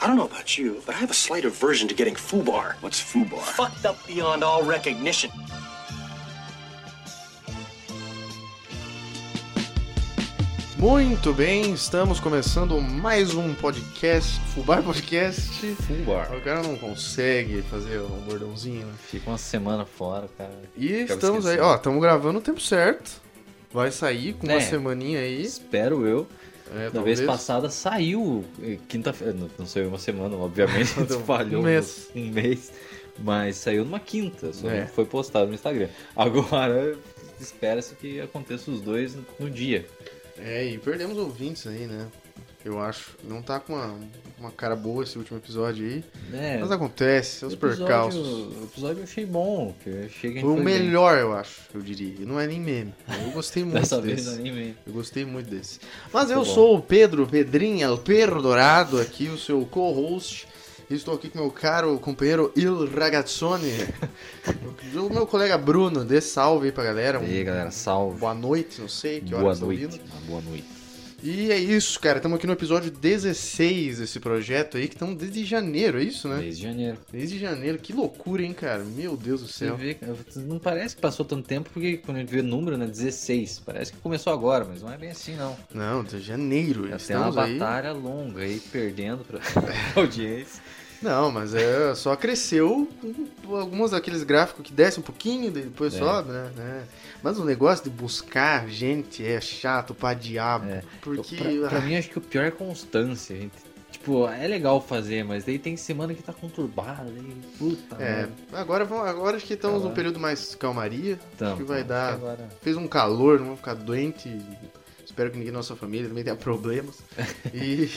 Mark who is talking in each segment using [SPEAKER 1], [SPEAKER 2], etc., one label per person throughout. [SPEAKER 1] I don't know about you, but I have a slight aversion to getting foobar.
[SPEAKER 2] What's foobar?
[SPEAKER 1] Fucked up beyond all recognition.
[SPEAKER 3] Muito bem, estamos começando mais um podcast, Fubar Podcast.
[SPEAKER 4] Fumbar.
[SPEAKER 3] O cara não consegue fazer um bordãozinho, né?
[SPEAKER 4] Fica uma semana fora, cara.
[SPEAKER 3] E
[SPEAKER 4] Acaba
[SPEAKER 3] estamos aí,
[SPEAKER 4] esquecendo.
[SPEAKER 3] ó, estamos gravando o tempo certo. Vai sair com uma
[SPEAKER 4] É.
[SPEAKER 3] semaninha aí.
[SPEAKER 4] Espero eu.
[SPEAKER 3] É,
[SPEAKER 4] Da vez passada saiu eh, quinta-feira. Não, não saiu uma semana, obviamente.
[SPEAKER 3] Não, um
[SPEAKER 4] falhou
[SPEAKER 3] mês.
[SPEAKER 4] um mês. Mas saiu numa quinta, só
[SPEAKER 3] É.
[SPEAKER 4] não foi postado no Instagram. Agora espera-se que aconteça os dois no dia.
[SPEAKER 3] É, e perdemos ouvintes aí, né? Eu acho. Não tá com uma, uma cara boa esse último episódio aí.
[SPEAKER 4] É,
[SPEAKER 3] Né? Mas acontece, seus
[SPEAKER 4] o episódio-
[SPEAKER 3] percalços.
[SPEAKER 4] O episódio eu achei bom. Que eu achei que a gente
[SPEAKER 3] Foi o
[SPEAKER 4] foi bem.
[SPEAKER 3] melhor, eu acho, eu diria. E não é nem meme. Eu gostei muito
[SPEAKER 4] Dessa
[SPEAKER 3] desse.
[SPEAKER 4] vez no anime.
[SPEAKER 3] Eu gostei muito desse. Mas eu
[SPEAKER 4] Muito bom.
[SPEAKER 3] sou o Pedro Pedrinha, o Pedro Dourado, aqui, o seu co-host. E Estou aqui com meu caro companheiro Il Ragazzoni. o meu colega Bruno, dê salve aí pra galera. Um
[SPEAKER 4] E aí, galera, salve.
[SPEAKER 3] Boa noite, não sei que
[SPEAKER 4] Boa
[SPEAKER 3] horas estão
[SPEAKER 4] noite.
[SPEAKER 3] vindo.
[SPEAKER 4] Uma boa noite.
[SPEAKER 3] E é isso, cara. Estamos aqui no episódio 16 desse projeto aí, que estamos desde janeiro, é isso, né?
[SPEAKER 4] Desde janeiro.
[SPEAKER 3] Desde janeiro. Que loucura, hein, cara? Meu Deus do
[SPEAKER 4] Você
[SPEAKER 3] céu.
[SPEAKER 4] vê, não parece que passou tanto tempo, porque quando a gente vê número, né, 16, parece que começou agora, mas não é bem assim, não.
[SPEAKER 3] Não, desde janeiro.
[SPEAKER 4] Até uma
[SPEAKER 3] Estamos aí.
[SPEAKER 4] batalha longa aí, perdendo pra pra audiência.
[SPEAKER 3] Não, mas é, só cresceu com alguns daqueles gráficos que desce um pouquinho, daí depois
[SPEAKER 4] É.
[SPEAKER 3] sobe, né? né? Mas o negócio de buscar gente é chato pra diabo. Porque.
[SPEAKER 4] Pra, pra
[SPEAKER 3] ah,
[SPEAKER 4] mim, acho que o pior é a constância, gente. Tipo, é legal fazer, mas daí tem semana que tá conturbada, aí, puta.
[SPEAKER 3] é,
[SPEAKER 4] merda.
[SPEAKER 3] agora, vamos- agora acho que estamos num
[SPEAKER 4] Caralho.
[SPEAKER 3] período mais calmaria.
[SPEAKER 4] Então,
[SPEAKER 3] que vai
[SPEAKER 4] então,
[SPEAKER 3] dar-
[SPEAKER 4] acho que Agora...
[SPEAKER 3] Fez um calor, não vou ficar doente. Espero que ninguém da nossa família também tenha problemas. E,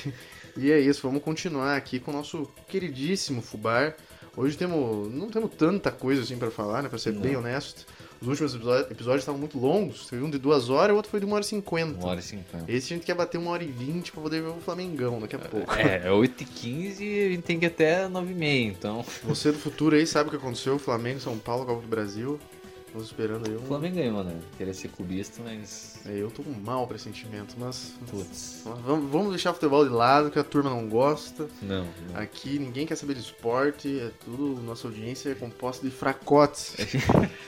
[SPEAKER 3] e é isso, vamos continuar aqui com o nosso queridíssimo Fubar. Hoje temos, não temos tanta coisa assim pra falar, né? Pra ser bem
[SPEAKER 4] Não.
[SPEAKER 3] honesto. Os últimos episó- episódios estavam muito longos. Teve um de duas horas e o outro foi de uma hora e
[SPEAKER 4] Uma
[SPEAKER 3] cinquenta.
[SPEAKER 4] hora e cinquenta.
[SPEAKER 3] Esse a gente quer bater uma hora e vinte pra poder ver o Flamengão daqui a pouco.
[SPEAKER 4] É, é 8h15 e a gente tem que ir até 9h30, então.
[SPEAKER 3] Você do futuro aí sabe o que aconteceu. Flamengo, São Paulo, Copa do Brasil. Estamos esperando aí
[SPEAKER 4] O
[SPEAKER 3] um...
[SPEAKER 4] Flamengo ganhou, né? Queria ser clubista, mas.
[SPEAKER 3] É, eu tô com mau pressentimento, mas...
[SPEAKER 4] Putz.
[SPEAKER 3] Mas Vamos, vamos deixar o futebol de lado, que a turma não gosta.
[SPEAKER 4] Não, não.
[SPEAKER 3] Aqui ninguém quer saber de esporte, é tudo. Nossa audiência é composta de fracotes.
[SPEAKER 4] É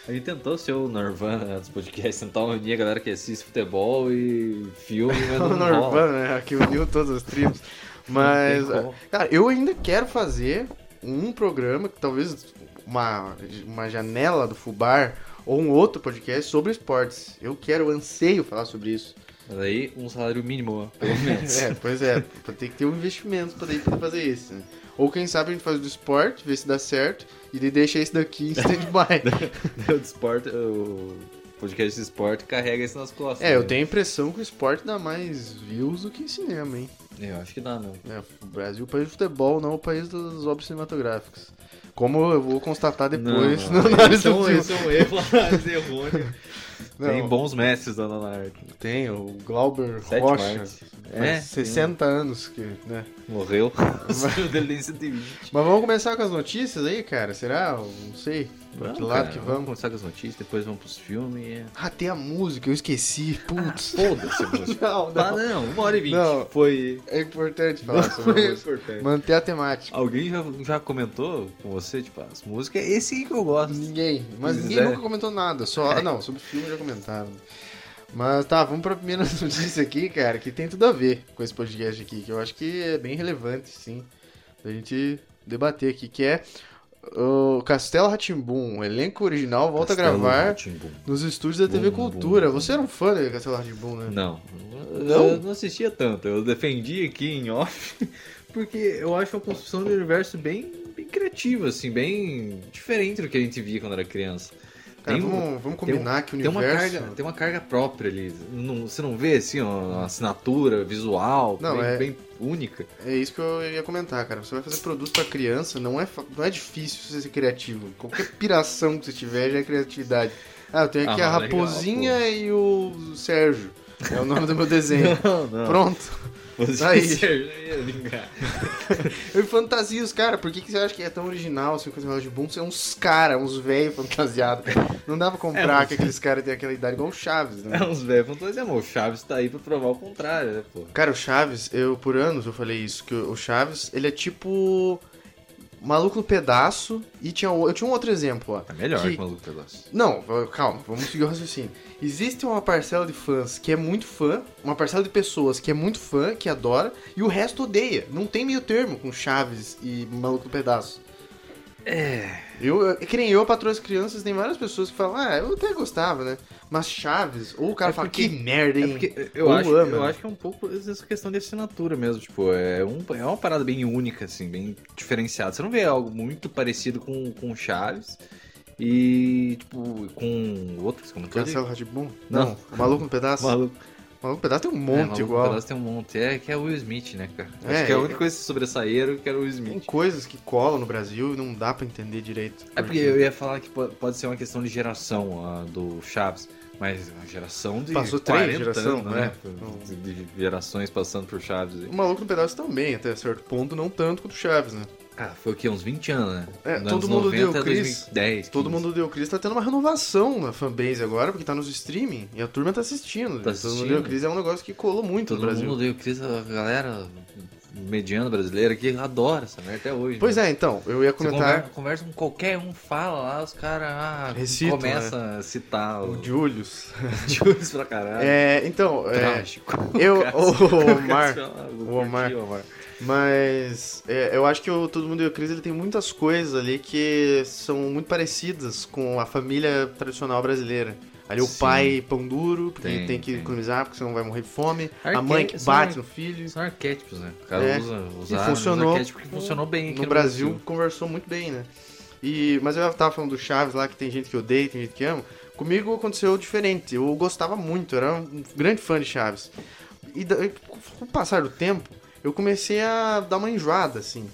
[SPEAKER 4] A gente tentou ser o Norvana né, dos podcasts, tentar unir a galera que assiste futebol e filme, mas
[SPEAKER 3] o
[SPEAKER 4] não rola.
[SPEAKER 3] Norvan, né? Que uniu todas as tribos. Mas,
[SPEAKER 4] Não tem como.
[SPEAKER 3] cara, eu ainda quero fazer um programa, que talvez uma, uma janela do Fubar ou um outro podcast sobre esportes. Eu quero, eu anseio falar sobre isso.
[SPEAKER 4] Mas aí, um salário mínimo, pelo menos.
[SPEAKER 3] É, pois é, tem que ter um investimento pra daí poder fazer isso, né? Ou quem sabe a gente faz do esporte, vê se dá certo, e daí deixa esse daqui em stand-by.
[SPEAKER 4] o, de esporte, o podcast de esporte carrega isso nas costas.
[SPEAKER 3] é, eu
[SPEAKER 4] né?
[SPEAKER 3] tenho a impressão que o esporte dá mais views do que cinema, hein?
[SPEAKER 4] Eu acho que dá, não.
[SPEAKER 3] É, o Brasil é o país do futebol, não o país das obras cinematográficas. Como eu vou constatar depois
[SPEAKER 4] não,
[SPEAKER 3] na
[SPEAKER 4] não.
[SPEAKER 3] análise
[SPEAKER 4] Esse é
[SPEAKER 3] do
[SPEAKER 4] um,
[SPEAKER 3] filme.
[SPEAKER 4] esse é um erro, uma análise errônea.
[SPEAKER 3] Não.
[SPEAKER 4] Tem bons mestres dando na arte.
[SPEAKER 3] Tem, o Glauber
[SPEAKER 4] Sete
[SPEAKER 3] Rocha.
[SPEAKER 4] Martins.
[SPEAKER 3] É,
[SPEAKER 4] É,
[SPEAKER 3] 60 anos que, né?
[SPEAKER 4] tem- Morreu. O filho dele tem 120.
[SPEAKER 3] Mas vamos começar com as notícias aí, cara? Será? Eu Não sei. Pra que lado
[SPEAKER 4] cara,
[SPEAKER 3] que
[SPEAKER 4] Vamos
[SPEAKER 3] vamos?
[SPEAKER 4] começar com as notícias, depois vamos pros filmes. e é-
[SPEAKER 3] Ah, tem a música, eu esqueci. Putz.
[SPEAKER 4] Ah, Foda-se, moço.
[SPEAKER 3] Não,
[SPEAKER 4] Ah, não, uma hora e vinte.
[SPEAKER 3] Não.
[SPEAKER 4] Foi.
[SPEAKER 3] É importante falar sobre isso. Manter a temática.
[SPEAKER 4] Alguém já, já comentou com você, tipo, as músicas? Esse aí que eu gosto.
[SPEAKER 3] Ninguém. Mas
[SPEAKER 4] Pois
[SPEAKER 3] ninguém
[SPEAKER 4] é.
[SPEAKER 3] nunca comentou nada. Só. ah, Não, sobre filme já comentaram. Mas tá, vamos pra primeira notícia aqui, cara, que tem tudo a ver com esse podcast aqui, que eu acho que é bem relevante, sim, da gente debater aqui, que é o Castelo Ratimbum, o elenco original volta a
[SPEAKER 4] Castelo
[SPEAKER 3] gravar
[SPEAKER 4] Rá-Tim-Bum.
[SPEAKER 3] nos estúdios da TV
[SPEAKER 4] Bum, bum,
[SPEAKER 3] Cultura.
[SPEAKER 4] bum.
[SPEAKER 3] Você era um fã do Castelo Ratimbum, né?
[SPEAKER 4] Não.
[SPEAKER 3] Não?
[SPEAKER 4] Eu não assistia tanto. Eu defendi aqui em off, porque eu acho uma construção de universo bem, bem criativa, assim, bem diferente do que a gente via quando era criança.
[SPEAKER 3] Cara,
[SPEAKER 4] Tem um-
[SPEAKER 3] vamos, vamos
[SPEAKER 4] tem um-
[SPEAKER 3] combinar que o
[SPEAKER 4] Tem uma,
[SPEAKER 3] universo...
[SPEAKER 4] carga, tem uma carga própria ali. Não- você não vê, assim, ó, uma assinatura visual
[SPEAKER 3] Não,
[SPEAKER 4] bem,
[SPEAKER 3] é-
[SPEAKER 4] bem única.
[SPEAKER 3] É isso que eu ia comentar, cara. Você vai fazer produto pra criança, não é, fa- não é difícil você ser criativo. Qualquer piração que você tiver já é criatividade. Ah, eu tenho aqui
[SPEAKER 4] Ah,
[SPEAKER 3] a
[SPEAKER 4] legal,
[SPEAKER 3] Raposinha e o Sérgio. É o nome do meu desenho.
[SPEAKER 4] Não, não.
[SPEAKER 3] Pronto.
[SPEAKER 4] Você
[SPEAKER 3] Aí.
[SPEAKER 4] Sérgio, não ia brincar.
[SPEAKER 3] Eu fantasia os caras. Por que, que você acha que é tão original assim, coisa de bom? Você é uns caras, uns velhos fantasiados. Não dá pra comprar
[SPEAKER 4] É,
[SPEAKER 3] que aqueles caras têm aquela idade igual o Chaves, né?
[SPEAKER 4] É uns velhos fantasia, mas o Chaves tá aí pra provar o contrário, né, pô?
[SPEAKER 3] Cara, o Chaves, eu por anos eu falei isso, que o o Chaves, ele é tipo maluco no pedaço e tinha o- eu tinha um outro exemplo, ó.
[SPEAKER 4] Tá melhor
[SPEAKER 3] Que-
[SPEAKER 4] que, o maluco pedaço.
[SPEAKER 3] Não, v- calma, vamos seguir o raciocínio. Existe uma parcela de fãs que é muito fã, uma parcela de pessoas que é muito fã, que adora, e o resto odeia. Não tem meio termo com Chaves e Maluco no Pedaço. É. Eu, eu, que nem eu, patroa as crianças, tem várias pessoas que falam, ah, eu até gostava, né? Mas Chaves, ou o cara
[SPEAKER 4] É
[SPEAKER 3] fala,
[SPEAKER 4] porque-
[SPEAKER 3] que merda,
[SPEAKER 4] É
[SPEAKER 3] hein?
[SPEAKER 4] porque eu,
[SPEAKER 3] Ou
[SPEAKER 4] acho,
[SPEAKER 3] ama,
[SPEAKER 4] eu
[SPEAKER 3] né?
[SPEAKER 4] acho que é um pouco essa questão de assinatura mesmo, tipo, é, um, é uma parada bem única, assim, bem diferenciada. Você não vê algo muito parecido com, com o Chaves e, tipo, com outros, como que eu digo?
[SPEAKER 3] Marcelo Radibum?
[SPEAKER 4] Não.
[SPEAKER 3] Não, o Maluco no Pedaço?
[SPEAKER 4] Maluco.
[SPEAKER 3] Maluco no Pedaço tem um
[SPEAKER 4] É,
[SPEAKER 3] monte
[SPEAKER 4] Maluco
[SPEAKER 3] igual.
[SPEAKER 4] Pedaço tem um monte. É, que é o Will Smith, né, cara?
[SPEAKER 3] É,
[SPEAKER 4] acho que é a
[SPEAKER 3] é-
[SPEAKER 4] única coisa que sobressaíram que era o Will
[SPEAKER 3] Tem
[SPEAKER 4] Smith.
[SPEAKER 3] coisas que colam no Brasil e não dá pra entender direito.
[SPEAKER 4] É porque eu ia falar que po- pode ser uma questão de geração ah, do Chaves, mas uma geração de
[SPEAKER 3] Passou três
[SPEAKER 4] 40
[SPEAKER 3] geração,
[SPEAKER 4] anos,
[SPEAKER 3] né?
[SPEAKER 4] né? De, de gerações passando por Chaves. aí.
[SPEAKER 3] O Maluco no Pedaço também, até certo ponto, não tanto quanto o Chaves, né?
[SPEAKER 4] Ah, foi o quê? Uns 20 anos, né?
[SPEAKER 3] É,
[SPEAKER 4] Nos
[SPEAKER 3] todo
[SPEAKER 4] anos
[SPEAKER 3] mundo deu,
[SPEAKER 4] a
[SPEAKER 3] Chris.
[SPEAKER 4] 2010,
[SPEAKER 3] Todo
[SPEAKER 4] 15.
[SPEAKER 3] mundo deu Cris tá tendo uma renovação na fanbase agora, porque tá nos streaming e a turma tá assistindo.
[SPEAKER 4] Tá
[SPEAKER 3] Todo mundo
[SPEAKER 4] assistindo.
[SPEAKER 3] deu Cris é um negócio que colou muito
[SPEAKER 4] Todo
[SPEAKER 3] no Brasil.
[SPEAKER 4] mundo deu Cris, a galera mediana brasileira aqui adora essa merda até hoje.
[SPEAKER 3] Pois
[SPEAKER 4] né?
[SPEAKER 3] é, então, eu ia
[SPEAKER 4] Você
[SPEAKER 3] comentar
[SPEAKER 4] conversa, conversa com qualquer um, fala lá, os caras ah,
[SPEAKER 3] Recitam,
[SPEAKER 4] começa a citar
[SPEAKER 3] né? o
[SPEAKER 4] o
[SPEAKER 3] Julius.
[SPEAKER 4] Jules pra caralho.
[SPEAKER 3] É, então, é,
[SPEAKER 4] Trágico.
[SPEAKER 3] eu,
[SPEAKER 4] Cássio-
[SPEAKER 3] o Omar,
[SPEAKER 4] Cássio, ah, eu
[SPEAKER 3] o
[SPEAKER 4] curti
[SPEAKER 3] Omar. Mas é, eu acho que o Todo Mundo e o Cris ele tem muitas coisas ali que são muito parecidas com a família tradicional brasileira. Ali o
[SPEAKER 4] Sim.
[SPEAKER 3] pai pão duro, porque tem,
[SPEAKER 4] Tem,
[SPEAKER 3] que
[SPEAKER 4] tem.
[SPEAKER 3] economizar, porque senão vai morrer de fome. a
[SPEAKER 4] Arque-
[SPEAKER 3] mãe que
[SPEAKER 4] são
[SPEAKER 3] bate
[SPEAKER 4] ar-
[SPEAKER 3] no filho.
[SPEAKER 4] São arquétipos, né? O cara
[SPEAKER 3] É.
[SPEAKER 4] usa,
[SPEAKER 3] E
[SPEAKER 4] usa
[SPEAKER 3] funcionou
[SPEAKER 4] arquétipo que funcionou bem aqui
[SPEAKER 3] No Brasil conversou muito bem, né? E, mas eu tava falando do Chaves lá, que tem gente que odeia, tem gente que ama. Comigo aconteceu diferente. Eu gostava muito, eu era um grande fã de Chaves. E da- e com o passar do tempo, eu comecei a dar uma enjoada, assim.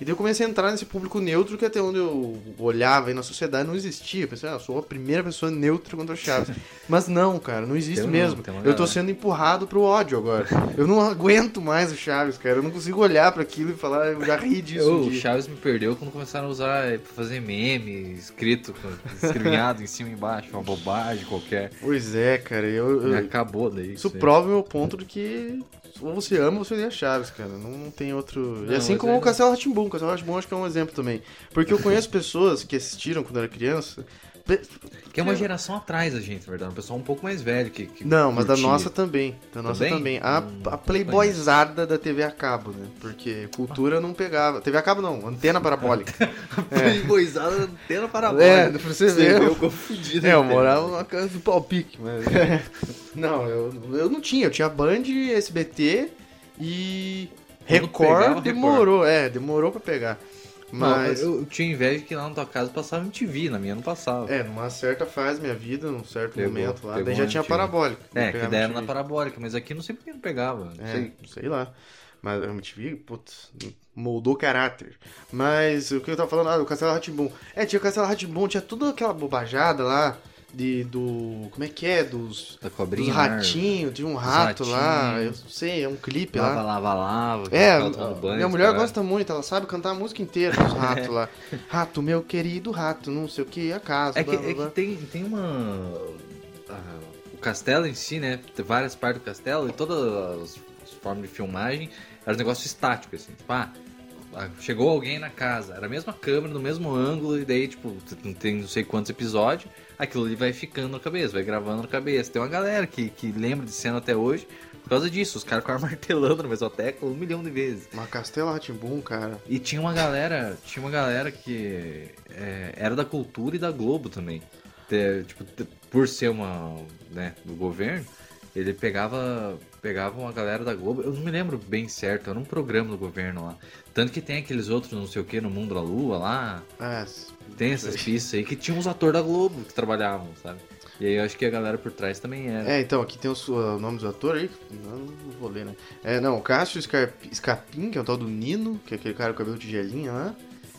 [SPEAKER 3] E daí eu comecei a entrar nesse público neutro que até onde eu olhava aí na sociedade não existia. Eu pensei, ah, eu sou a primeira pessoa neutra contra o Chaves. Mas não, cara, não existe
[SPEAKER 4] Tem um-
[SPEAKER 3] mesmo.
[SPEAKER 4] tem uma
[SPEAKER 3] eu tô
[SPEAKER 4] galera.
[SPEAKER 3] sendo empurrado pro ódio agora. Eu não aguento mais o Chaves, cara. Eu não consigo olhar para aquilo e falar, eu já ri disso. um
[SPEAKER 4] Eu, o
[SPEAKER 3] dia.
[SPEAKER 4] Chaves me perdeu quando começaram a usar é, pra fazer meme, escrito, com- escrevinhado em cima e embaixo, uma bobagem qualquer.
[SPEAKER 3] Pois é, cara, eu, eu-
[SPEAKER 4] E acabou daí.
[SPEAKER 3] isso
[SPEAKER 4] aí.
[SPEAKER 3] prova o meu ponto de que ou você ama ou você odeia Chaves, cara. Não, não tem outro. e
[SPEAKER 4] Não,
[SPEAKER 3] assim
[SPEAKER 4] mas
[SPEAKER 3] como
[SPEAKER 4] é-
[SPEAKER 3] o Castelo Ratimbum, o Castelo Ratimbum acho que é um exemplo também. Porque eu conheço pessoas que assistiram quando era criança. pe-
[SPEAKER 4] Que é uma geração atrás da gente, na verdade. Um pessoal um pouco mais velho que. que
[SPEAKER 3] Não, mas da
[SPEAKER 4] curtia.
[SPEAKER 3] nossa também. Da nossa também.
[SPEAKER 4] Também?
[SPEAKER 3] A,
[SPEAKER 4] Hum,
[SPEAKER 3] a playboyzada da TV a cabo, né? Porque cultura não pegava. TV a cabo não, antena parabólica.
[SPEAKER 4] Playboyzada, antena para
[SPEAKER 3] é, pra você ver.
[SPEAKER 4] Eu confundido.
[SPEAKER 3] É, eu morava numa casa do palpique, mas. não, eu, eu não tinha. Eu tinha Band, SBT e.
[SPEAKER 4] Quando
[SPEAKER 3] Record
[SPEAKER 4] pegava,
[SPEAKER 3] demorou, é, demorou pra pegar. Mas.
[SPEAKER 4] Mas eu, eu tinha inveja que lá na tua casa passava MTV, na minha não passava.
[SPEAKER 3] É, numa certa fase da minha vida, num certo
[SPEAKER 4] Pegou,
[SPEAKER 3] momento lá, daí
[SPEAKER 4] pegou
[SPEAKER 3] já
[SPEAKER 4] um
[SPEAKER 3] tinha
[SPEAKER 4] antigo.
[SPEAKER 3] parabólico.
[SPEAKER 4] É,
[SPEAKER 3] Eu
[SPEAKER 4] que
[SPEAKER 3] pegava
[SPEAKER 4] daí era na
[SPEAKER 3] MTV.
[SPEAKER 4] parabólica, mas aqui eu não sei porque não pegava. Não
[SPEAKER 3] É,
[SPEAKER 4] sei.
[SPEAKER 3] sei. lá. Mas a MTV, putz, moldou caráter. Mas o que eu tava falando, ah, o Castelo Ratimbum. É, tinha o Castelo Ratimbum, tinha toda aquela bobajada lá de do. Como é que é? Dos.
[SPEAKER 4] Da
[SPEAKER 3] Dos
[SPEAKER 4] cobrinha. né?
[SPEAKER 3] ratinhos, de um rato lá, eu
[SPEAKER 4] ratinhos.
[SPEAKER 3] não sei, é um clipe
[SPEAKER 4] Lava,
[SPEAKER 3] lá.
[SPEAKER 4] lava, lava. que
[SPEAKER 3] É,
[SPEAKER 4] o cara toma banho,
[SPEAKER 3] minha mulher
[SPEAKER 4] cara.
[SPEAKER 3] gosta muito, ela sabe cantar a música inteira dos ratos lá. Rato, meu querido rato, não sei o que, acaso,
[SPEAKER 4] É que,
[SPEAKER 3] blá, blá,
[SPEAKER 4] é que
[SPEAKER 3] blá.
[SPEAKER 4] tem, tem uma. a- o castelo em si, né? Tem várias partes do castelo e todas as, as formas de filmagem era um negócio estático, assim. Tipo, ah, ah, chegou alguém na casa, era a mesma câmera, no mesmo ângulo, e daí, tipo, t- não tem não sei quantos episódios, aquilo ali vai ficando na cabeça, vai gravando na cabeça. Tem uma galera que, que lembra de cena até hoje por causa disso. Os caras ficaram martelando na mesma tecla um milhão de vezes.
[SPEAKER 3] Mas Castelo Ratimbum, cara.
[SPEAKER 4] E tinha uma galera, tinha uma galera que é, era da cultura e da Globo também. Te- tipo, te- por ser uma, né, do governo, ele pegava, pegava uma galera da Globo. Eu não me lembro bem certo, era um programa do governo lá. Tanto que tem aqueles outros não sei o que no Mundo da Lua lá,
[SPEAKER 3] Ah,
[SPEAKER 4] tem essas pistas aí que tinha uns atores da Globo que trabalhavam, sabe? E aí eu acho que a galera por trás também era.
[SPEAKER 3] é, então, aqui tem os, uh, nomes do ator aí, que não, não vou ler, né? É, não, o Cássio Scarp- Scapim, que é o tal do Nino, que é aquele cara com cabelo de gelinha lá.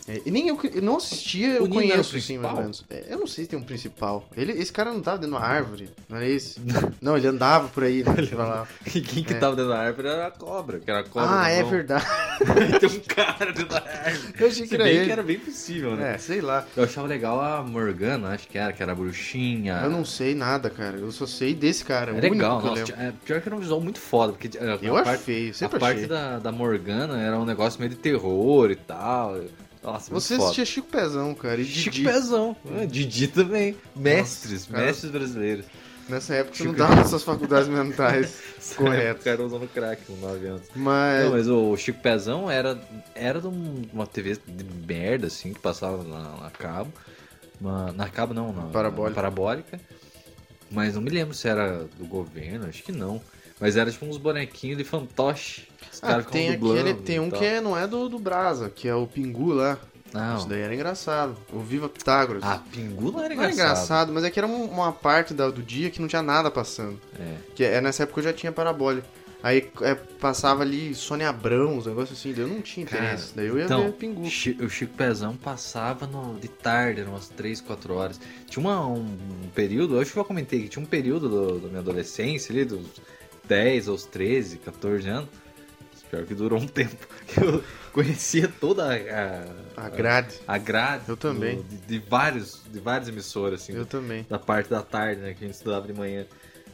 [SPEAKER 3] É, e nem eu, que- eu não assistia, eu
[SPEAKER 4] O Nino era o
[SPEAKER 3] conheço, sim, mais ou
[SPEAKER 4] principal?
[SPEAKER 3] menos. É, eu não sei se tem um principal. Ele, esse cara não tava dentro de uma árvore, não era esse? não, ele andava por aí, né? Ele lá.
[SPEAKER 4] E quem que
[SPEAKER 3] É.
[SPEAKER 4] tava dentro da árvore era a cobra, que era a cobra.
[SPEAKER 3] Ah,
[SPEAKER 4] do
[SPEAKER 3] é
[SPEAKER 4] Dom.
[SPEAKER 3] verdade.
[SPEAKER 4] Tem um cara dentro da árvore.
[SPEAKER 3] Eu achei que
[SPEAKER 4] Se
[SPEAKER 3] era
[SPEAKER 4] bem
[SPEAKER 3] ele.
[SPEAKER 4] que era bem possível, né?
[SPEAKER 3] É, sei lá.
[SPEAKER 4] Eu achava legal a Morgana, acho que era, que era a bruxinha.
[SPEAKER 3] Eu não sei nada, cara. Eu só sei desse cara.
[SPEAKER 4] É
[SPEAKER 3] o único
[SPEAKER 4] Ah. legal,
[SPEAKER 3] que eu
[SPEAKER 4] nossa.
[SPEAKER 3] lembro.
[SPEAKER 4] tinha- é, pior que era um visual muito foda, porque é,
[SPEAKER 3] Eu
[SPEAKER 4] a
[SPEAKER 3] acho
[SPEAKER 4] parte,
[SPEAKER 3] feio,
[SPEAKER 4] a
[SPEAKER 3] sempre
[SPEAKER 4] parte
[SPEAKER 3] achei.
[SPEAKER 4] da, da Morgana era um negócio meio de terror e tal. Nossa,
[SPEAKER 3] Você
[SPEAKER 4] muito foda.
[SPEAKER 3] assistia Chico Pezão, cara, e
[SPEAKER 4] Chico
[SPEAKER 3] Didi.
[SPEAKER 4] Pezão, é, Didi também. Mestres,
[SPEAKER 3] cara.
[SPEAKER 4] mestres brasileiros.
[SPEAKER 3] Nessa época você não
[SPEAKER 4] Chico-
[SPEAKER 3] tava nas suas faculdades mentais. Correto.
[SPEAKER 4] O cara usando crack com 9 anos.
[SPEAKER 3] Mas,
[SPEAKER 4] Não, mas o Chico Pezão era, era de um- uma TV de merda, assim, que passava na, na cabo. Uma- na cabo não, na,
[SPEAKER 3] Parabólica.
[SPEAKER 4] na parabólica. Mas não me lembro se era do governo, acho que não. Mas era tipo uns bonequinhos de fantoche. Os
[SPEAKER 3] ah,
[SPEAKER 4] caras ficavam
[SPEAKER 3] tem,
[SPEAKER 4] dublando
[SPEAKER 3] aquele, tem
[SPEAKER 4] e
[SPEAKER 3] um
[SPEAKER 4] tal.
[SPEAKER 3] que é- não é do, do Brasa, que é o Pingu lá.
[SPEAKER 4] Não.
[SPEAKER 3] Isso daí era engraçado. O Viva Pitágoras.
[SPEAKER 4] Ah, Pingu não era
[SPEAKER 3] não era
[SPEAKER 4] engraçado.
[SPEAKER 3] engraçado, mas é que era um- uma parte da- do dia que não tinha nada passando.
[SPEAKER 4] É.
[SPEAKER 3] Que é nessa época eu já tinha parabólica. Aí é, passava ali Sônia Abrão, uns negócios assim, daí eu não tinha
[SPEAKER 4] Cara,
[SPEAKER 3] interesse. daí eu ia
[SPEAKER 4] então,
[SPEAKER 3] ver Pingu.
[SPEAKER 4] Chi- O Chico Pezão passava no- de tarde, eram umas 3, 4 horas. Tinha uma- um, um período, eu acho que eu comentei que tinha um período do- da minha adolescência ali, dos 10 aos 13, 14 anos. Pior que durou um tempo. Que eu conhecia toda a, a-
[SPEAKER 3] A grade.
[SPEAKER 4] a grade
[SPEAKER 3] Eu também.
[SPEAKER 4] do- de, de vários, de várias emissoras, assim,
[SPEAKER 3] Eu também.
[SPEAKER 4] da parte da tarde, né? Que a gente estudava de manhã.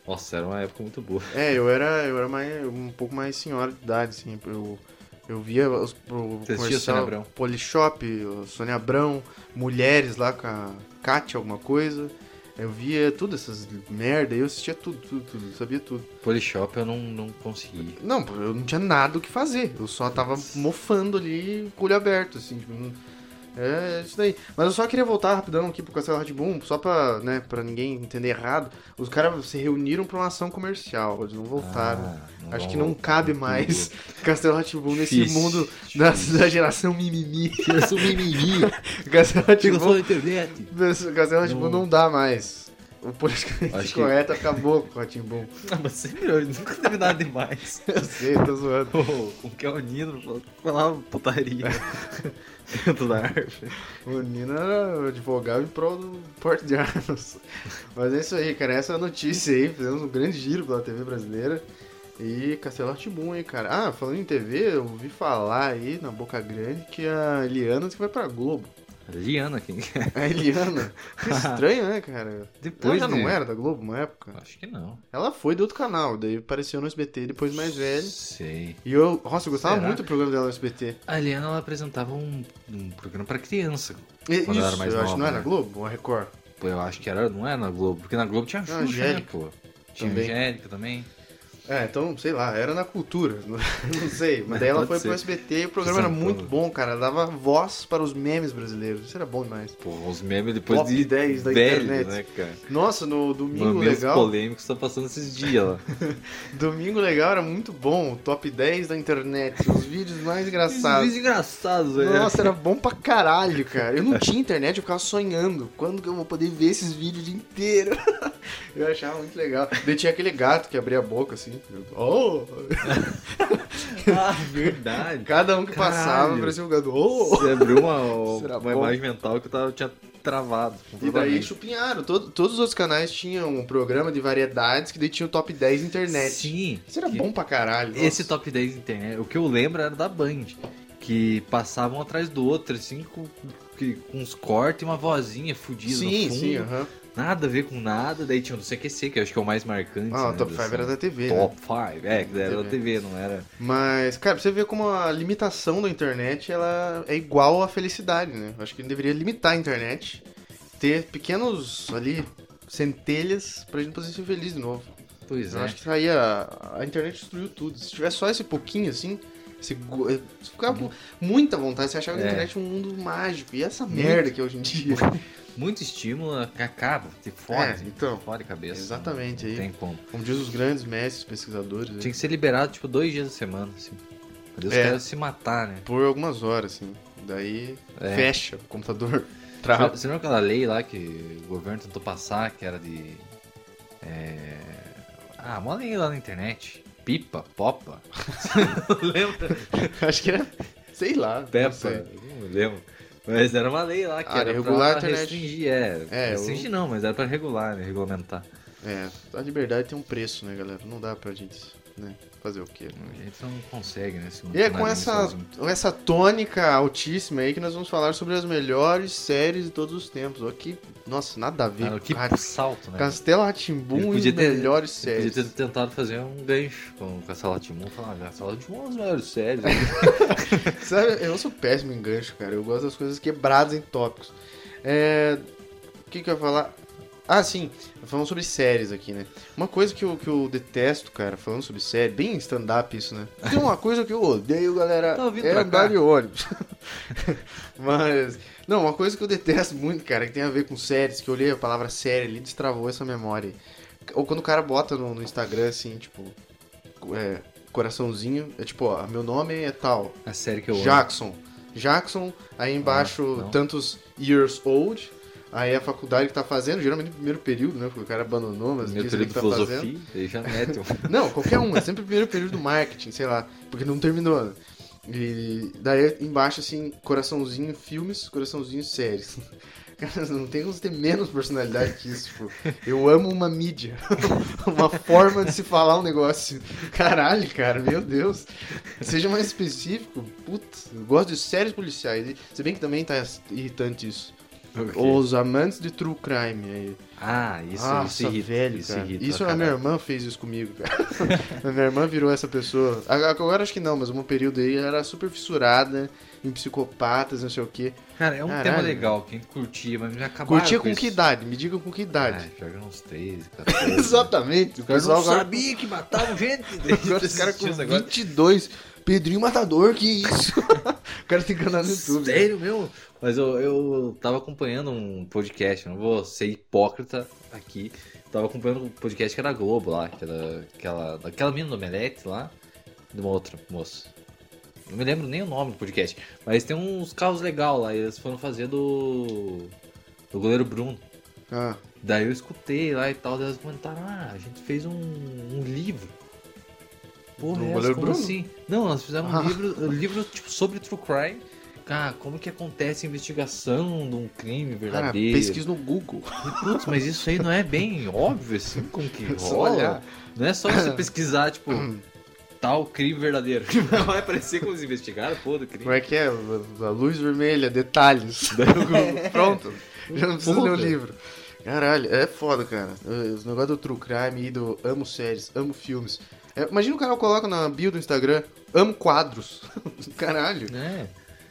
[SPEAKER 4] Nossa, era uma época muito boa.
[SPEAKER 3] É, eu era, eu era mais, um pouco mais senhora de idade, assim. Eu, eu via os, pro
[SPEAKER 4] Você assistia Sônia Abrão?
[SPEAKER 3] Polishop, o Sônia Abrão, mulheres lá com a Kátia, alguma coisa. Eu via tudo essas merda, eu assistia tudo, tudo, tudo, eu sabia tudo.
[SPEAKER 4] Polishop eu não, não consegui.
[SPEAKER 3] Não, pô, eu não tinha nada o que fazer, eu só tava mofando ali, com o olho aberto, assim, tipo, não- é isso daí. Mas eu só queria voltar rapidão aqui pro Castelo Hatboom, só pra, né, pra ninguém entender errado. Os caras se reuniram pra uma ação comercial, eles não voltaram.
[SPEAKER 4] Ah,
[SPEAKER 3] Acho
[SPEAKER 4] vou-
[SPEAKER 3] que não cabe mais Castelo Hatboom nesse
[SPEAKER 4] Difícil,
[SPEAKER 3] mundo
[SPEAKER 4] difícil.
[SPEAKER 3] da, da geração mimimi.
[SPEAKER 4] Eu sou mimimi.
[SPEAKER 3] Castelo
[SPEAKER 4] Chega só
[SPEAKER 3] Hatboom
[SPEAKER 4] na internet.
[SPEAKER 3] Castelo Hatboom não dá mais. O politicamente
[SPEAKER 4] Acho que-
[SPEAKER 3] correto acabou com o Hatboom.
[SPEAKER 4] Não, Ah, mas sempre eu nunca teve nada demais.
[SPEAKER 3] Eu sei, tô zoando.
[SPEAKER 4] O que é o Nino falou- falava putaria É dentro da árvore.
[SPEAKER 3] O Nino era advogado em prol do porte de armas. Mas é isso aí, cara. Essa é a notícia aí. Fizemos um grande giro pela TV brasileira. E Castelo Hatboom aí, cara. Ah, falando em TV, eu ouvi falar aí na Boca Grande que a Eliana disse que vai pra Globo.
[SPEAKER 4] Liana, quem que é?
[SPEAKER 3] A Eliana. Que estranho, né, cara? Ela
[SPEAKER 4] Depois
[SPEAKER 3] já
[SPEAKER 4] de-
[SPEAKER 3] não era da Globo uma época?
[SPEAKER 4] Acho que não.
[SPEAKER 3] Ela foi do outro canal, daí apareceu no SBT depois mais velho.
[SPEAKER 4] Sei.
[SPEAKER 3] E eu, nossa, eu gostava
[SPEAKER 4] Será?
[SPEAKER 3] muito do programa dela no SBT.
[SPEAKER 4] A Liana, ela apresentava um, um programa pra criança.
[SPEAKER 3] E,
[SPEAKER 4] Quando ela era
[SPEAKER 3] isso,
[SPEAKER 4] mais
[SPEAKER 3] eu acho
[SPEAKER 4] nova,
[SPEAKER 3] que não era
[SPEAKER 4] né?
[SPEAKER 3] Globo ou a Record.
[SPEAKER 4] Pô, eu acho que era, não era na Globo. Porque na Globo tinha a
[SPEAKER 3] Não,
[SPEAKER 4] Xuxa, né,
[SPEAKER 3] Angélica.
[SPEAKER 4] pô. Tinha
[SPEAKER 3] Também.
[SPEAKER 4] Angélica também.
[SPEAKER 3] É, então, sei lá, era na cultura, não não sei. Mas daí ela foi
[SPEAKER 4] Pode ser.
[SPEAKER 3] pro SBT e o programa era muito bom, cara. Ela dava voz para os memes brasileiros. Isso era bom demais.
[SPEAKER 4] Pô, os memes depois
[SPEAKER 3] Top
[SPEAKER 4] de
[SPEAKER 3] 10 da
[SPEAKER 4] velho,
[SPEAKER 3] internet.
[SPEAKER 4] né, cara?
[SPEAKER 3] Nossa, no Domingo
[SPEAKER 4] Memes
[SPEAKER 3] Legal.
[SPEAKER 4] polêmicos estão passando esses dias lá.
[SPEAKER 3] Domingo Legal era muito bom. o Top 10 da internet. Os vídeos mais
[SPEAKER 4] Esses
[SPEAKER 3] engraçados.
[SPEAKER 4] vídeos é. engraçados, velho.
[SPEAKER 3] Nossa, era bom pra caralho, cara. Eu não tinha internet, eu ficava sonhando. Quando que eu vou poder ver esses vídeos o dia inteiro? Eu achava muito legal. Daí tinha aquele gato que abria a boca assim. Oh!
[SPEAKER 4] Ah, verdade.
[SPEAKER 3] Cada um que
[SPEAKER 4] Caralho.
[SPEAKER 3] passava parecia um gato. Oh!
[SPEAKER 4] Você abriu uma,
[SPEAKER 3] Será
[SPEAKER 4] uma
[SPEAKER 3] bom?
[SPEAKER 4] imagem mental que eu tava, tinha travado.
[SPEAKER 3] E daí
[SPEAKER 4] completamente.
[SPEAKER 3] chupinharam. Todo- todos os outros canais tinham um programa de variedades que daí tinha o top 10 internet.
[SPEAKER 4] Sim.
[SPEAKER 3] Isso era
[SPEAKER 4] que-
[SPEAKER 3] bom pra caralho. nossa.
[SPEAKER 4] Esse top 10 internet, o que eu lembro era da Band. Que passavam atrás do outro, assim, com, que- com uns cortes e uma vozinha fudida
[SPEAKER 3] Sim,
[SPEAKER 4] no fundo.
[SPEAKER 3] sim, aham.
[SPEAKER 4] Nada a ver com nada. Daí tinha o do CQC, que eu acho que é o mais marcante.
[SPEAKER 3] Ah, o
[SPEAKER 4] né,
[SPEAKER 3] top
[SPEAKER 4] dessa-
[SPEAKER 3] 5 era da TV, né?
[SPEAKER 4] Top 5, é, que era da TV, não era.
[SPEAKER 3] Mas, cara, pra você ver como a limitação da internet ela é igual à felicidade, né? Eu acho que deveria limitar a internet, ter pequenos ali centelhas pra gente poder ser feliz de novo.
[SPEAKER 4] Pois
[SPEAKER 3] Eu
[SPEAKER 4] é.
[SPEAKER 3] acho que aí a, a internet destruiu tudo. Se tiver só esse pouquinho assim, esse, go- eh, você ficava com muita vontade, você achava que a
[SPEAKER 4] Uhum. É.
[SPEAKER 3] internet é um mundo mágico. E essa merda que é hoje em dia.
[SPEAKER 4] Muito estímulo acaba, te
[SPEAKER 3] É,
[SPEAKER 4] fode,
[SPEAKER 3] então.
[SPEAKER 4] fode a cabeça.
[SPEAKER 3] Exatamente,
[SPEAKER 4] Não
[SPEAKER 3] aí.
[SPEAKER 4] tem como.
[SPEAKER 3] Como diz os grandes mestres pesquisadores, né?
[SPEAKER 4] Tinha que ser liberado, tipo, dois dias da semana, assim. Deus
[SPEAKER 3] É.
[SPEAKER 4] quer se matar, né?
[SPEAKER 3] por algumas horas, assim. Daí
[SPEAKER 4] É.
[SPEAKER 3] fecha o computador.
[SPEAKER 4] Você-
[SPEAKER 3] Trava.
[SPEAKER 4] Você lembra aquela lei lá que o governo tentou passar, que era de. é, Ah, uma lei lá na internet. Pipa, popa. Você não lembra?
[SPEAKER 3] Acho que era. Sei lá. não
[SPEAKER 4] Peppa.
[SPEAKER 3] sei.
[SPEAKER 4] eu Não lembro. Mas era uma lei lá que
[SPEAKER 3] Ah,
[SPEAKER 4] era
[SPEAKER 3] regular a
[SPEAKER 4] pra
[SPEAKER 3] internet.
[SPEAKER 4] restringir, é.
[SPEAKER 3] É,
[SPEAKER 4] restringir não, mas era pra regular, né? Regulamentar.
[SPEAKER 3] É, a liberdade tem um preço, né, galera? Não dá pra gente né, fazer o quê?
[SPEAKER 4] A gente não consegue, né? se
[SPEAKER 3] E é com
[SPEAKER 4] mandarim
[SPEAKER 3] essa,
[SPEAKER 4] sozinho.
[SPEAKER 3] com essa tônica altíssima aí que nós vamos falar sobre as melhores séries de todos os tempos. Ó, que, nossa, nada a ver.
[SPEAKER 4] Cara, Ah, que
[SPEAKER 3] Cara,
[SPEAKER 4] salto, né?
[SPEAKER 3] Castelo
[SPEAKER 4] Ele
[SPEAKER 3] Ratimbum e
[SPEAKER 4] podia
[SPEAKER 3] as
[SPEAKER 4] ter-
[SPEAKER 3] melhores
[SPEAKER 4] Você
[SPEAKER 3] séries.
[SPEAKER 4] podia ter tentado fazer um gancho com, com a Sala Timon. Falar, ah, a Sala Timon é uma das melhores séries. né?"
[SPEAKER 3] Sabe, eu sou péssimo em gancho, cara. Eu gosto das coisas quebradas em tópicos. É, O que, que eu ia falar? Ah, sim. Falando sobre séries aqui, né? Uma coisa que eu, que eu detesto, cara, falando sobre série, bem stand-up isso, né? Tem uma coisa que eu odeio, galera,
[SPEAKER 4] Tá ouvindo
[SPEAKER 3] é
[SPEAKER 4] pra cá?
[SPEAKER 3] andar de ônibus. Mas, não, uma coisa que eu detesto muito, cara, que tem a ver com séries, que eu olhei a palavra série ali e destravou essa memória. Ou quando o cara bota no, no Instagram, assim, tipo, é, coraçãozinho, é tipo, ó, meu nome é tal,
[SPEAKER 4] a série que eu amo.
[SPEAKER 3] Jackson. Jackson, aí embaixo
[SPEAKER 4] Ah, não.
[SPEAKER 3] tantos years old. Aí a faculdade que tá fazendo, geralmente no primeiro período, né? Porque o cara abandonou, mas
[SPEAKER 4] Meu
[SPEAKER 3] diz ali que
[SPEAKER 4] período de
[SPEAKER 3] tá fazendo.
[SPEAKER 4] filosofia, ele já mete um.
[SPEAKER 3] Não, qualquer um, é sempre o primeiro período do marketing, sei lá, porque não terminou. né? E daí embaixo, assim, coraçãozinho filmes, coraçãozinho séries. Cara, não tem como ter menos personalidade que isso, tipo. Eu amo uma mídia, uma forma de se falar um negócio. Caralho, cara, meu Deus. Seja mais específico, putz, eu gosto de séries policiais. E- Se bem que também tá irritante isso. Os amantes de true crime aí.
[SPEAKER 4] Ah, isso, isso
[SPEAKER 3] Nossa,
[SPEAKER 4] irrita.
[SPEAKER 3] tá velho,
[SPEAKER 4] isso
[SPEAKER 3] cara.
[SPEAKER 4] irrita.
[SPEAKER 3] Isso é
[SPEAKER 4] pra
[SPEAKER 3] a minha
[SPEAKER 4] caralho.
[SPEAKER 3] irmã fez isso comigo, cara. a minha irmã virou essa pessoa. A- Agora acho que não, mas um período aí ela era super fissurada em psicopatas, não sei o quê.
[SPEAKER 4] Cara, é um tema
[SPEAKER 3] Caralho.
[SPEAKER 4] legal, quem curtia, mas já acabaram
[SPEAKER 3] Curtia com
[SPEAKER 4] isso.
[SPEAKER 3] que idade? Me diga com que idade.
[SPEAKER 4] Ah, joga uns 13, 14.
[SPEAKER 3] Exatamente. O
[SPEAKER 4] Eu
[SPEAKER 3] pessoal
[SPEAKER 4] não
[SPEAKER 3] agora,
[SPEAKER 4] sabia que matavam gente.
[SPEAKER 3] agora os caras com
[SPEAKER 4] Esses negócios.
[SPEAKER 3] 22. Pedrinho Matador, que isso? o cara tem canal no YouTube. né?
[SPEAKER 4] Sério mesmo? Mas eu, eu tava acompanhando um podcast, não vou ser hipócrita aqui. Tava acompanhando um podcast que era Globo lá, que era aquela, daquela mina do Omelete lá, de uma outra moça. Não me lembro nem o nome do podcast, mas tem uns carros legais lá, e eles foram fazer do, do goleiro Bruno.
[SPEAKER 3] Ah,
[SPEAKER 4] Daí eu escutei lá e tal, daí elas comentaram, ah, a gente fez um, um livro. Porra,
[SPEAKER 3] Do
[SPEAKER 4] elas,
[SPEAKER 3] goleiro
[SPEAKER 4] como
[SPEAKER 3] Bruno?
[SPEAKER 4] assim? Não, elas fizeram
[SPEAKER 3] Ah.
[SPEAKER 4] um livro, um livro tipo, sobre true crime. Cara, como que acontece a investigação de um crime
[SPEAKER 3] cara,
[SPEAKER 4] verdadeiro?
[SPEAKER 3] Ah, pesquisa no Google.
[SPEAKER 4] E, Putz, mas isso aí não é bem óbvio, assim, como que
[SPEAKER 3] Só
[SPEAKER 4] rola?
[SPEAKER 3] olhar.
[SPEAKER 4] Não é só você pesquisar, tipo, tal crime verdadeiro. Vai aparecer como eles investigaram, pô, do crime.
[SPEAKER 3] Como é que é? A luz vermelha, detalhes. Daí o Google, Pronto. Já não preciso ler o
[SPEAKER 4] Puta.
[SPEAKER 3] livro. Caralho, é foda, cara. Os negócios do True Crime e do amo séries, amo filmes. É, imagina o canal coloca na bio do Instagram, amo quadros. Caralho.
[SPEAKER 4] É,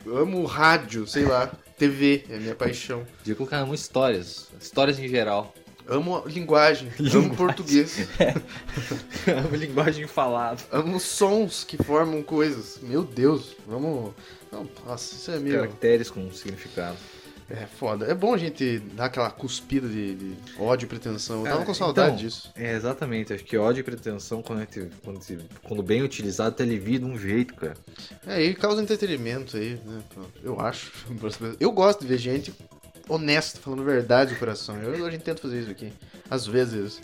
[SPEAKER 3] Amo rádio, sei lá. TV, é minha paixão.
[SPEAKER 4] devia colocar muito histórias, histórias em geral.
[SPEAKER 3] Amo a linguagem, amo
[SPEAKER 4] Linguagem.
[SPEAKER 3] português.
[SPEAKER 4] Uma linguagem falada.
[SPEAKER 3] Amo sons que formam coisas. Meu Deus, vamos. Não, nossa, isso é meu.
[SPEAKER 4] Caracteres com um significado.
[SPEAKER 3] É foda. É bom a gente dar aquela cuspida de, de ódio e pretensão. Eu tava
[SPEAKER 4] Cara,
[SPEAKER 3] com saudade
[SPEAKER 4] então,
[SPEAKER 3] disso.
[SPEAKER 4] É, exatamente. Acho que ódio e pretensão, quando, a gente- quando, se- quando bem utilizado, até alivia de um jeito, cara.
[SPEAKER 3] É, e causa entretenimento aí, né? Eu acho. Eu gosto de ver gente honesta, falando verdade do coração. Eu, a gente tenta fazer isso aqui. Às vezes.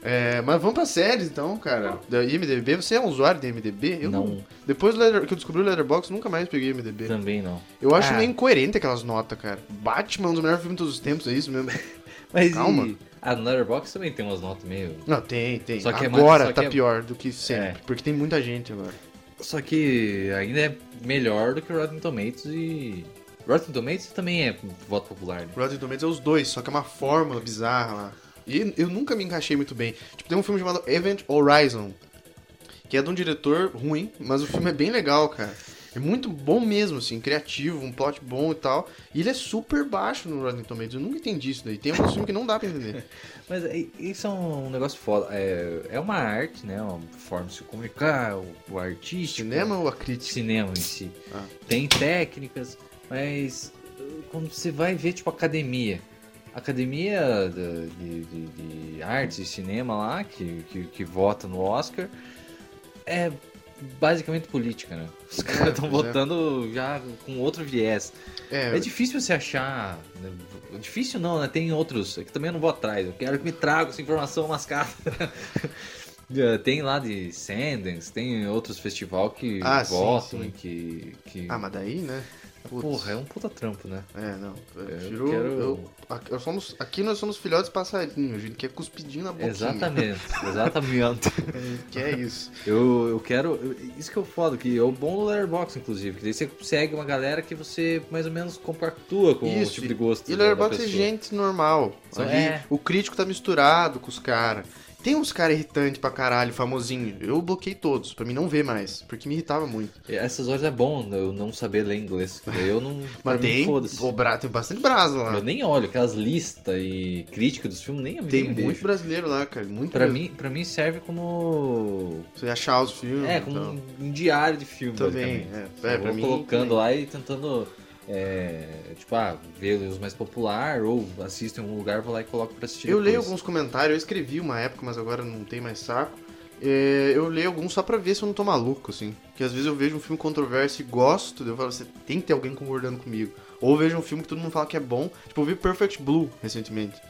[SPEAKER 3] É, mas vamos pra séries então, cara. Da IMDB, você é um usuário de IMDB? Eu
[SPEAKER 4] Não.
[SPEAKER 3] Depois do Letter- que eu descobri o Letterboxd, nunca mais peguei IMDB.
[SPEAKER 4] Também não.
[SPEAKER 3] Eu acho
[SPEAKER 4] Ah.
[SPEAKER 3] meio incoerente aquelas notas, cara. Batman é um dos melhores filmes de todos os tempos, é isso mesmo?
[SPEAKER 4] Mas
[SPEAKER 3] Calma.
[SPEAKER 4] e... Ah, no Letterboxd também tem umas notas meio...
[SPEAKER 3] Não, tem, tem.
[SPEAKER 4] Só que é mais-
[SPEAKER 3] agora
[SPEAKER 4] só
[SPEAKER 3] tá
[SPEAKER 4] que é-
[SPEAKER 3] pior do que sempre, porque tem muita gente agora.
[SPEAKER 4] Só que ainda é melhor do que Rotten Tomatoes e... Rotten Tomatoes também é voto popular, né?
[SPEAKER 3] Rotten Tomatoes é os dois, só que é uma fórmula bizarra lá. E eu nunca me encaixei muito bem. Tipo, tem um filme chamado Event Horizon, que é de um diretor ruim, mas o filme é bem legal, cara. É muito bom mesmo, assim, criativo, um plot bom e tal. E ele é super baixo no Rotten Tomatoes, eu nunca entendi isso daí. Tem alguns filmes que não dá pra entender.
[SPEAKER 4] Mas é- isso é um negócio foda. É, é uma arte, né? Uma forma de se comunicar, o, o artístico.
[SPEAKER 3] Cinema ou a crítica?
[SPEAKER 4] cinema em si.
[SPEAKER 3] Ah.
[SPEAKER 4] Tem técnicas, mas uh, quando você vai ver, tipo, academia. Academia da- de, de- de artes e cinema lá, que, que, que vota no Oscar, é basicamente política, né? Os caras estão
[SPEAKER 3] pois é.
[SPEAKER 4] votando já com outro viés. É,
[SPEAKER 3] É,
[SPEAKER 4] difícil você achar. né? Difícil não, né? Tem outros. É que também eu não vou atrás. Eu quero que me traga essa informação mascada. É, tem lá de Sundance, tem outros festival que
[SPEAKER 3] Ah, sim,
[SPEAKER 4] votam
[SPEAKER 3] sim.
[SPEAKER 4] e que. que...
[SPEAKER 3] Ah, mas daí, né? Putz.
[SPEAKER 4] Porra, é um puta trampo, né?
[SPEAKER 3] É, não. Eu,
[SPEAKER 4] Eu
[SPEAKER 3] prefiro-
[SPEAKER 4] quero-
[SPEAKER 3] eu- aqui, nós somos, aqui nós somos filhotes passarinhos, a gente quer cuspidinho na boquinha.
[SPEAKER 4] Exatamente, exatamente.
[SPEAKER 3] Que é isso.
[SPEAKER 4] Eu, eu quero. eu- Isso que eu falo, que é o bom do Letterboxd, inclusive. Que daí você segue uma galera que você mais ou menos compactua com
[SPEAKER 3] Isso,
[SPEAKER 4] o tipo de gosto.
[SPEAKER 3] E
[SPEAKER 4] da- da
[SPEAKER 3] Letterboxd é
[SPEAKER 4] pessoa.
[SPEAKER 3] gente normal.
[SPEAKER 4] Só-
[SPEAKER 3] Ali,
[SPEAKER 4] é.
[SPEAKER 3] O crítico tá misturado com os caras. Tem uns caras irritantes pra caralho, famosinho. Eu bloqueei todos, pra mim não ver mais, porque me irritava muito.
[SPEAKER 4] E Essas horas é bom eu não saber ler inglês. que Daí eu não. pra
[SPEAKER 3] Mas
[SPEAKER 4] mim,
[SPEAKER 3] tem,
[SPEAKER 4] foda-se.
[SPEAKER 3] o Bra- tem bastante brasa lá.
[SPEAKER 4] Eu nem olho aquelas listas e crítica dos filmes, nem a
[SPEAKER 3] Tem
[SPEAKER 4] nem
[SPEAKER 3] muito
[SPEAKER 4] vejo.
[SPEAKER 3] brasileiro lá, cara. Muito
[SPEAKER 4] Pra
[SPEAKER 3] mesmo.
[SPEAKER 4] mim, pra mim serve como.
[SPEAKER 3] Você achar os filmes.
[SPEAKER 4] É, como
[SPEAKER 3] então.
[SPEAKER 4] um um diário de filme.
[SPEAKER 3] Também,
[SPEAKER 4] basicamente.
[SPEAKER 3] é. É,
[SPEAKER 4] Eu
[SPEAKER 3] pra
[SPEAKER 4] vou
[SPEAKER 3] mim.
[SPEAKER 4] colocando lá e tentando, é, tipo, ah, ver os mais populares ou assisto em algum lugar, vou lá e coloco pra assistir
[SPEAKER 3] Eu
[SPEAKER 4] depois.
[SPEAKER 3] leio alguns comentários, eu escrevi uma época, mas agora não tem mais saco. É, eu leio alguns só pra ver se eu não tô maluco, assim. Porque às vezes eu vejo um filme controverso e gosto, daí eu falo, você tem que ter alguém concordando comigo. Ou eu vejo um filme que todo mundo fala que é bom. Tipo, eu vi Perfect Blue recentemente.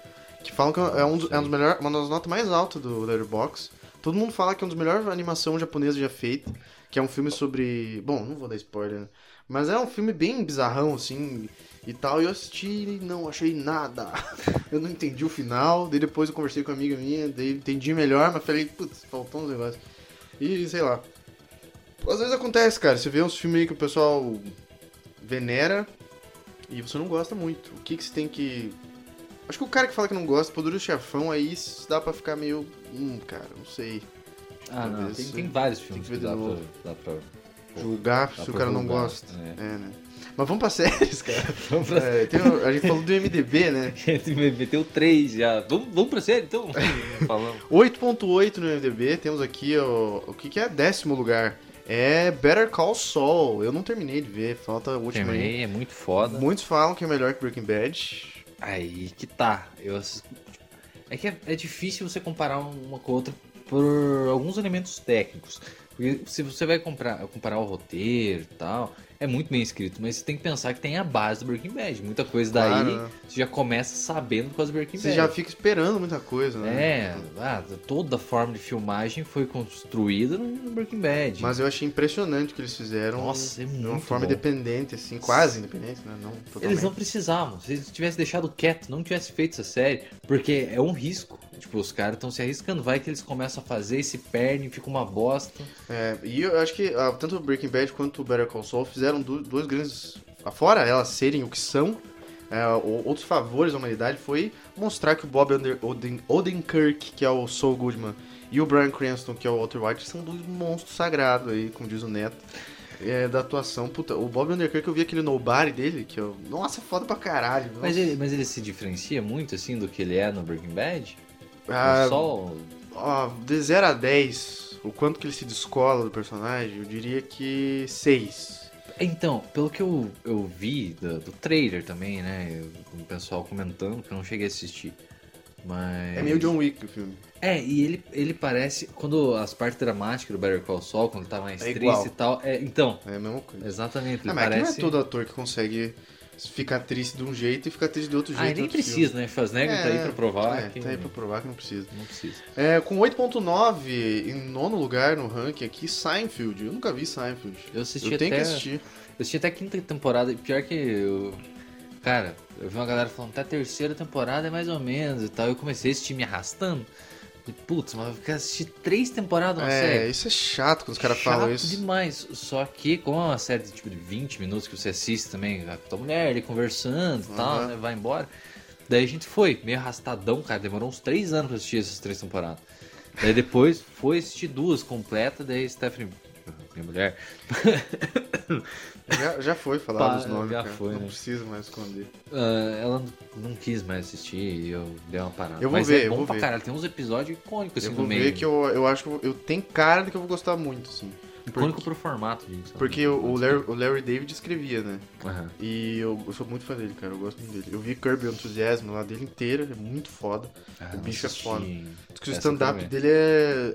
[SPEAKER 3] Que falam que é, um dos, é um dos melhor- uma das notas mais altas do Letterboxd. Todo mundo fala que é um dos melhores animação japonesa já feita. Que é um filme sobre. Bom, não vou dar spoiler, né? Mas é um filme bem bizarrão, assim, e tal. E eu assisti e não achei nada. Eu não entendi o final, daí depois eu conversei com uma amiga minha, daí entendi melhor, mas falei, putz, faltou uns negócios. E sei lá. Às vezes acontece, cara, você vê uns filmes aí que o pessoal venera e você não gosta muito. O que, que você tem que. Acho que o cara que fala que não gosta, poderia chefão, aí s- dá pra ficar meio. Hum, cara, não sei.
[SPEAKER 4] Ah, não,
[SPEAKER 3] Talvez
[SPEAKER 4] tem,
[SPEAKER 3] sim.
[SPEAKER 4] tem vários filmes
[SPEAKER 3] Tem
[SPEAKER 4] que,
[SPEAKER 3] que ver
[SPEAKER 4] dá,
[SPEAKER 3] de
[SPEAKER 4] pra,
[SPEAKER 3] novo.
[SPEAKER 4] dá pra. Pô,
[SPEAKER 3] Julgar
[SPEAKER 4] dá
[SPEAKER 3] se o
[SPEAKER 4] pra
[SPEAKER 3] cara não
[SPEAKER 4] julgar,
[SPEAKER 3] gosta.
[SPEAKER 4] né?
[SPEAKER 3] É, né? Mas vamos pra séries, cara.
[SPEAKER 4] Vamos pra
[SPEAKER 3] É, tem o- a gente falou do MDB, né?
[SPEAKER 4] gente me meteu três já. Vamos, vamos pra série então? Falamos.
[SPEAKER 3] 8.8 no MDB, temos aqui o, o que, que é décimo lugar. É Better Call Saul. Eu não terminei de ver, falta o último aí.
[SPEAKER 4] Terminei, é muito foda.
[SPEAKER 3] Muitos falam que é melhor que Breaking Bad.
[SPEAKER 4] Aí que tá. Eu assisto- É que é, é difícil você comparar um, uma com a outra por alguns elementos técnicos. Porque se você vai comprar, comparar o roteiro e tal, é muito bem escrito, mas você tem que pensar que tem a base do Breaking Bad. Muita coisa daí
[SPEAKER 3] Claro, né?
[SPEAKER 4] você já começa sabendo por causa do Breaking
[SPEAKER 3] Você
[SPEAKER 4] Bad.
[SPEAKER 3] já fica esperando muita coisa, né?
[SPEAKER 4] É, ah, toda forma de filmagem foi construída no Breaking Bad.
[SPEAKER 3] Mas eu achei impressionante o que eles fizeram.
[SPEAKER 4] Nossa, é
[SPEAKER 3] de
[SPEAKER 4] muito
[SPEAKER 3] uma forma
[SPEAKER 4] bom.
[SPEAKER 3] independente, assim, quase independente, né? Não, totalmente.
[SPEAKER 4] Eles não precisavam. Se eles tivessem deixado quieto, não tivessem feito essa série, porque é um risco. Tipo, os caras estão se arriscando. Vai que eles começam a fazer e se perdem, fica uma bosta.
[SPEAKER 3] É, e eu acho que ah, tanto o Breaking Bad quanto o Better Call Saul fizeram du- duas grandes. Fora elas serem o que são, é, o- outros favores à humanidade foi mostrar que o Bob Under, Oden, Odenkirk, que é o Saul Goodman, e o Brian Cranston, que é o Walter White, são dois monstros sagrados aí, como diz o Neto. é, da atuação, puta, o Bob Underkirk, eu vi aquele nobody dele, que eu. Nossa, é foda pra caralho. nossa.
[SPEAKER 4] Mas ele, mas ele se diferencia muito, assim, do que ele é no Breaking Bad?
[SPEAKER 3] Ah,
[SPEAKER 4] É só...
[SPEAKER 3] ó, de 0 a 10, o quanto que ele se descola do personagem, eu diria que 6.
[SPEAKER 4] Então, pelo que eu, eu vi do, do trailer também, né? eu- O pessoal comentando, que eu não cheguei a assistir. Mas...
[SPEAKER 3] É meio John Wick o filme.
[SPEAKER 4] É, e ele, ele parece... Quando as partes dramáticas do Better Call Saul, quando ele tá mais
[SPEAKER 3] É
[SPEAKER 4] triste
[SPEAKER 3] igual.
[SPEAKER 4] e tal... É, então,
[SPEAKER 3] É a mesma coisa.
[SPEAKER 4] exatamente. Ele
[SPEAKER 3] Ah, mas aqui não é
[SPEAKER 4] parece...
[SPEAKER 3] todo ator que consegue ficar triste de um jeito e ficar triste de outro
[SPEAKER 4] Ah,
[SPEAKER 3] jeito.
[SPEAKER 4] e nem precisa, né? Schwarzenegger tá aí pra provar.
[SPEAKER 3] É,
[SPEAKER 4] que
[SPEAKER 3] tá aí pra provar que não precisa.
[SPEAKER 4] Não precisa.
[SPEAKER 3] É, com 8.9 em nono lugar no ranking aqui, Seinfeld. Eu nunca vi Seinfeld.
[SPEAKER 4] Eu assisti
[SPEAKER 3] eu tenho
[SPEAKER 4] até.
[SPEAKER 3] que assistir.
[SPEAKER 4] Eu assisti até a quinta temporada. e Pior que eu. Cara, eu vi uma galera falando até a terceira temporada é mais ou menos e tal. Eu comecei esse time arrastando. E, Putz, mas eu quero assistir três temporadas uma
[SPEAKER 3] é,
[SPEAKER 4] série.
[SPEAKER 3] isso é chato quando os caras falam
[SPEAKER 4] Chato
[SPEAKER 3] isso.
[SPEAKER 4] demais. Só que, como é uma série de tipo de 20 minutos que você assiste também, com a tua mulher, ele conversando e tal,
[SPEAKER 3] Aham.
[SPEAKER 4] né? Vai embora. Daí a gente foi, meio arrastadão, cara. Demorou uns 3 anos pra assistir essas três temporadas. Daí depois foi assistir duas completas, daí Stephanie. Minha mulher.
[SPEAKER 3] Já, já foi falar
[SPEAKER 4] Pá,
[SPEAKER 3] dos nomes,
[SPEAKER 4] já
[SPEAKER 3] cara.
[SPEAKER 4] foi,
[SPEAKER 3] não
[SPEAKER 4] né?
[SPEAKER 3] precisa mais esconder.
[SPEAKER 4] ah, ela não quis mais assistir e eu dei uma parada.
[SPEAKER 3] Eu vou
[SPEAKER 4] Mas
[SPEAKER 3] ver,
[SPEAKER 4] é
[SPEAKER 3] eu
[SPEAKER 4] bom
[SPEAKER 3] vou
[SPEAKER 4] pra
[SPEAKER 3] ver.
[SPEAKER 4] caralho. Tem uns episódios icônicos assim
[SPEAKER 3] eu vou
[SPEAKER 4] no meio. Tá
[SPEAKER 3] ver que eu, eu acho que eu, eu tenho cara de que eu vou gostar muito, assim.
[SPEAKER 4] Icônico pro formato, gente. sabe?
[SPEAKER 3] Porque o, o Larry, o Larry David escrevia, né?
[SPEAKER 4] Aham.
[SPEAKER 3] E eu, eu sou muito fã dele, cara. Eu gosto muito dele. Eu vi Kirby Your Enthusiasm lá dele inteira, é muito foda.
[SPEAKER 4] Ah,
[SPEAKER 3] o bicho é
[SPEAKER 4] assisti.
[SPEAKER 3] foda. Diz que o
[SPEAKER 4] Essa
[SPEAKER 3] stand-up
[SPEAKER 4] também.
[SPEAKER 3] dele é,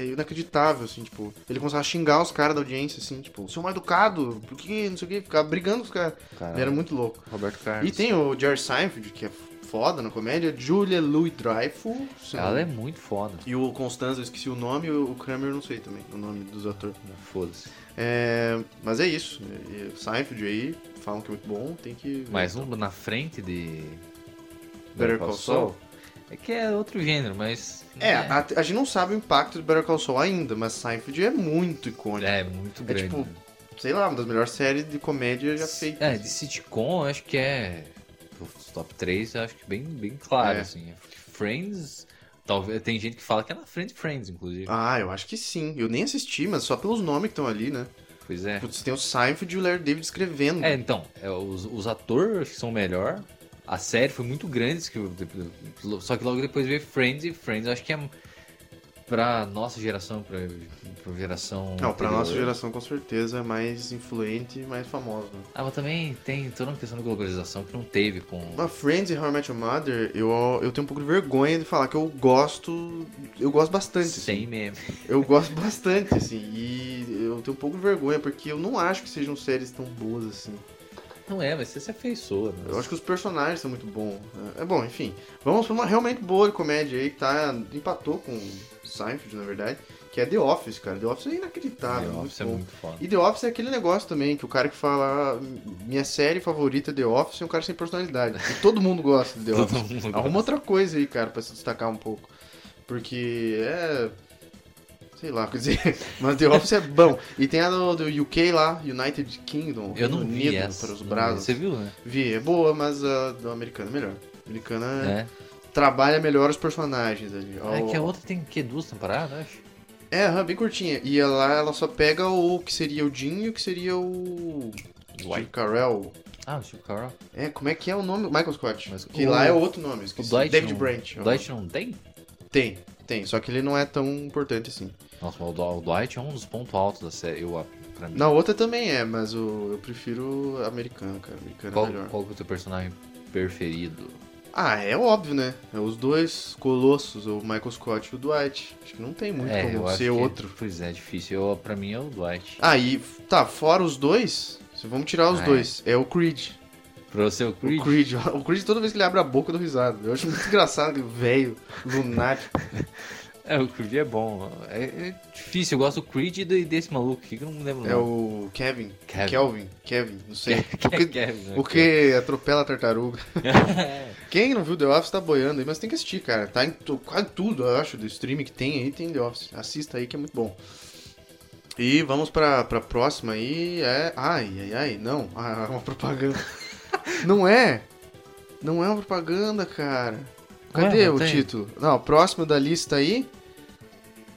[SPEAKER 3] é inacreditável, assim, tipo. Ele começava a xingar os caras da audiência, assim, tipo, seu mal educado, por que não sei o que, ficava brigando com os caras.
[SPEAKER 4] Caralho.
[SPEAKER 3] Ele era muito louco.
[SPEAKER 4] Roberto Carlos.
[SPEAKER 3] E tem o Jerry Seinfeld, que é foda na comédia, Julia Louis Dreyfus.
[SPEAKER 4] Ela é muito foda.
[SPEAKER 3] E o Constanza, eu esqueci o nome, e o Kramer, eu não sei também o nome dos atores.
[SPEAKER 4] Foda-se.
[SPEAKER 3] É, mas é isso. E- e Seinfeld aí, falam que é muito bom, tem que. ver.
[SPEAKER 4] Mas um na frente de.
[SPEAKER 3] Better Call Saul?
[SPEAKER 4] É que é outro gênero, mas.
[SPEAKER 3] É, a, a gente não sabe o impacto do Better Call Saul ainda, mas Seinfeld é muito icônico.
[SPEAKER 4] é, é muito grande.
[SPEAKER 3] tipo, Sei lá, uma das melhores séries de comédia já feitas.
[SPEAKER 4] É, de sitcom, eu acho que é. Os top 3, eu acho que bem, bem claro,
[SPEAKER 3] É.
[SPEAKER 4] assim. Friends, talvez. Tem gente que fala que é na frente de Friends, inclusive.
[SPEAKER 3] Ah, eu acho que sim. Eu nem assisti, mas só pelos nomes que estão ali, né?
[SPEAKER 4] Pois é.
[SPEAKER 3] Putz, tem o Seinfeld e o Larry David escrevendo.
[SPEAKER 4] É, então, é, os, os atores que são melhor. A série foi muito grande, isso que eu- só que logo depois veio Friends, e Friends eu acho que é pra nossa geração, pra, pra geração.
[SPEAKER 3] Não, pra
[SPEAKER 4] anterior.
[SPEAKER 3] nossa geração com certeza é mais influente e mais famosa. né?
[SPEAKER 4] Ah, mas também tem toda uma questão de globalização que não teve com.
[SPEAKER 3] Mas Friends e How I Met Your Mother, eu, eu tenho um pouco de vergonha de falar que eu gosto. Eu gosto bastante.
[SPEAKER 4] Sem
[SPEAKER 3] Assim.
[SPEAKER 4] meme.
[SPEAKER 3] Eu gosto bastante, assim. E eu tenho um pouco de vergonha, porque eu não acho que sejam séries tão boas assim.
[SPEAKER 4] Não é, mas você se afeiçoa. né?
[SPEAKER 3] Eu acho que os personagens são muito bons. É é bom, enfim. Vamos pra uma realmente boa de comédia aí, que tá. Empatou com Seinfeld, na verdade. Que é The Office, cara. The Office é inacreditável.
[SPEAKER 4] The
[SPEAKER 3] muito
[SPEAKER 4] Office é
[SPEAKER 3] bom.
[SPEAKER 4] muito foda.
[SPEAKER 3] E The Office é aquele negócio também, que o cara que fala "Ah, minha série favorita é The Office é um cara sem personalidade. E todo mundo gosta de The
[SPEAKER 4] Todo
[SPEAKER 3] Office.
[SPEAKER 4] mundo
[SPEAKER 3] Arruma
[SPEAKER 4] gosta.
[SPEAKER 3] outra coisa aí, cara, pra se destacar um pouco. Porque é. Sei lá, quer dizer, mas The Office é bom. E tem a do, do UK lá, United Kingdom,
[SPEAKER 4] Eu não
[SPEAKER 3] Reino
[SPEAKER 4] vi
[SPEAKER 3] Unido,
[SPEAKER 4] essa.
[SPEAKER 3] para os
[SPEAKER 4] não vi.
[SPEAKER 3] brados.
[SPEAKER 4] Você viu, né?
[SPEAKER 3] Vi, é boa, mas a do americana é melhor. A americana
[SPEAKER 4] É.
[SPEAKER 3] trabalha melhor os personagens ali.
[SPEAKER 4] É
[SPEAKER 3] O-
[SPEAKER 4] que a outra tem que duas temporadas, eu acho.
[SPEAKER 3] É, aham, bem curtinha. E ela, ela só pega o que seria o Jim e o que seria o. Steve Carell.
[SPEAKER 4] Ah, o Steve Carell.
[SPEAKER 3] É, como é que é o nome? Michael Scott.
[SPEAKER 4] Mas
[SPEAKER 3] que
[SPEAKER 4] o-
[SPEAKER 3] lá é outro nome,
[SPEAKER 4] O
[SPEAKER 3] esqueci.
[SPEAKER 4] Dwight
[SPEAKER 3] David
[SPEAKER 4] não...
[SPEAKER 3] Branch.
[SPEAKER 4] O Dwight não tem?
[SPEAKER 3] Tem, tem. Só que ele não é tão importante assim.
[SPEAKER 4] Nossa, mas o Dw- o Dwight é um dos pontos altos da série, eu, a- pra mim.
[SPEAKER 3] Na outra também é, mas o, eu prefiro o americano, cara. Americano
[SPEAKER 4] qual,
[SPEAKER 3] é melhor.
[SPEAKER 4] qual que é o teu personagem preferido?
[SPEAKER 3] Ah, é óbvio, né? É os dois colossos, o Michael Scott e o Dwight. Acho que não tem muito
[SPEAKER 4] é, eu
[SPEAKER 3] como
[SPEAKER 4] acho
[SPEAKER 3] ser
[SPEAKER 4] que-
[SPEAKER 3] outro.
[SPEAKER 4] Pois é, difícil. Eu, pra mim é o Dwight.
[SPEAKER 3] Ah, e tá, fora os dois, se vamos tirar os
[SPEAKER 4] Ah, é.
[SPEAKER 3] dois, é o Creed.
[SPEAKER 4] Pra você, o Creed?
[SPEAKER 3] O Creed, o Creed, toda vez que ele abre a boca, eu dou risada. Eu acho muito engraçado, que é velho, lunático.
[SPEAKER 4] É, o Creed é bom. É, é difícil, eu gosto do Creed e do- desse maluco aqui que eu não lembro
[SPEAKER 3] É o Kevin,
[SPEAKER 4] Kevin.
[SPEAKER 3] Kelvin, Kevin, não sei.
[SPEAKER 4] nome.
[SPEAKER 3] Porque-
[SPEAKER 4] Kevin, né?
[SPEAKER 3] O que atropela a tartaruga. Quem não viu The Office tá boiando aí, mas tem que assistir, cara. Tá em tu- quase tudo, eu acho, do streaming que tem aí, tem The Office. Assista aí que é muito bom. E vamos pra, pra próxima aí. É. Ai, ai, ai, não. Ah, é uma propaganda. não é? Não é uma propaganda, cara.
[SPEAKER 4] Ué,
[SPEAKER 3] Cadê
[SPEAKER 4] não
[SPEAKER 3] o
[SPEAKER 4] tem?
[SPEAKER 3] título? Não, próximo da lista aí.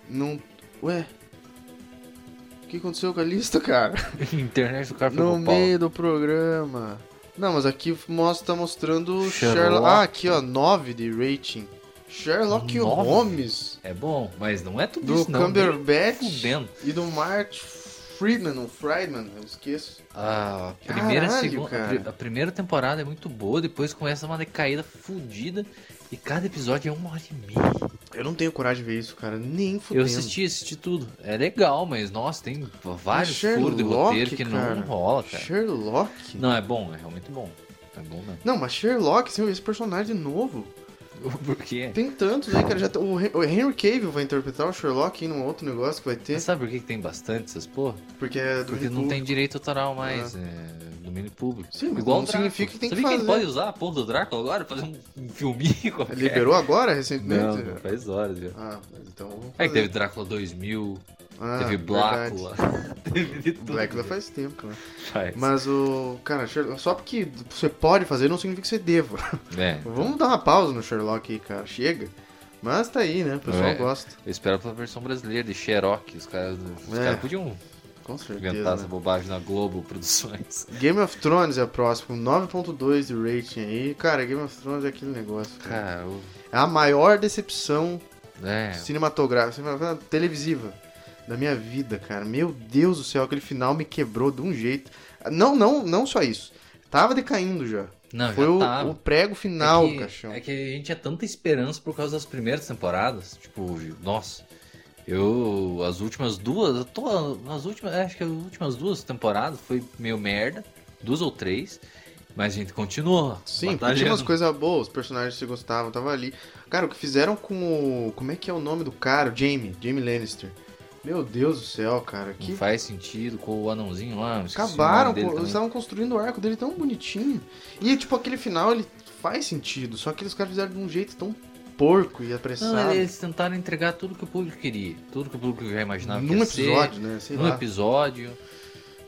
[SPEAKER 3] Não. Ué. O que aconteceu com a lista, cara?
[SPEAKER 4] Internet do cara foi
[SPEAKER 3] No
[SPEAKER 4] pro pau.
[SPEAKER 3] meio do programa. Não, mas aqui mostra, tá mostrando Sherlock.
[SPEAKER 4] Sherlock.
[SPEAKER 3] Ah, aqui ó, 9 de rating. Sherlock
[SPEAKER 4] Nove?
[SPEAKER 3] Holmes,
[SPEAKER 4] É bom, mas não é tudo
[SPEAKER 3] do
[SPEAKER 4] isso não.
[SPEAKER 3] Cumberbatch
[SPEAKER 4] nem fudendo.
[SPEAKER 3] e do Mark Friedman, ou Friedman, eu esqueço.
[SPEAKER 4] Ah, A primeira,
[SPEAKER 3] Caralho,
[SPEAKER 4] segunda, a
[SPEAKER 3] cara.
[SPEAKER 4] pri- a primeira temporada é muito boa, depois começa uma decaída fodida e cada episódio é uma hora e meia.
[SPEAKER 3] Eu não tenho coragem de ver isso, cara, nem
[SPEAKER 4] Eu
[SPEAKER 3] fudendo.
[SPEAKER 4] assisti, assisti tudo. É legal, mas nossa, tem vários
[SPEAKER 3] Mas
[SPEAKER 4] furos de
[SPEAKER 3] Sherlock,
[SPEAKER 4] roteiro que
[SPEAKER 3] cara.
[SPEAKER 4] não rola, cara.
[SPEAKER 3] Sherlock?
[SPEAKER 4] Não, é bom, é realmente bom. É bom mesmo.
[SPEAKER 3] Não, mas Sherlock, sim, esse personagem novo.
[SPEAKER 4] Por quê?
[SPEAKER 3] Tem tantos aí, cara. Já tá- o Hen- o Henry Cavill vai interpretar o Sherlock em um outro negócio que vai ter.
[SPEAKER 4] Mas sabe por que que tem bastante essas porra?
[SPEAKER 3] Porque é do
[SPEAKER 4] Porque não
[SPEAKER 3] República.
[SPEAKER 4] tem direito autoral mais, é, domínio público.
[SPEAKER 3] Ah. Sim, mas
[SPEAKER 4] Igual
[SPEAKER 3] não
[SPEAKER 4] o Drácula.
[SPEAKER 3] significa que tem que
[SPEAKER 4] Sabia
[SPEAKER 3] fazer.
[SPEAKER 4] ele pode usar a porra do Drácula agora? Fazer um, um filminho qualquer?
[SPEAKER 3] Liberou agora, recentemente?
[SPEAKER 4] Não, não, faz horas já.
[SPEAKER 3] Ah, mas então. vamos
[SPEAKER 4] É que
[SPEAKER 3] fazer.
[SPEAKER 4] teve Drácula 2000,
[SPEAKER 3] Ah,
[SPEAKER 4] teve Blácula, teve de tudo.
[SPEAKER 3] Blackula faz tempo, né?
[SPEAKER 4] Faz.
[SPEAKER 3] Mas o. Cara, Sherlock- só porque você pode fazer não significa que você deva.
[SPEAKER 4] É,
[SPEAKER 3] Vamos dar uma pausa no Sherlock aí, cara. Chega. Mas tá aí, né? O pessoal
[SPEAKER 4] É.
[SPEAKER 3] gosta.
[SPEAKER 4] eu espero pela versão brasileira de Xerox. Os caras os
[SPEAKER 3] É.
[SPEAKER 4] caras podiam
[SPEAKER 3] Com certeza.
[SPEAKER 4] inventar
[SPEAKER 3] né?
[SPEAKER 4] essa bobagem na Globo Produções.
[SPEAKER 3] Game of Thrones é a próxima, com 9.2 de rating aí. Cara, Game of Thrones é aquele negócio. Cara.
[SPEAKER 4] Cara, o-
[SPEAKER 3] É a maior decepção
[SPEAKER 4] Ah,
[SPEAKER 3] Né?
[SPEAKER 4] é.
[SPEAKER 3] cinematográfica, cinematográfica, televisiva da minha vida, cara. Meu Deus do céu, aquele final me quebrou de um jeito. Não, não, não só isso. Tava decaindo já.
[SPEAKER 4] Não,
[SPEAKER 3] Foi
[SPEAKER 4] já
[SPEAKER 3] o,
[SPEAKER 4] tava.
[SPEAKER 3] o prego final,
[SPEAKER 4] é que,
[SPEAKER 3] caixão.
[SPEAKER 4] É que a gente tinha tanta esperança por causa das primeiras temporadas. Tipo, nossa. Eu. As últimas duas. eu tô- as últimas. Acho que as últimas duas temporadas foi meio merda. Duas ou três. Mas a gente continuou.
[SPEAKER 3] Sim, porque tinha
[SPEAKER 4] batalhando.
[SPEAKER 3] umas coisas boas, os personagens se gostavam, tava ali. Cara, o que fizeram com o. Como é que é o nome do cara? O Jamie, Jamie Lannister. Meu Deus do céu, cara.
[SPEAKER 4] Não
[SPEAKER 3] Que
[SPEAKER 4] faz sentido com o anãozinho lá. eu esqueci o nome
[SPEAKER 3] Acabaram,
[SPEAKER 4] dele
[SPEAKER 3] pô, eles
[SPEAKER 4] também.
[SPEAKER 3] estavam construindo o arco dele tão bonitinho. E, tipo, aquele final, ele faz sentido, só que eles caras fizeram de um jeito tão porco e apressado.
[SPEAKER 4] Não, eles tentaram entregar tudo que o público queria. Tudo que o público já imaginava que
[SPEAKER 3] num
[SPEAKER 4] ia ser,
[SPEAKER 3] episódio, né? Sei
[SPEAKER 4] num
[SPEAKER 3] lá.
[SPEAKER 4] Um
[SPEAKER 3] Ah.
[SPEAKER 4] episódio.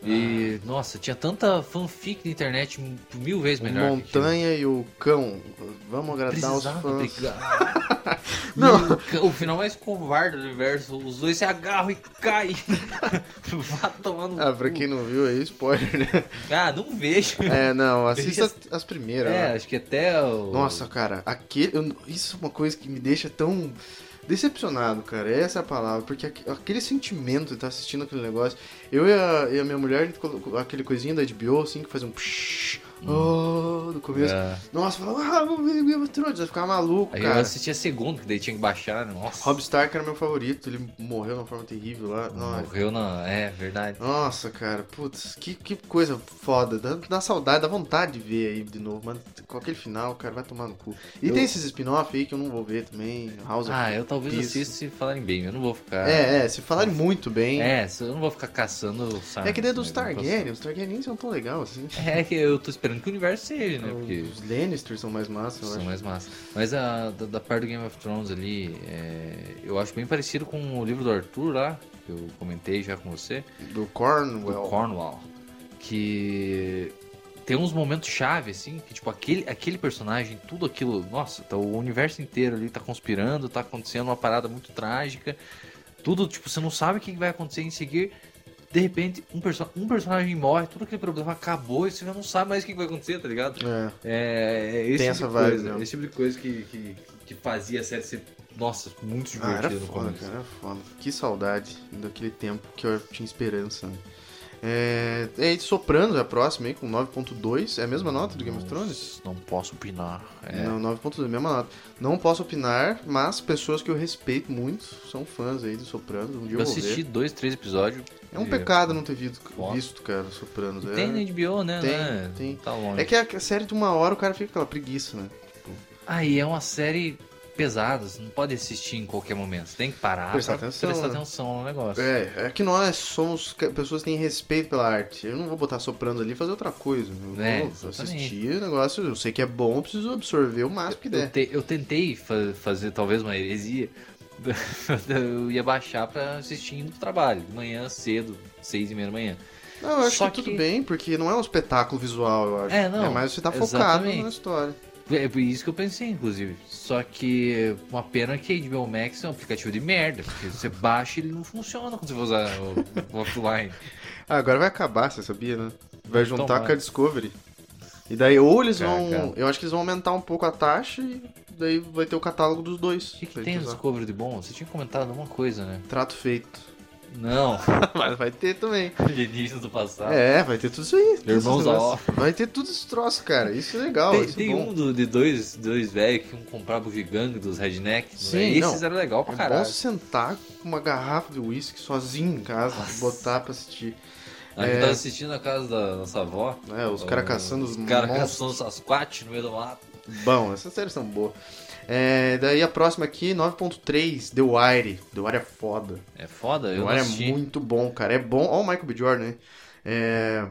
[SPEAKER 4] E, nossa, tinha tanta fanfic na internet hum, mil vezes
[SPEAKER 3] O
[SPEAKER 4] melhor. que aquilo.
[SPEAKER 3] Montanha e o Cão. Vamos agradar os
[SPEAKER 4] Precisava
[SPEAKER 3] fãs.
[SPEAKER 4] brigar.
[SPEAKER 3] Não.
[SPEAKER 4] Nunca. O final mais covarde do universo. Os dois se agarram e caem. Vá tomar no
[SPEAKER 3] Ah, pra
[SPEAKER 4] cu.
[SPEAKER 3] quem não viu aí, spoiler, né?
[SPEAKER 4] Ah, não vejo.
[SPEAKER 3] É, não, assista as primeiras.
[SPEAKER 4] É,
[SPEAKER 3] né?
[SPEAKER 4] acho que até o...
[SPEAKER 3] Nossa, cara, aquele, eu- isso é uma coisa que me deixa tão decepcionado, cara. Essa é a palavra, porque aque- aquele sentimento de estar assistindo aquele negócio. Eu e a, e a minha mulher, a gente colocou aquele coisinho da HBO, assim, que faz um psh, oh, do começo.
[SPEAKER 4] Hum. É.
[SPEAKER 3] Nossa, falava, ah, vamos ver Game of Thrones, vai ficar maluco,
[SPEAKER 4] Aí eu
[SPEAKER 3] cara.
[SPEAKER 4] assistia segundo, que daí tinha que baixar. né? Nossa.
[SPEAKER 3] Rob Stark era meu favorito, ele morreu de uma forma terrível lá. Nossa,
[SPEAKER 4] Morreu na... É, verdade.
[SPEAKER 3] Nossa, cara, putz, que, que coisa foda. Dá, dá saudade, dá vontade de ver aí de novo, mano. Com aquele final, cara, vai tomar no cu. E
[SPEAKER 4] Eu-
[SPEAKER 3] tem esses spin-off aí que eu não vou ver também. House
[SPEAKER 4] Ah,
[SPEAKER 3] of
[SPEAKER 4] eu talvez
[SPEAKER 3] Peace.
[SPEAKER 4] assista se falarem bem. Eu não vou ficar...
[SPEAKER 3] É, é, se falarem muito bem. É,
[SPEAKER 4] É, se- eu não vou ficar caçando... Sabe,
[SPEAKER 3] que daí é dos
[SPEAKER 4] né? Eu não posso-
[SPEAKER 3] Targaryen, os Targaryen nem são tão legal assim.
[SPEAKER 4] É que eu tô esperando que o universo seja, né? Porque...
[SPEAKER 3] Os Lannisters são mais massa, eu
[SPEAKER 4] São
[SPEAKER 3] acho.
[SPEAKER 4] mais massa. Mas a da, da parte do Game of Thrones ali, é, eu acho bem parecido com o livro do Arthur lá, que eu comentei já com você,
[SPEAKER 3] Do
[SPEAKER 4] do
[SPEAKER 3] Cornwell.
[SPEAKER 4] Cornwall. Que tem uns momentos chave, assim, que tipo, aquele, aquele personagem, tudo aquilo, nossa, tá, o universo inteiro ali tá conspirando, tá acontecendo uma parada muito trágica. Tudo, tipo, você não sabe o que vai acontecer em seguir. De repente, um, perso um personagem morre, tudo aquele problema acabou e você já não sabe mais o que vai acontecer, tá ligado?
[SPEAKER 3] É.
[SPEAKER 4] É,
[SPEAKER 3] Tem
[SPEAKER 4] esse tipo
[SPEAKER 3] essa
[SPEAKER 4] de
[SPEAKER 3] vibe
[SPEAKER 4] coisa,
[SPEAKER 3] mesmo.
[SPEAKER 4] esse tipo de coisa que, que, que fazia a série ser, nossa, muito
[SPEAKER 3] Ah,
[SPEAKER 4] divertida
[SPEAKER 3] era
[SPEAKER 4] no
[SPEAKER 3] foda,
[SPEAKER 4] começo.
[SPEAKER 3] cara, era foda. Que saudade daquele tempo que eu tinha esperança. né? É, é e Sopranos é a próxima aí com 9.2, é a mesma nota do Game of Thrones?
[SPEAKER 4] Não posso opinar. É.
[SPEAKER 3] Não, 9.2, mesma nota. Não posso opinar, mas pessoas que eu respeito muito são fãs aí do Sopranos. Um dia eu,
[SPEAKER 4] eu
[SPEAKER 3] vou
[SPEAKER 4] assisti
[SPEAKER 3] ver.
[SPEAKER 4] dois, três episódios.
[SPEAKER 3] É um
[SPEAKER 4] e-
[SPEAKER 3] pecado não ter visto,
[SPEAKER 4] Foda.
[SPEAKER 3] visto cara, Sopranos.
[SPEAKER 4] E
[SPEAKER 3] É,
[SPEAKER 4] Tem na HBO, né?
[SPEAKER 3] Tem,
[SPEAKER 4] né?
[SPEAKER 3] tem.
[SPEAKER 4] Tá longe.
[SPEAKER 3] é que a série de uma hora o cara fica com aquela preguiça, né?
[SPEAKER 4] Aí é uma série pesada, você não pode assistir em qualquer momento. Você tem que parar
[SPEAKER 3] Prestar
[SPEAKER 4] pra
[SPEAKER 3] atenção,
[SPEAKER 4] prestar
[SPEAKER 3] né?
[SPEAKER 4] atenção no negócio.
[SPEAKER 3] É, é que nós somos ca- pessoas que têm respeito pela arte. Eu não vou botar Sopranos ali e fazer outra coisa. Eu
[SPEAKER 4] É,
[SPEAKER 3] vou
[SPEAKER 4] exatamente.
[SPEAKER 3] assistir o negócio, eu sei que é bom, eu preciso absorver o máximo que
[SPEAKER 4] Eu,
[SPEAKER 3] der.
[SPEAKER 4] te- eu tentei fa- fazer talvez uma heresia. eu ia baixar pra assistir indo pro trabalho, de manhã cedo, seis e meia da manhã.
[SPEAKER 3] Não, eu acho
[SPEAKER 4] Só
[SPEAKER 3] que tudo
[SPEAKER 4] que-
[SPEAKER 3] bem, porque não é um espetáculo visual, eu acho.
[SPEAKER 4] É, não,
[SPEAKER 3] É mais você tá focado
[SPEAKER 4] exatamente.
[SPEAKER 3] na história.
[SPEAKER 4] É por isso que eu pensei, inclusive. Só que uma pena que HBO Max é um aplicativo de merda, porque você baixa e ele não funciona quando você vai usar o, o offline.
[SPEAKER 3] Ah, agora vai acabar, você sabia, né? Vai juntar
[SPEAKER 4] Tomara.
[SPEAKER 3] com a Discovery. E daí, ou eles vão.
[SPEAKER 4] Cara, cara.
[SPEAKER 3] Eu acho que eles vão aumentar um pouco a taxa e daí vai ter o catálogo dos dois.
[SPEAKER 4] O que, que
[SPEAKER 3] pra
[SPEAKER 4] tem
[SPEAKER 3] gente
[SPEAKER 4] no
[SPEAKER 3] usar.
[SPEAKER 4] Discovery de bom? Você tinha comentado alguma coisa, né?
[SPEAKER 3] Trato feito.
[SPEAKER 4] Não,
[SPEAKER 3] Mas vai ter também.
[SPEAKER 4] alienígenas do passado.
[SPEAKER 3] É, vai ter tudo isso aí. todos
[SPEAKER 4] Irmãos
[SPEAKER 3] esses
[SPEAKER 4] da
[SPEAKER 3] negócios. Vai ter tudo esse troço, cara. Isso é legal.
[SPEAKER 4] Tem,
[SPEAKER 3] isso é
[SPEAKER 4] tem
[SPEAKER 3] bom.
[SPEAKER 4] um do- de dois, dois velhos que um comprava o gigante dos rednecks.
[SPEAKER 3] Sim,
[SPEAKER 4] né? Esses
[SPEAKER 3] não.
[SPEAKER 4] eram legal pra
[SPEAKER 3] É bom
[SPEAKER 4] caralho.
[SPEAKER 3] sentar com uma garrafa de uísque sozinho em casa, botar pra assistir.
[SPEAKER 4] A gente tava assistindo na casa da nossa avó.
[SPEAKER 3] É, os caras
[SPEAKER 4] o-
[SPEAKER 3] caçando os,
[SPEAKER 4] Os caras
[SPEAKER 3] monstros.
[SPEAKER 4] caçando os Sasquatch no meio do mato.
[SPEAKER 3] Bom, essas séries são boas. É, daí a próxima aqui, 9.3, The Wire. The Wire é foda.
[SPEAKER 4] É foda,
[SPEAKER 3] The
[SPEAKER 4] eu não
[SPEAKER 3] Wire
[SPEAKER 4] assisti.
[SPEAKER 3] é muito bom, cara. É bom. Olha o Michael B. Jordan, né? É,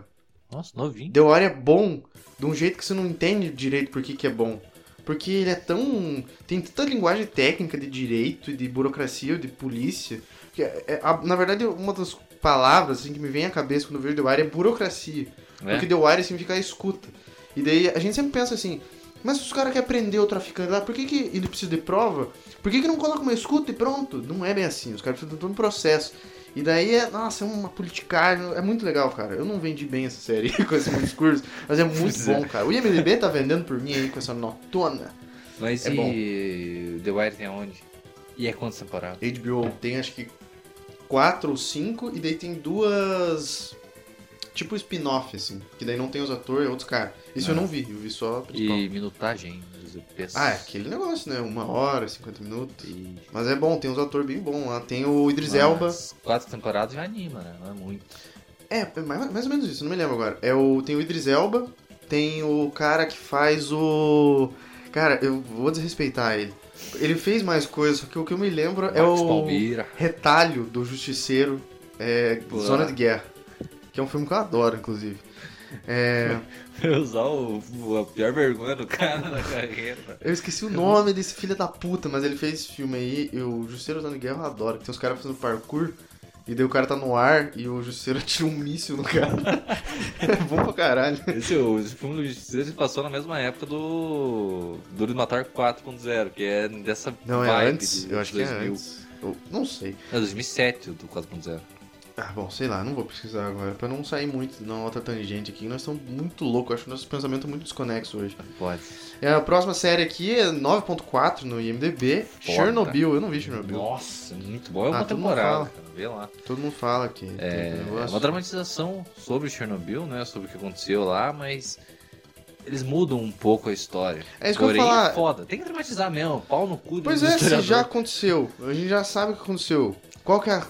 [SPEAKER 4] Nossa, novinho.
[SPEAKER 3] The Wire é bom de um jeito que você não entende direito por que, que é bom. Porque ele é tão. Tem tanta linguagem técnica de direito e de burocracia, de polícia. Que é- é- a- na verdade, uma das palavras assim, que me vem à cabeça quando eu vejo The Wire é burocracia.
[SPEAKER 4] né?
[SPEAKER 3] Porque The Wire significa assim a escuta. E daí a gente sempre pensa assim, mas os caras querem prender o traficante lá, por que, que ele precisa de prova? Por que, que não coloca uma escuta e pronto? Não é bem assim, os caras precisam de todo um processo. E daí, é, nossa, é uma politicagem, é muito legal, cara. Eu não vendi bem essa série com esse meu discurso, mas é muito
[SPEAKER 4] Pois é.
[SPEAKER 3] bom, cara. O IMDB tá vendendo por mim aí com essa notona.
[SPEAKER 4] Mas
[SPEAKER 3] É
[SPEAKER 4] e
[SPEAKER 3] bom.
[SPEAKER 4] The Wire tem aonde? E é quantas temporadas?
[SPEAKER 3] HBO tem acho que quatro ou cinco, e daí tem duas. Tipo spin-off, assim. Que daí não tem os atores, é outros caras. Isso eu
[SPEAKER 4] Ah.
[SPEAKER 3] não vi, eu vi só a principal.
[SPEAKER 4] E minutagem dos EPs.
[SPEAKER 3] Ah, é aquele negócio, né? Uma hora, 50 minutos.
[SPEAKER 4] E...
[SPEAKER 3] Mas é bom, tem uns atores bem bons lá. Tem o Idris Elba.
[SPEAKER 4] Mas Quatro temporadas já anima, né? Não é muito.
[SPEAKER 3] É, é mais, mais ou menos isso, não me lembro agora. É o, tem o Idris Elba, tem o cara que faz o. Cara, eu vou desrespeitar ele. Ele fez mais coisas, só que o que eu me lembro é
[SPEAKER 4] Marcos
[SPEAKER 3] o
[SPEAKER 4] Palmeira.
[SPEAKER 3] retalho do Justiceiro é,
[SPEAKER 4] Pô.
[SPEAKER 3] Zona de Guerra. Que é um filme que eu adoro, inclusive. É,
[SPEAKER 4] Usar o, o- a pior vergonha do cara na carreira.
[SPEAKER 3] eu esqueci o nome desse filho da puta, mas ele fez esse filme aí. E o Justiceiro Zona de Guerra eu adoro. que Tem os caras fazendo parkour. E daí o cara tá no ar e o Justiceiro atira um míssil no cara. é bom pra caralho.
[SPEAKER 4] Esse, o- esse filme do Justiceiro se passou na mesma época do Duro de Matar 4.0, que é dessa
[SPEAKER 3] Não, é
[SPEAKER 4] vibe
[SPEAKER 3] antes?
[SPEAKER 4] de
[SPEAKER 3] eu acho
[SPEAKER 4] 2000.
[SPEAKER 3] que é antes. Eu não sei.
[SPEAKER 4] É 2007 o do 4.0.
[SPEAKER 3] Ah, bom, sei lá, não vou pesquisar agora, pra não sair muito na outra tangente aqui. Nós estamos muito loucos, acho que nosso pensamento é muito desconexo hoje.
[SPEAKER 4] Pode.
[SPEAKER 3] É, a próxima série aqui é 9.4 no IMDB, Chernobyl. Eu não vi Chernobyl.
[SPEAKER 4] Nossa, muito bom. É uma
[SPEAKER 3] Ah, todo mundo
[SPEAKER 4] temporada,
[SPEAKER 3] fala.
[SPEAKER 4] cara. Vê lá.
[SPEAKER 3] Todo mundo fala que
[SPEAKER 4] É,
[SPEAKER 3] tem um
[SPEAKER 4] é
[SPEAKER 3] negócio.
[SPEAKER 4] uma dramatização sobre Chernobyl, né? Sobre o que aconteceu lá, mas eles mudam um pouco a história.
[SPEAKER 3] É isso que eu
[SPEAKER 4] Porém,
[SPEAKER 3] ia falar.
[SPEAKER 4] é foda. Tem que dramatizar mesmo. Pau no cu do
[SPEAKER 3] Pois é, se
[SPEAKER 4] historiador.
[SPEAKER 3] já aconteceu, a gente já sabe o que aconteceu. Qual que é a,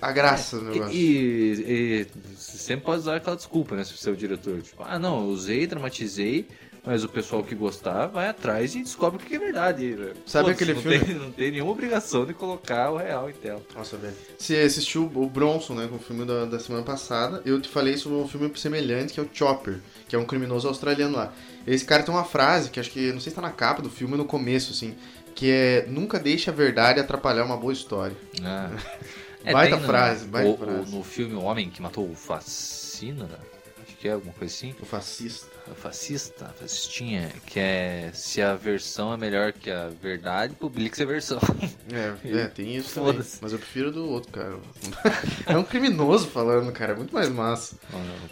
[SPEAKER 3] a graça
[SPEAKER 4] É,
[SPEAKER 3] do negócio?
[SPEAKER 4] E, e- e você sempre pode usar aquela desculpa, né? Se você é o diretor. Tipo, ah, não, eu usei, dramatizei, mas o pessoal que gostar vai atrás e descobre o que é verdade.
[SPEAKER 3] Sabe
[SPEAKER 4] Foda-se,
[SPEAKER 3] aquele
[SPEAKER 4] não
[SPEAKER 3] filme?
[SPEAKER 4] Tem, não tem nenhuma obrigação de colocar o real em tela.
[SPEAKER 3] Nossa, velho. Você assistiu o Bronson, né, com o filme da, da semana passada. Eu te falei sobre um filme semelhante, que é o Chopper, que é um criminoso australiano lá. Esse cara tem uma frase, que acho que, não sei se tá na capa do filme ou no começo, assim, que é, nunca deixe a verdade atrapalhar uma boa história.
[SPEAKER 4] Ah.
[SPEAKER 3] É. Baita
[SPEAKER 4] tem no-
[SPEAKER 3] frase, baita
[SPEAKER 4] o- o-
[SPEAKER 3] frase.
[SPEAKER 4] No filme O Homem que Matou o Fascina, acho que é alguma coisa assim.
[SPEAKER 3] O fascista.
[SPEAKER 4] o Fascista, fascistinha, que é se a versão é melhor que a verdade, publique a versão.
[SPEAKER 3] É, é, tem isso também.
[SPEAKER 4] Foda-se.
[SPEAKER 3] Mas eu prefiro do outro, cara. é um criminoso falando, cara, é muito mais massa.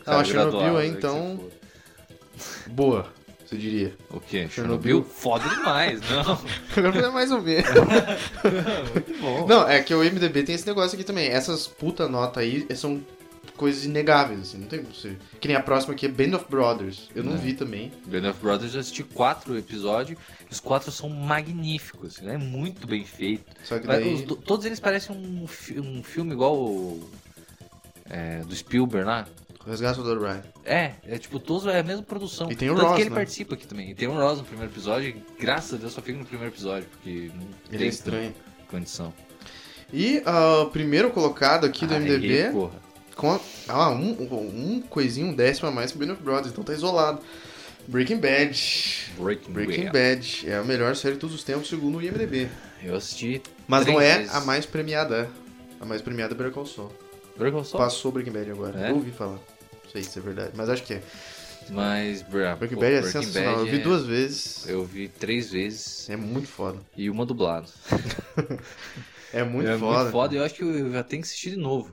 [SPEAKER 4] Cara,
[SPEAKER 3] Ah, Chernobyl
[SPEAKER 4] graduado,
[SPEAKER 3] aí,
[SPEAKER 4] né, que
[SPEAKER 3] então-
[SPEAKER 4] você for.
[SPEAKER 3] Boa, você diria.
[SPEAKER 4] O quê?
[SPEAKER 3] Chernobyl?
[SPEAKER 4] Chernobyl? Foda demais, não.
[SPEAKER 3] Agora é mais ou menos.
[SPEAKER 4] Muito bom.
[SPEAKER 3] Não, é que o MDB tem esse negócio aqui também. Essas puta nota aí é, são coisas inegáveis, assim, não tem como ser. Que nem a próxima aqui é Band of Brothers. Eu não
[SPEAKER 4] É.
[SPEAKER 3] vi também.
[SPEAKER 4] Band of Brothers, eu assisti quatro episódios, os quatro são magníficos, né? muito bem feito.
[SPEAKER 3] Só que
[SPEAKER 4] Mas os
[SPEAKER 3] Então, daí.
[SPEAKER 4] do- todos eles parecem um, fi- um filme igual o, é, do Spielberg lá.
[SPEAKER 3] Resgate do Ryan.
[SPEAKER 4] É, é tipo, todos é a mesma produção.
[SPEAKER 3] E tem o
[SPEAKER 4] Tanto
[SPEAKER 3] Ross,
[SPEAKER 4] que ele
[SPEAKER 3] né?
[SPEAKER 4] participa aqui também. E tem o Ross no primeiro episódio, e graças a Deus só fica no primeiro episódio, porque não
[SPEAKER 3] Ele
[SPEAKER 4] tem
[SPEAKER 3] é estranho.
[SPEAKER 4] condição.
[SPEAKER 3] E ah, o primeiro colocado aqui do
[SPEAKER 4] Aí,
[SPEAKER 3] MDB.
[SPEAKER 4] porra.
[SPEAKER 3] Com ah, um, um, um coisinho, um décimo a mais que Band of Brothers, então tá isolado. Breaking Bad.
[SPEAKER 4] Breaking,
[SPEAKER 3] Breaking
[SPEAKER 4] Bad.
[SPEAKER 3] Bad é a melhor série de todos os tempos, segundo o IMDB.
[SPEAKER 4] Eu assisti.
[SPEAKER 3] Mas
[SPEAKER 4] três
[SPEAKER 3] não é
[SPEAKER 4] vezes.
[SPEAKER 3] a mais premiada. A mais premiada é Better Call Saul.
[SPEAKER 4] Breaking Sol.
[SPEAKER 3] Passou Breaking Bad agora.
[SPEAKER 4] É?
[SPEAKER 3] Eu ouvi falar. Não sei se é verdade, mas acho que é.
[SPEAKER 4] Mas, bra,
[SPEAKER 3] Breaking
[SPEAKER 4] pô,
[SPEAKER 3] Bad é
[SPEAKER 4] Breaking
[SPEAKER 3] sensacional.
[SPEAKER 4] Bad
[SPEAKER 3] eu vi
[SPEAKER 4] é-
[SPEAKER 3] duas vezes.
[SPEAKER 4] Eu vi três vezes
[SPEAKER 3] É muito foda.
[SPEAKER 4] e uma dublada.
[SPEAKER 3] É muito
[SPEAKER 4] é
[SPEAKER 3] foda.
[SPEAKER 4] muito foda. Eu acho que eu já tenho que assistir de novo.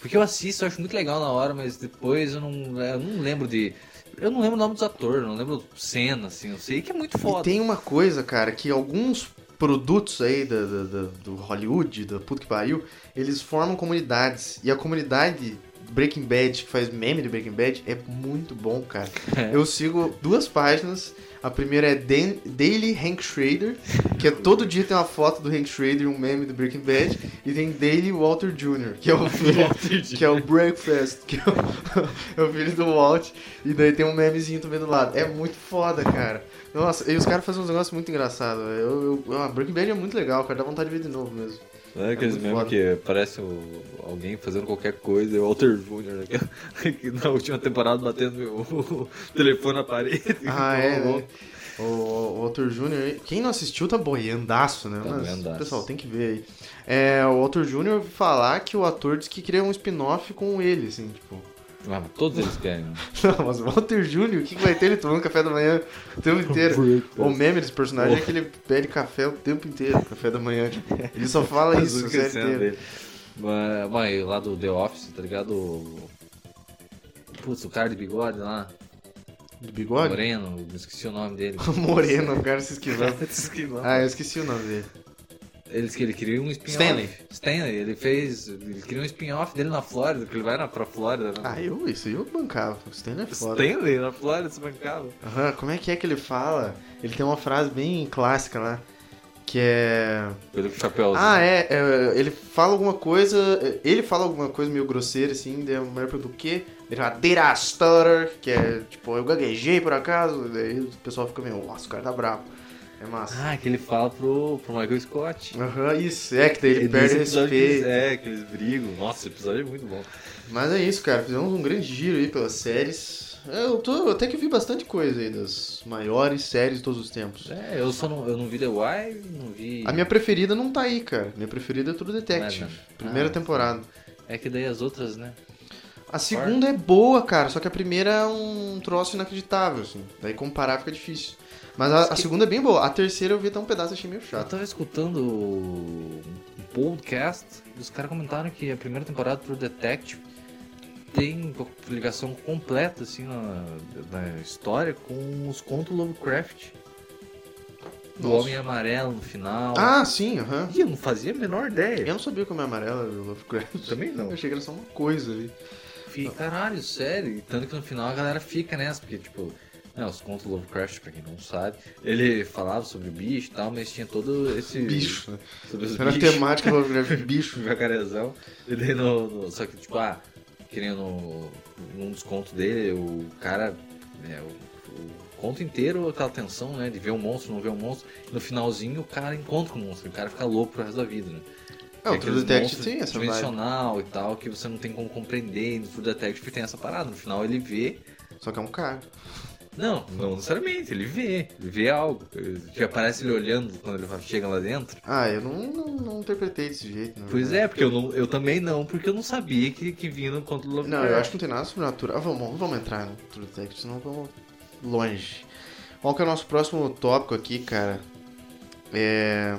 [SPEAKER 4] Porque eu assisto, eu acho muito legal na hora, mas depois eu não, é, eu não lembro de. Eu não lembro o nome dos atores, não lembro cena, assim. Eu sei que é muito
[SPEAKER 3] E
[SPEAKER 4] foda.
[SPEAKER 3] tem uma coisa, cara, que alguns produtos aí da- da- da- do Hollywood, da puta que pariu, eles formam comunidades. E a comunidade Breaking Bad, que faz meme de Breaking Bad, é muito bom, cara.
[SPEAKER 4] É.
[SPEAKER 3] Eu sigo duas páginas. A primeira é Dan- Daily Hank Schrader, que é todo dia tem uma foto do Hank Schrader, um meme do Breaking Bad. E tem Daily Walter Jr., que é o filho que é o Breakfast, que é o, é o filho do Walt. E daí tem um memezinho também do lado. É muito foda, cara. Nossa, e os caras fazem uns negócios muito engraçados. velho. Eu, eu, ah, Breaking Bad é muito legal, cara. Dá vontade de ver de novo mesmo.
[SPEAKER 4] Não é aqueles
[SPEAKER 3] muito
[SPEAKER 4] mesmo
[SPEAKER 3] foda.
[SPEAKER 4] que parece o- alguém fazendo qualquer coisa, é o Walter Jr. né, que- que na última temporada batendo o, o telefone na parede.
[SPEAKER 3] Ah, é,
[SPEAKER 4] Rolou.
[SPEAKER 3] né? O, o Walter Jr., quem não assistiu tá boiandaço, né?
[SPEAKER 4] Tá
[SPEAKER 3] Mas,
[SPEAKER 4] boiandaço.
[SPEAKER 3] pessoal, tem que ver aí. É, o Walter Jr. eu ouvi falar que o ator disse que queria um spin-off com ele, assim, tipo.
[SPEAKER 4] Ah, mas todos eles querem. né?
[SPEAKER 3] Não, mas o Walter Jr., o que, que vai ter ele tomando café da manhã o tempo inteiro? O meme desse personagem é que ele pede café o tempo inteiro, café da manhã. tipo, Ele só fala
[SPEAKER 4] Mas
[SPEAKER 3] isso,
[SPEAKER 4] o
[SPEAKER 3] a
[SPEAKER 4] que é
[SPEAKER 3] série
[SPEAKER 4] cena
[SPEAKER 3] inteira.
[SPEAKER 4] dele? Mas, mas lá do The Office, tá ligado? O- Putz, o cara de bigode lá,
[SPEAKER 3] Do bigode?
[SPEAKER 4] moreno, me esqueci o nome dele.
[SPEAKER 3] Moreno, o cara se esquivando.
[SPEAKER 4] Esquivando.
[SPEAKER 3] Ah, eu esqueci o nome dele.
[SPEAKER 4] Eles que ele queria um spin-off.
[SPEAKER 3] Stanley.
[SPEAKER 4] Stanley, ele fez. Ele queria um spin-off dele na Flórida, que ele vai na, pra Flórida. né?
[SPEAKER 3] Ah, eu, isso aí eu bancava. O Stanley é foda.
[SPEAKER 4] Stanley na Flórida, se bancava.
[SPEAKER 3] Aham, como é que é que ele fala? Ele tem uma frase bem clássica lá. Que é.
[SPEAKER 4] Ele com o chapéuzinho.
[SPEAKER 3] Ah, é, é, Ele fala alguma coisa. é, Ele fala alguma coisa meio grosseira, assim, daí a mulher pergunta o quê? Ele fala, "Did I stutter? Que é tipo, eu gaguejei por acaso, daí o pessoal fica meio, nossa, o cara tá bravo. É massa.
[SPEAKER 4] Ah, que ele fala pro, pro Michael Scott.
[SPEAKER 3] Aham, isso. É que daí ele perde
[SPEAKER 4] Esse episódio que eles-
[SPEAKER 3] respeito.
[SPEAKER 4] É, que eles brigam. Nossa, esse episódio é muito bom.
[SPEAKER 3] Mas é isso, cara. Fizemos um grande giro aí pelas séries. Eu tô eu até que vi bastante coisa aí das maiores séries de todos os tempos.
[SPEAKER 4] É, eu só não, eu não vi The Wire, não vi.
[SPEAKER 3] A minha preferida não tá aí, cara. Minha preferida é True Detective.
[SPEAKER 4] Mas não.
[SPEAKER 3] Primeira
[SPEAKER 4] Ah,
[SPEAKER 3] temporada.
[SPEAKER 4] É que daí as outras, né?
[SPEAKER 3] A segunda é boa, cara, só que a primeira é um troço inacreditável, assim. Daí comparar fica difícil. Mas a, a segunda é bem boa. A terceira eu vi até um pedaço e achei meio
[SPEAKER 4] Eu
[SPEAKER 3] chato.
[SPEAKER 4] tava escutando um podcast e os caras comentaram que a primeira temporada do Detective tem co- ligação completa, assim, na, na história com os contos Lovecraft. Do
[SPEAKER 3] Nossa.
[SPEAKER 4] Homem Amarelo no final.
[SPEAKER 3] Ah, sim, aham.
[SPEAKER 4] Ih, eu não fazia a menor ideia.
[SPEAKER 3] Eu não sabia como é amarela o Lovecraft.
[SPEAKER 4] Também não.
[SPEAKER 3] Eu achei que era só uma coisa ali.
[SPEAKER 4] Fiquei, caralho, sério. E Tanto que no final a galera fica nessa, porque, tipo, né, os contos Lovecraft, pra quem não sabe, ele falava sobre o bicho e tal, mas tinha todo esse.
[SPEAKER 3] Bicho, né?
[SPEAKER 4] Sobre os
[SPEAKER 3] Era a
[SPEAKER 4] bichos.
[SPEAKER 3] temática do Lovecraft, bicho.
[SPEAKER 4] bicho, jacarezão. E daí no, no- Só que, tipo, ah, que nem no, num dos contos dele, o cara. né, o, o conto inteiro, aquela tensão, né? De ver um monstro, não ver um monstro. E no finalzinho o cara encontra um monstro. E o cara fica louco pro resto da vida, né?
[SPEAKER 3] É, o
[SPEAKER 4] aqueles
[SPEAKER 3] True Detective
[SPEAKER 4] monstros
[SPEAKER 3] tem essa vibe.
[SPEAKER 4] Dimensional e tal, que você não tem como compreender. E no True Detective tem essa parada. No final ele vê.
[SPEAKER 3] Só que é um cara.
[SPEAKER 4] Não, não necessariamente, ele vê. Ele vê algo. Que aparece ele olhando quando ele chega lá dentro.
[SPEAKER 3] Ah, eu não, não, não interpretei desse jeito, né?
[SPEAKER 4] Pois é, porque eu, não, eu também não, porque eu não sabia que, que vinha no conto do
[SPEAKER 3] Não,
[SPEAKER 4] Lovecraft.
[SPEAKER 3] eu acho que não tem nada sobrenatural. Ah, vamos, vamos entrar no True Detective, senão vamos longe. Qual que é o nosso próximo tópico aqui, cara? É.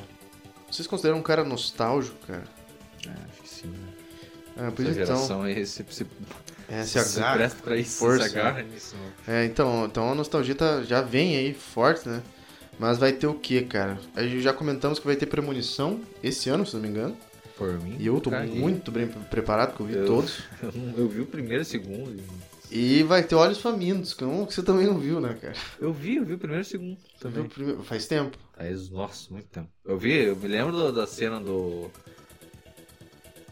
[SPEAKER 3] Vocês consideram um cara nostálgico, cara?
[SPEAKER 4] Ah, acho que sim. Né?
[SPEAKER 3] Ah, pois
[SPEAKER 4] Essa
[SPEAKER 3] então.
[SPEAKER 4] geração aí se, se,
[SPEAKER 3] É, se
[SPEAKER 4] se,
[SPEAKER 3] agarra.
[SPEAKER 4] presta pra isso,
[SPEAKER 3] força,
[SPEAKER 4] se agarra nisso. né?
[SPEAKER 3] É, então, então a nostalgia tá- já vem aí forte, né? Mas vai ter o que, cara? A gente já comentamos que vai ter premonição esse ano, se não me engano.
[SPEAKER 4] Por mim.
[SPEAKER 3] E eu tô
[SPEAKER 4] caguei.
[SPEAKER 3] muito bem preparado, porque eu vi
[SPEAKER 4] Eu-
[SPEAKER 3] todos.
[SPEAKER 4] Eu, não- eu vi o primeiro e o segundo. e-
[SPEAKER 3] E vai ter Olhos Famintos, que, é um que você também não viu, né, cara?
[SPEAKER 4] Eu vi, eu vi o primeiro e o segundo
[SPEAKER 3] Viu o
[SPEAKER 4] também.
[SPEAKER 3] primeiro- Faz tempo.
[SPEAKER 4] Aí, nossa, muito tempo. Eu vi, eu me lembro do- da cena do.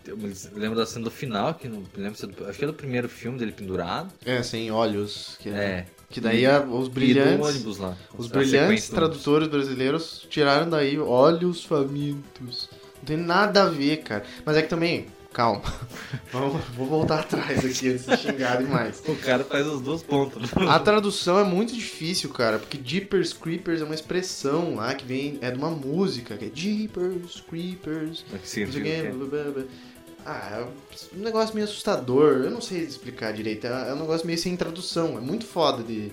[SPEAKER 4] Eu me lembro da cena do final, que não me lembro se é do, acho que é do primeiro filme dele pendurado.
[SPEAKER 3] É, sem olhos. Que,
[SPEAKER 4] É.
[SPEAKER 3] que daí a- os
[SPEAKER 4] E do
[SPEAKER 3] brilhantes.
[SPEAKER 4] ônibus lá.
[SPEAKER 3] Os
[SPEAKER 4] A
[SPEAKER 3] brilhantes
[SPEAKER 4] sequência do ônibus.
[SPEAKER 3] tradutores brasileiros tiraram daí olhos famintos. Não tem nada a ver, cara. Mas é que também, calma. Vamos, vou voltar atrás aqui antes de xingar demais.
[SPEAKER 4] O cara faz os dois pontos. né?
[SPEAKER 3] A tradução é muito difícil, cara, porque Jeepers Creepers é uma expressão lá que vem. É de uma música, que é Jeepers Creepers.
[SPEAKER 4] Mas
[SPEAKER 3] Não
[SPEAKER 4] que
[SPEAKER 3] sei o
[SPEAKER 4] significa
[SPEAKER 3] quê,
[SPEAKER 4] que é?
[SPEAKER 3] blá, blá, blá. Ah, é um negócio meio assustador. Eu não sei explicar direito. É é um negócio meio sem tradução. É muito foda de.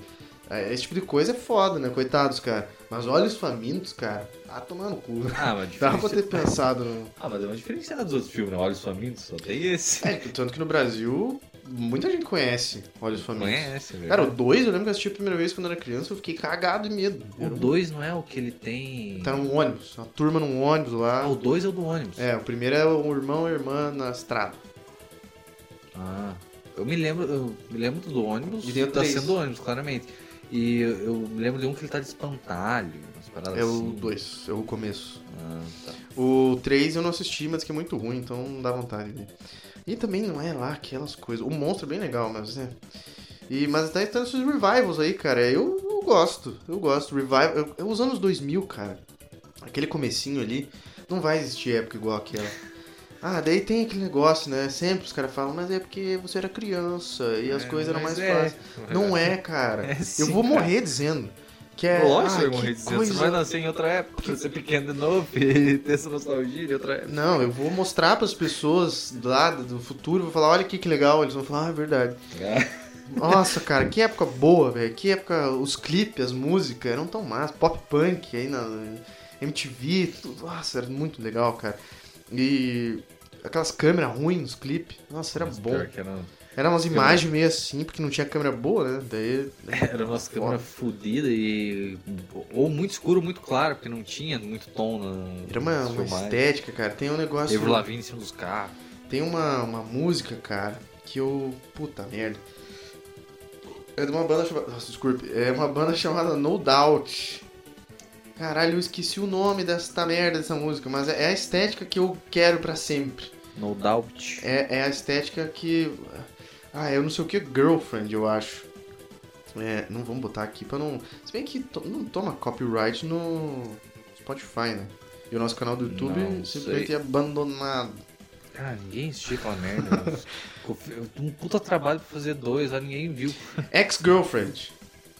[SPEAKER 3] é, Esse tipo de coisa é foda, né? Coitados, cara. Mas olha os famintos, cara. Ah, tomar no cu.
[SPEAKER 4] Ah, mas
[SPEAKER 3] Dava pra ter
[SPEAKER 4] diferencia...
[SPEAKER 3] pensado no.
[SPEAKER 4] ah, mas é uma diferenciada dos outros filmes, né? Olhos Famintos, só tem esse.
[SPEAKER 3] É, tanto que no Brasil, muita gente conhece Olhos Famintos.
[SPEAKER 4] Conhece, velho.
[SPEAKER 3] Cara, o 2, eu lembro que eu assisti a primeira vez quando eu era criança, eu fiquei cagado de medo. um
[SPEAKER 4] o 2 não é o que ele tem.
[SPEAKER 3] Tá num ônibus, uma turma num ônibus
[SPEAKER 4] Ah,
[SPEAKER 3] lá.
[SPEAKER 4] o 2 é o do ônibus.
[SPEAKER 3] É, o primeiro é o irmão e a irmã na estrada.
[SPEAKER 4] Ah, eu me lembro, eu me lembro do ônibus,
[SPEAKER 3] E tem o
[SPEAKER 4] tá
[SPEAKER 3] três.
[SPEAKER 4] sendo ônibus, claramente. E eu, eu me lembro de um que ele tá de espantalho, umas paradas
[SPEAKER 3] É o
[SPEAKER 4] assim.
[SPEAKER 3] 2, é o começo.
[SPEAKER 4] Ah, tá.
[SPEAKER 3] O 3 eu não assisti, mas que é muito ruim, então não dá vontade de ver. E também não é lá aquelas coisas. O monstro é bem legal, mas é. E, mas até estão esses revivals aí, cara. Eu, eu gosto, eu gosto. Revival. Eu, eu- os anos 2000, cara. Aquele comecinho ali. Não vai existir época igual aquela. Ah, daí tem aquele negócio, né? Sempre os caras falam, mas é porque você era criança e as
[SPEAKER 4] É,
[SPEAKER 3] coisas eram
[SPEAKER 4] mas
[SPEAKER 3] mais
[SPEAKER 4] é.
[SPEAKER 3] fáceis. Não é, cara.
[SPEAKER 4] É
[SPEAKER 3] eu
[SPEAKER 4] sim,
[SPEAKER 3] vou
[SPEAKER 4] cara.
[SPEAKER 3] morrer dizendo. Que é.
[SPEAKER 4] Lógico que
[SPEAKER 3] ah,
[SPEAKER 4] você vai
[SPEAKER 3] que
[SPEAKER 4] morrer dizendo,
[SPEAKER 3] coisa
[SPEAKER 4] você vai nascer em outra época, pra ser pequeno de novo e ter essa nostalgia de outra época.
[SPEAKER 3] Não, eu vou mostrar pras pessoas lá do do futuro, vou falar, olha que, que legal, eles vão falar, ah, é verdade. Nossa, cara, que época boa, velho. Que época os clipes, as músicas eram tão massa, pop punk aí na MTV, tudo. nossa, era muito legal, cara. E aquelas câmeras ruins nos clipes, nossa, era
[SPEAKER 4] Mas
[SPEAKER 3] bom.
[SPEAKER 4] pior que é. era,
[SPEAKER 3] Eram umas imagens meio assim, porque não tinha câmera boa, né? Daí
[SPEAKER 4] era umas câmeras fodidas e. Ou muito escuro ou muito claro, porque não tinha muito tom na.
[SPEAKER 3] era uma,
[SPEAKER 4] nas
[SPEAKER 3] uma
[SPEAKER 4] filmagens.
[SPEAKER 3] estética, cara. Tem um negócio.
[SPEAKER 4] Evo Lavigne em cima dos carros.
[SPEAKER 3] Tem uma, uma música, cara, que eu. Puta merda. É de uma banda chamada. Nossa, desculpe. É uma banda chamada No Doubt. Caralho, eu esqueci o nome dessa merda dessa música, mas é é a estética que eu quero pra sempre.
[SPEAKER 4] No doubt.
[SPEAKER 3] É, é a estética que. Ah, eu não sei o que, Girlfriend, eu acho. É, não vamos botar aqui pra não. Se bem que to- não toma copyright no Spotify, né? E o nosso canal do YouTube
[SPEAKER 4] Não
[SPEAKER 3] simplesmente
[SPEAKER 4] sei.
[SPEAKER 3] é abandonado.
[SPEAKER 4] Cara, ninguém assistiu aquela merda. mano. Eu tenho um puta trabalho pra fazer dois, lá ninguém viu.
[SPEAKER 3] Ex-girlfriend.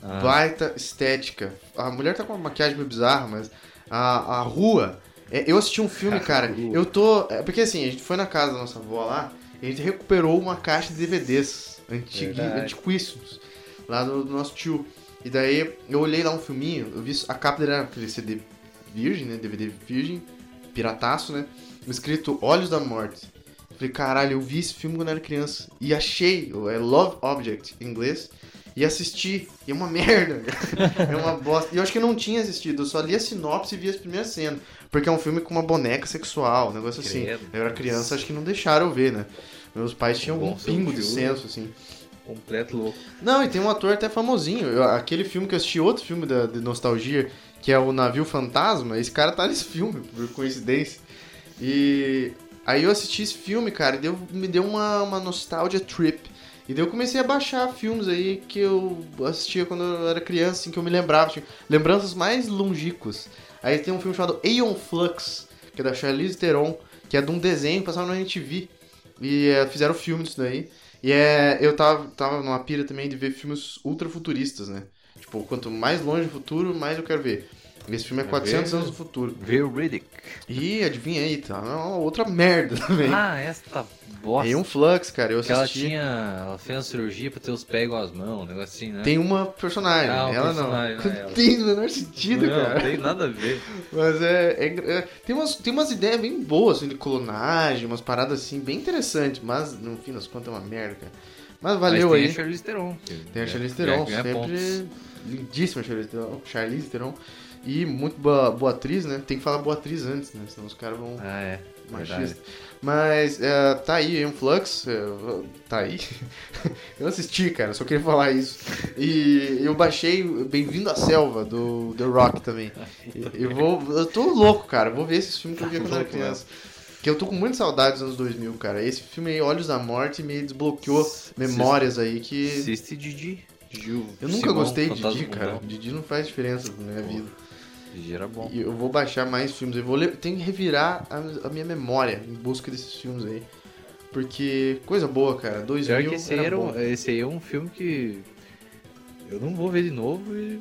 [SPEAKER 4] Ah.
[SPEAKER 3] Baita estética. A mulher tá com uma maquiagem meio bizarra, mas a, a rua. é, eu assisti um filme,
[SPEAKER 4] A
[SPEAKER 3] cara.
[SPEAKER 4] rua.
[SPEAKER 3] Eu tô. é, porque assim, a gente foi na casa da nossa avó lá e a gente recuperou uma caixa de DVDs antigui,
[SPEAKER 4] Verdade.
[SPEAKER 3] antiquíssimos lá do, do nosso tio. E daí eu olhei lá um filminho, eu vi a capa dele era aquele CD virgem, né? DVD virgem, pirataço, né? Escrito Olhos da Morte. Eu Falei, caralho, eu vi esse filme quando era criança. E achei, é Love Object em inglês, e assisti. E é uma merda, cara. é uma bosta. E eu acho que eu não tinha assistido, eu só li a sinopse e vi as primeiras cenas. Porque é um filme com uma boneca sexual, um negócio assim.
[SPEAKER 4] Credo.
[SPEAKER 3] Eu era criança, acho que não deixaram eu ver, né? Meus pais tinham
[SPEAKER 4] Bom né?
[SPEAKER 3] algum
[SPEAKER 4] seu
[SPEAKER 3] pingo de
[SPEAKER 4] tio.
[SPEAKER 3] senso, assim.
[SPEAKER 4] Completo louco.
[SPEAKER 3] Não, e tem um ator até famosinho. Eu- aquele filme que eu assisti, outro filme da, de nostalgia, que é o Navio Fantasma, esse cara tá nesse filme, por coincidência. E aí eu assisti esse filme, cara, e deu, me deu uma, uma nostalgia trip. E daí eu comecei a baixar filmes aí que eu assistia quando eu era criança, assim, que eu me lembrava. Tinha lembranças mais longíquas. Aí tem um filme chamado Aeon Flux, que é da Charlize Theron, que é de um desenho que passava na MTV. E é, fizeram filme disso daí. E é, eu tava, tava numa pira também de ver filmes ultra futuristas, né? Tipo, quanto mais longe do futuro, mais eu quero ver. Esse filme é
[SPEAKER 4] Quer
[SPEAKER 3] 400
[SPEAKER 4] ver?
[SPEAKER 3] anos no futuro.
[SPEAKER 4] Vê o Riddick.
[SPEAKER 3] Ih, adivinha aí, tá? É uma outra merda também.
[SPEAKER 4] Ah, esta bosta.
[SPEAKER 3] Aí um flux, cara, eu
[SPEAKER 4] Que ela
[SPEAKER 3] assisti.
[SPEAKER 4] tinha. né? Ela fez uma cirurgia pra ter os pés igual as mãos, um negócio assim, né?
[SPEAKER 3] Tem uma personagem,
[SPEAKER 4] Ah, um
[SPEAKER 3] ela
[SPEAKER 4] personagem,
[SPEAKER 3] não.
[SPEAKER 4] né, ela.
[SPEAKER 3] Tem o menor sentido,
[SPEAKER 4] não,
[SPEAKER 3] cara.
[SPEAKER 4] Não tem nada a ver.
[SPEAKER 3] Mas é. é engra- é- tem, umas, tem umas ideias bem boas, assim, de clonagem, umas paradas assim, bem interessantes, mas no fim das contas é uma merda, cara. Mas valeu
[SPEAKER 4] Mas tem
[SPEAKER 3] aí.
[SPEAKER 4] a Charlize Theron. que
[SPEAKER 3] Tem a
[SPEAKER 4] ganha-
[SPEAKER 3] Charlize Theron,
[SPEAKER 4] ganha
[SPEAKER 3] sempre
[SPEAKER 4] pontos.
[SPEAKER 3] lindíssima Charlize Theron, Charlize Theron. E muito boa, boa atriz, né? Tem que falar boa atriz antes, né? Senão os caras vão
[SPEAKER 4] Ah, é.
[SPEAKER 3] machista. Mas é, tá aí, hein, Flux, é, tá aí. eu assisti, cara, só queria falar isso. E eu baixei o Bem-vindo à Selva, do The Rock também. E- Eu, vou, eu tô louco, cara, vou ver esses filmes que eu via quando era
[SPEAKER 4] Tá louco,
[SPEAKER 3] criança. Que eu tô com muita saudade dos anos 2000, cara. Esse filme aí, Olhos da Morte, me desbloqueou
[SPEAKER 4] S-
[SPEAKER 3] memórias aí que...
[SPEAKER 4] Assiste Didi. Didi o
[SPEAKER 3] Eu nunca
[SPEAKER 4] Simão,
[SPEAKER 3] gostei de
[SPEAKER 4] Fantasma
[SPEAKER 3] Didi,
[SPEAKER 4] do
[SPEAKER 3] cara.
[SPEAKER 4] Mundão.
[SPEAKER 3] Didi não faz diferença na minha
[SPEAKER 4] Pô.
[SPEAKER 3] vida.
[SPEAKER 4] Didi era bom.
[SPEAKER 3] E eu vou baixar mais filmes. Eu vou le- tenho que revirar a, a minha memória em busca desses filmes aí. Porque coisa boa, cara. 2000
[SPEAKER 4] Pior que esse aí,
[SPEAKER 3] era
[SPEAKER 4] era um-
[SPEAKER 3] bom.
[SPEAKER 4] esse aí é um filme que eu não vou ver de novo e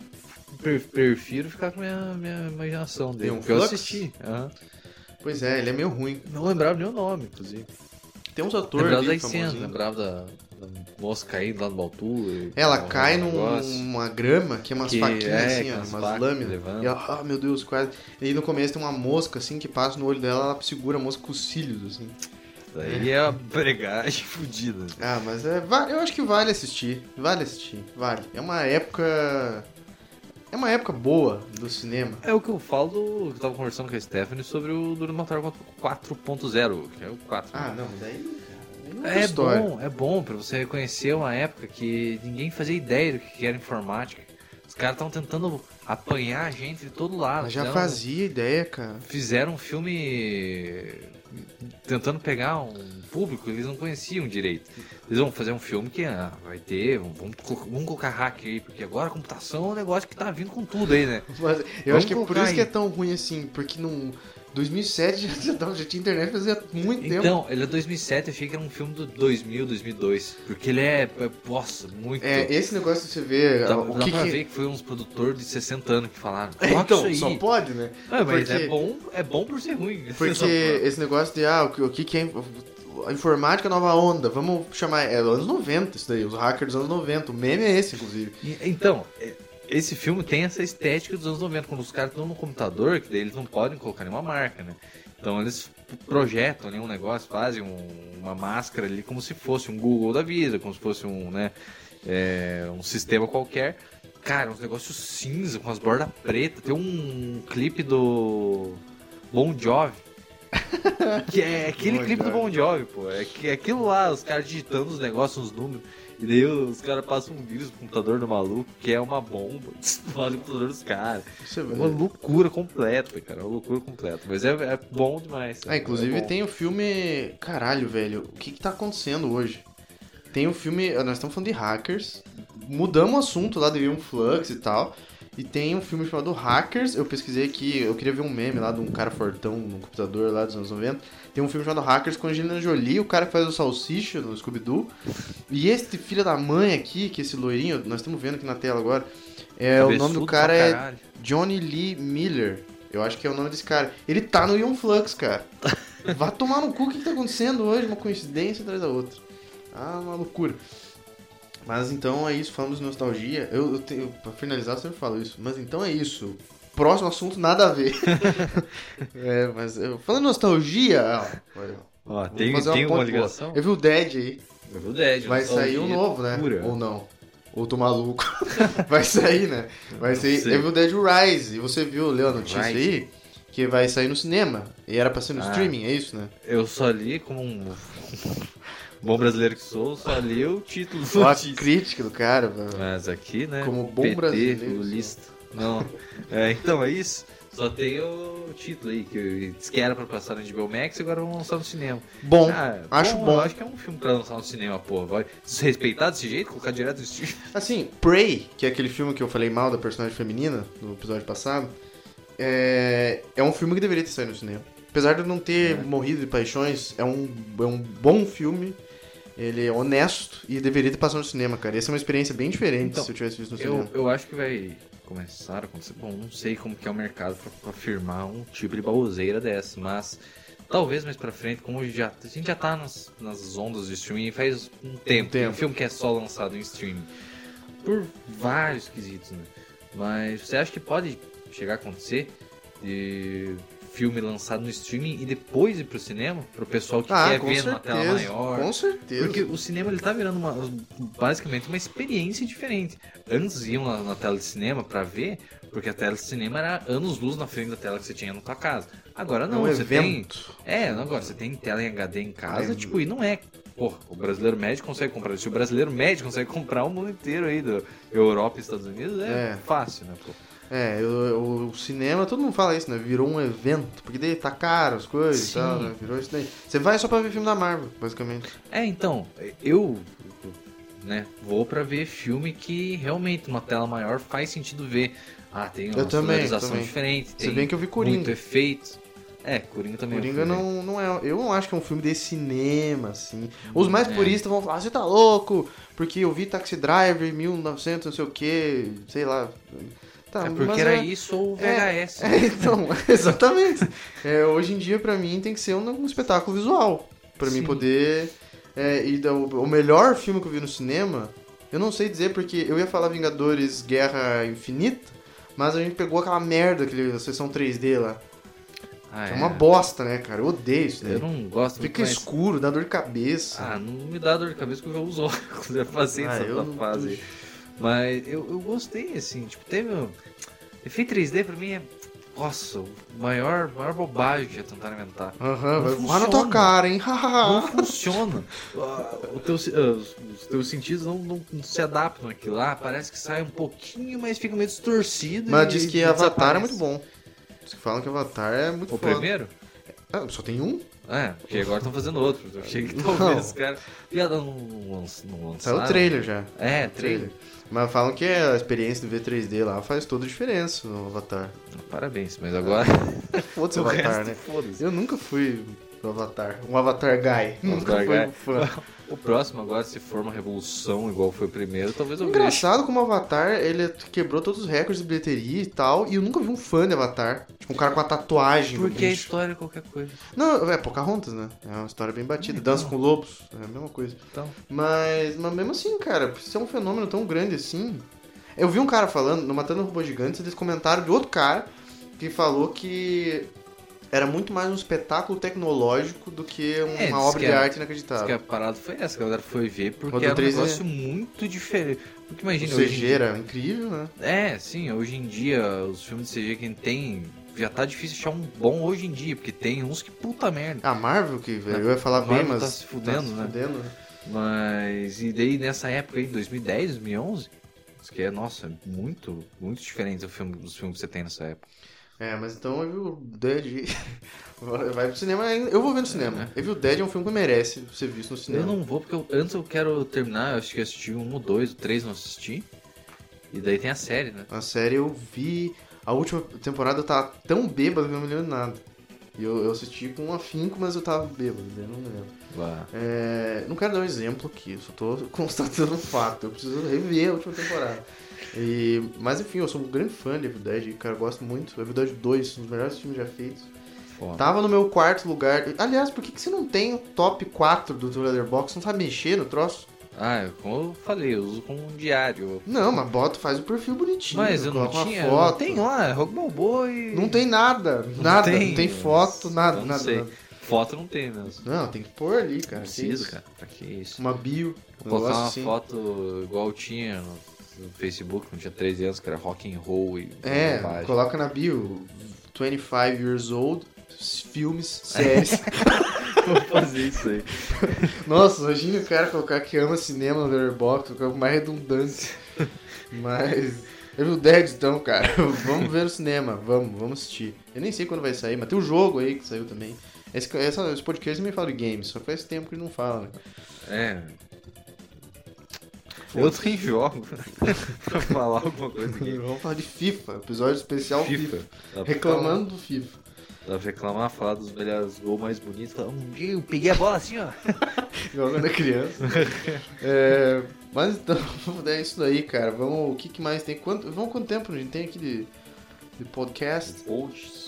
[SPEAKER 4] pre- prefiro ficar com a minha, minha imaginação dele.
[SPEAKER 3] um
[SPEAKER 4] porque eu
[SPEAKER 3] flux?
[SPEAKER 4] assisti. aham.
[SPEAKER 3] Pois é, ele é meio ruim.
[SPEAKER 4] Não lembrava nem o nome, inclusive.
[SPEAKER 3] Tem uns atores
[SPEAKER 4] Lembrava
[SPEAKER 3] ali
[SPEAKER 4] das
[SPEAKER 3] famosinhos.
[SPEAKER 4] cenas,
[SPEAKER 3] né?
[SPEAKER 4] lembrava da, da moça caindo lá no Baltu.
[SPEAKER 3] É, Ela cai num- numa grama que é umas
[SPEAKER 4] É um Que
[SPEAKER 3] faquinhas
[SPEAKER 4] é,
[SPEAKER 3] assim,
[SPEAKER 4] que
[SPEAKER 3] ó,
[SPEAKER 4] umas
[SPEAKER 3] umas
[SPEAKER 4] facas
[SPEAKER 3] lâminas.
[SPEAKER 4] levando.
[SPEAKER 3] E ela, ah, meu Deus, quase. E aí no começo tem uma mosca assim que passa no olho dela, ela segura a mosca com os cílios, assim.
[SPEAKER 4] Daí é a bregagem fodida.
[SPEAKER 3] Ah, mas é, va- eu acho que vale assistir. Vale assistir, vale. É uma época. É uma época boa do cinema.
[SPEAKER 4] É o que eu falo, eu tava conversando com a Stephanie sobre o Duro Matar 4.0, que é o 4. né?
[SPEAKER 3] Ah, não, mas daí. cara, aí outra
[SPEAKER 4] É
[SPEAKER 3] história.
[SPEAKER 4] bom, é bom pra você reconhecer uma época que ninguém fazia ideia do que era informática. Os caras estavam tentando apanhar a gente de todo lado.
[SPEAKER 3] Ela já
[SPEAKER 4] então,
[SPEAKER 3] fazia ideia, cara.
[SPEAKER 4] Fizeram um filme tentando pegar um público que eles não conheciam direito. Eles vão fazer um filme que ah, vai ter, vamos, vamos co- vamos colocar hack aí, porque agora a computação é um negócio que tá vindo com tudo aí, né?
[SPEAKER 3] Mas eu
[SPEAKER 4] Vamos
[SPEAKER 3] acho que é por
[SPEAKER 4] colocar
[SPEAKER 3] isso que é
[SPEAKER 4] aí.
[SPEAKER 3] tão ruim assim, porque não. 2007 já, já, tava- já tinha internet fazia muito um tempo.
[SPEAKER 4] Então, ele é 2007, eu achei que era um filme do 2000, 2002, porque ele é, é nossa, muito...
[SPEAKER 3] É, esse negócio de você ver
[SPEAKER 4] então. Dá,
[SPEAKER 3] ó, É, o
[SPEAKER 4] dá
[SPEAKER 3] que
[SPEAKER 4] pra
[SPEAKER 3] que.
[SPEAKER 4] ver que foi uns produtores de 60 anos que falaram.
[SPEAKER 3] É,
[SPEAKER 4] "Coloca
[SPEAKER 3] então,
[SPEAKER 4] isso
[SPEAKER 3] só
[SPEAKER 4] aí.
[SPEAKER 3] pode, né?
[SPEAKER 4] Ah, mas
[SPEAKER 3] porque-
[SPEAKER 4] é bom, é bom por ser ruim.
[SPEAKER 3] Porque esse negócio de, ah, o que, o que que é. A informática é nova onda, vamos chamar. É anos 90 isso daí, os hackers dos anos 90. O meme é esse, inclusive.
[SPEAKER 4] E- Então, é- esse filme tem essa estética dos anos 90, quando os caras estão no computador, que daí eles não podem colocar nenhuma marca, né? Então eles projetam ali um negócio, fazem um- uma máscara ali como se fosse um Google da vida, como se fosse um, né, é, um sistema qualquer. Cara, uns negócios cinza, com as bordas pretas. Tem um clipe do Bon Jovi. Que é aquele
[SPEAKER 3] Bon
[SPEAKER 4] clipe do
[SPEAKER 3] Jovi.
[SPEAKER 4] Bon Jovi, pô. É que- é aquilo lá, os caras digitando os negócios, os números. E daí os caras passam um vírus pro computador do maluco, que é uma bomba, explode o computador dos caras.
[SPEAKER 3] Você
[SPEAKER 4] É uma loucura completa, cara. É uma loucura completa. Mas é, é bom demais.
[SPEAKER 3] Ah, inclusive
[SPEAKER 4] é bom.
[SPEAKER 3] tem o filme. um eh, Caralho, velho, o que, que tá acontecendo hoje? Tem o filme. Nós estamos falando de hackers, mudamos o assunto lá, devia um flux e tal. E tem um filme chamado Hackers. Eu pesquisei aqui, eu queria ver um meme lá de um cara fortão no computador lá dos anos 90. Tem um filme chamado Hackers com Angelina Jolie, o cara que faz o Salsicha no Scooby-Doo. E este filho da mãe aqui, que esse loirinho, nós estamos vendo aqui na tela agora, é, o nome do cara é Johnny Lee Miller. Eu acho que é o nome desse cara. Ele tá no Ion Flux, cara. Vá tomar no cu o que, que tá acontecendo hoje, uma coincidência atrás da outra. Ah, uma loucura. Mas então é isso, falamos de nostalgia. Eu, eu, te- eu- pra finalizar, eu sempre falo isso. Mas então é isso. Próximo assunto, nada a ver. é, mas eu, falando em nostalgia. ah, olha,
[SPEAKER 4] Ó,
[SPEAKER 3] vou
[SPEAKER 4] tem,
[SPEAKER 3] fazer
[SPEAKER 4] tem
[SPEAKER 3] ponte
[SPEAKER 4] uma ligação?
[SPEAKER 3] Boa. Eu vi o Dead aí.
[SPEAKER 4] O Dead.
[SPEAKER 3] Vai sair um novo, né?
[SPEAKER 4] Pura.
[SPEAKER 3] Ou não. Ou tô maluco. vai sair, né? Vai
[SPEAKER 4] Não
[SPEAKER 3] sair
[SPEAKER 4] sei.
[SPEAKER 3] Evil Dead Rise. E você viu, leu a notícia
[SPEAKER 4] Rise.
[SPEAKER 3] aí? Que vai sair no cinema. E era pra ser no
[SPEAKER 4] Ah.
[SPEAKER 3] streaming, é isso, né?
[SPEAKER 4] Eu só li como um bom brasileiro que sou, só li o título do
[SPEAKER 3] Ó a
[SPEAKER 4] título.
[SPEAKER 3] crítica do cara. velho.
[SPEAKER 4] Mas aqui, né?
[SPEAKER 3] Como bom
[SPEAKER 4] PT,
[SPEAKER 3] brasileiro,
[SPEAKER 4] lulista. Não. É, então é isso. Só tem o título aí, que diz que era pra passar no HBO Max e agora vão lançar no cinema.
[SPEAKER 3] Bom,
[SPEAKER 4] Ah,
[SPEAKER 3] acho bom.
[SPEAKER 4] Eu acho que é um filme pra lançar no cinema, porra. Vai desrespeitar desse jeito, colocar direto no stream.
[SPEAKER 3] Assim, Prey, que é aquele filme que eu falei mal da personagem feminina no episódio passado, é, é um filme que deveria ter saído no cinema. Apesar de eu não
[SPEAKER 4] É.
[SPEAKER 3] ter morrido de paixões, é um, é um bom filme, ele é honesto e deveria ter passado no cinema, cara. Essa é uma experiência bem diferente
[SPEAKER 4] Então,
[SPEAKER 3] se eu tivesse visto no
[SPEAKER 4] Eu,
[SPEAKER 3] cinema.
[SPEAKER 4] eu acho que vai começar a acontecer. Bom, não sei como que é o mercado pra, pra firmar um tipo de baboseira dessa, mas talvez mais pra frente, como já, a gente já tá nas, nas ondas de streaming faz um tempo. Tem um
[SPEAKER 3] tempo.
[SPEAKER 4] filme que é só lançado em streaming. Por vários quesitos, né? Mas você acha que pode chegar a acontecer de filme lançado no streaming e depois ir pro cinema? Pro pessoal que
[SPEAKER 3] Ah,
[SPEAKER 4] quer
[SPEAKER 3] com
[SPEAKER 4] ver numa tela
[SPEAKER 3] certeza,
[SPEAKER 4] maior?
[SPEAKER 3] com certeza.
[SPEAKER 4] Porque o cinema ele tá virando uma- basicamente uma experiência diferente. Antes iam lá na tela de cinema pra ver, porque a tela de cinema era anos luz na frente da tela que você tinha na tua casa. Agora não,
[SPEAKER 3] é um
[SPEAKER 4] você
[SPEAKER 3] evento.
[SPEAKER 4] tem. É, agora você tem tela em HD em casa,
[SPEAKER 3] É.
[SPEAKER 4] tipo, e não é. Porra, o brasileiro médio consegue comprar. Se o brasileiro médio consegue comprar o mundo inteiro aí, da Europa e Estados Unidos, é,
[SPEAKER 3] É.
[SPEAKER 4] fácil, né, pô?
[SPEAKER 3] É, eu- eu- o cinema, todo mundo fala isso, né? Virou um evento, porque daí tá caro as coisas e
[SPEAKER 4] Sim.
[SPEAKER 3] tal, né? Virou isso daí. Você vai só pra ver filme da Marvel, basicamente.
[SPEAKER 4] É, então, eu né, vou pra ver filme que realmente uma tela maior faz sentido ver. Ah, tem uma
[SPEAKER 3] Eu também,
[SPEAKER 4] sonorização
[SPEAKER 3] também.
[SPEAKER 4] diferente,
[SPEAKER 3] Se
[SPEAKER 4] tem
[SPEAKER 3] bem que eu vi
[SPEAKER 4] muito
[SPEAKER 3] Coringa.
[SPEAKER 4] efeito. É, Coringa também. eu
[SPEAKER 3] Coringa
[SPEAKER 4] fui ver.
[SPEAKER 3] não, não é. Eu não acho que é um filme de cinema, assim. Os mais
[SPEAKER 4] É.
[SPEAKER 3] puristas vão falar, "Ah, você tá louco, porque eu vi Taxi Driver em 1900, não sei o que, sei lá. Tá,
[SPEAKER 4] É porque
[SPEAKER 3] mas
[SPEAKER 4] era
[SPEAKER 3] é-
[SPEAKER 4] isso ou
[SPEAKER 3] é-
[SPEAKER 4] VHS.
[SPEAKER 3] É, então, exatamente. É, hoje em dia, pra mim, tem que ser um, um espetáculo visual. Pra mim
[SPEAKER 4] Sim.
[SPEAKER 3] poder. É, e da- o, o melhor filme que eu vi no cinema, eu não sei dizer porque eu ia falar Vingadores Guerra Infinita, mas a gente pegou aquela merda, aquele, a sessão 3D lá.
[SPEAKER 4] Ah,
[SPEAKER 3] É, uma bosta, né, cara? Eu odeio isso daí.
[SPEAKER 4] Eu não gosto
[SPEAKER 3] Fica
[SPEAKER 4] muito, mas-
[SPEAKER 3] escuro, dá dor de cabeça.
[SPEAKER 4] Ah, não me dá dor de cabeça que eu já uso óculos. Já passei
[SPEAKER 3] Ah,
[SPEAKER 4] dessa
[SPEAKER 3] eu não-
[SPEAKER 4] fase. aí. Mas eu, eu gostei, assim, tipo, teve. um- Efeito 3D pra mim é. Nossa, o maior, maior bobagem que já tentaram inventar.
[SPEAKER 3] Aham,
[SPEAKER 4] Não
[SPEAKER 3] vai voar na tua
[SPEAKER 4] funciona.
[SPEAKER 3] cara, hein?
[SPEAKER 4] não funciona. Ah, o teu se- ah, os- os teus sentidos não, não- não se adaptam àquilo lá. Parece que sai um pouquinho, mas fica meio distorcido.
[SPEAKER 3] Mas
[SPEAKER 4] e-
[SPEAKER 3] diz que
[SPEAKER 4] e
[SPEAKER 3] Avatar é
[SPEAKER 4] desaparece.
[SPEAKER 3] muito bom. Diz que falam que Avatar é muito
[SPEAKER 4] O
[SPEAKER 3] foda.
[SPEAKER 4] primeiro?
[SPEAKER 3] Ah, só tem um?
[SPEAKER 4] É, porque agora estão fazendo outro. Eu achei que talvez, cara. Piada não, não, lança- não
[SPEAKER 3] Saiu
[SPEAKER 4] lançaram.
[SPEAKER 3] o trailer já.
[SPEAKER 4] É, trailer.
[SPEAKER 3] Mas falam que é a experiência do V3D lá faz toda a diferença no Avatar.
[SPEAKER 4] Então, Parabéns, mas agora.
[SPEAKER 3] Foda-se
[SPEAKER 4] o
[SPEAKER 3] o Avatar,
[SPEAKER 4] resto,
[SPEAKER 3] né?
[SPEAKER 4] foda-se.
[SPEAKER 3] Eu nunca fui pro Avatar. Um Avatar Guy.
[SPEAKER 4] Um
[SPEAKER 3] nunca
[SPEAKER 4] Avatar
[SPEAKER 3] fui
[SPEAKER 4] guy.
[SPEAKER 3] um fã.
[SPEAKER 4] O próximo agora, se for uma revolução igual foi o primeiro, talvez eu veja.
[SPEAKER 3] Engraçado como o Avatar, ele quebrou todos os recordes de bilheteria e tal, e eu nunca vi um fã de Avatar. Tipo, um cara com a tatuagem. no
[SPEAKER 4] Porque a
[SPEAKER 3] bicho.
[SPEAKER 4] história é qualquer coisa.
[SPEAKER 3] Não, é Pocahontas, né? É uma história bem batida. Dança com lobos, é a mesma coisa.
[SPEAKER 4] Então,
[SPEAKER 3] Mas, mas mesmo assim, cara, por ser um fenômeno tão grande assim. Eu vi um cara falando, no Matando Robô Gigantes, eles comentaram de outro cara que falou que era muito mais um espetáculo tecnológico do que um-
[SPEAKER 4] É, diz
[SPEAKER 3] uma obra
[SPEAKER 4] que
[SPEAKER 3] de
[SPEAKER 4] é-
[SPEAKER 3] arte
[SPEAKER 4] Diz que
[SPEAKER 3] inacreditável.
[SPEAKER 4] a parada foi essa, que a galera foi ver, porque
[SPEAKER 3] Rodou
[SPEAKER 4] era um
[SPEAKER 3] 3D.
[SPEAKER 4] negócio muito diferente. Porque imagina,
[SPEAKER 3] é O
[SPEAKER 4] hoje em
[SPEAKER 3] CG era incrível, né?
[SPEAKER 4] dia- É, sim, hoje em dia, os filmes de CG que tem, já tá difícil achar um bom hoje em dia, porque tem uns que puta merda.
[SPEAKER 3] A Marvel, que eu ia falar bem,
[SPEAKER 4] Marvel
[SPEAKER 3] mas.
[SPEAKER 4] tá se fudendo, né?
[SPEAKER 3] fudendo, né?
[SPEAKER 4] Mas, e daí nessa época aí, 2010, 2011, diz que é, nossa, muito, muito diferente do filme, dos filmes que você tem nessa época.
[SPEAKER 3] É, mas então Evil Dead vai pro cinema. ainda. Eu vou ver no cinema. Evil Dead é um filme que merece ser visto no
[SPEAKER 4] Eu
[SPEAKER 3] cinema.
[SPEAKER 4] não vou, porque eu- antes eu quero terminar, eu acho que eu assisti um ou dois, o três não assisti. E daí tem a série, né?
[SPEAKER 3] A série eu vi. A última temporada eu tava tão bêbado que eu não me lembro de nada. E eu, eu assisti com um afinco, mas eu tava bêbado, eu não lembro.
[SPEAKER 4] Lá.
[SPEAKER 3] É, não quero dar um exemplo aqui, eu só tô constatando um fato. Eu preciso rever a última temporada. E- mas enfim, eu sou um grande fã de Evil Dead, cara, eu gosto muito. Evil Dead 2, um dos melhores filmes já feitos.
[SPEAKER 4] Foda.
[SPEAKER 3] Tava no meu quarto lugar. Aliás, por que, que você não tem o top 4 do teu Letterboxd? Você Não sabe mexer no troço?
[SPEAKER 4] Ah, eu- como eu falei, eu uso como um diário.
[SPEAKER 3] Não, mas bota, faz o perfil bonitinho.
[SPEAKER 4] Mas eu não
[SPEAKER 3] coloca uma
[SPEAKER 4] tinha.
[SPEAKER 3] Foto.
[SPEAKER 4] Não tem lá, é Rock Balboa e.
[SPEAKER 3] Não tem nada, nada. Não tem,
[SPEAKER 4] mas-
[SPEAKER 3] foto, nada,
[SPEAKER 4] eu não
[SPEAKER 3] nada,
[SPEAKER 4] sei.
[SPEAKER 3] nada.
[SPEAKER 4] Foto não tem mesmo.
[SPEAKER 3] Não, tem que pôr ali, cara.
[SPEAKER 4] Não
[SPEAKER 3] que
[SPEAKER 4] preciso,
[SPEAKER 3] isso.
[SPEAKER 4] cara. Pra que isso?
[SPEAKER 3] Uma bio. um
[SPEAKER 4] Vou colocar
[SPEAKER 3] negócio
[SPEAKER 4] uma
[SPEAKER 3] assim.
[SPEAKER 4] foto igual tinha no Facebook, quando tinha 13 anos, que era rock and roll e
[SPEAKER 3] É,
[SPEAKER 4] bobagem.
[SPEAKER 3] coloca na bio 25 years old, filmes, séries.
[SPEAKER 4] Vou fazer isso aí.
[SPEAKER 3] Nossa, imagina o cara colocar que ama cinema no Letterboxd, fica mais redundante. mas. Evil Dead, então, cara. vamos ver no cinema, vamos, vamos assistir. Eu nem sei quando vai sair, mas tem um jogo aí que saiu também. Esse, essa, esse podcast me fala de games, só faz tempo que não fala, né?
[SPEAKER 4] É. Eu tenho jogo né? pra falar alguma coisa aqui.
[SPEAKER 3] Vamos falar de FIFA, episódio
[SPEAKER 4] É
[SPEAKER 3] especial FIFA.
[SPEAKER 4] Dá pra
[SPEAKER 3] Reclamando do FIFA.
[SPEAKER 4] falar- Dá pra reclamar, falar dos melhores gols mais bonitos. falar, Um dia eu peguei a bola assim, ó.
[SPEAKER 3] Jogando a criança. É, mas então, é isso daí, cara. Vamos, o que, que mais tem? Quanto, vamos quanto tempo a gente tem aqui de, de podcast?
[SPEAKER 4] Posts.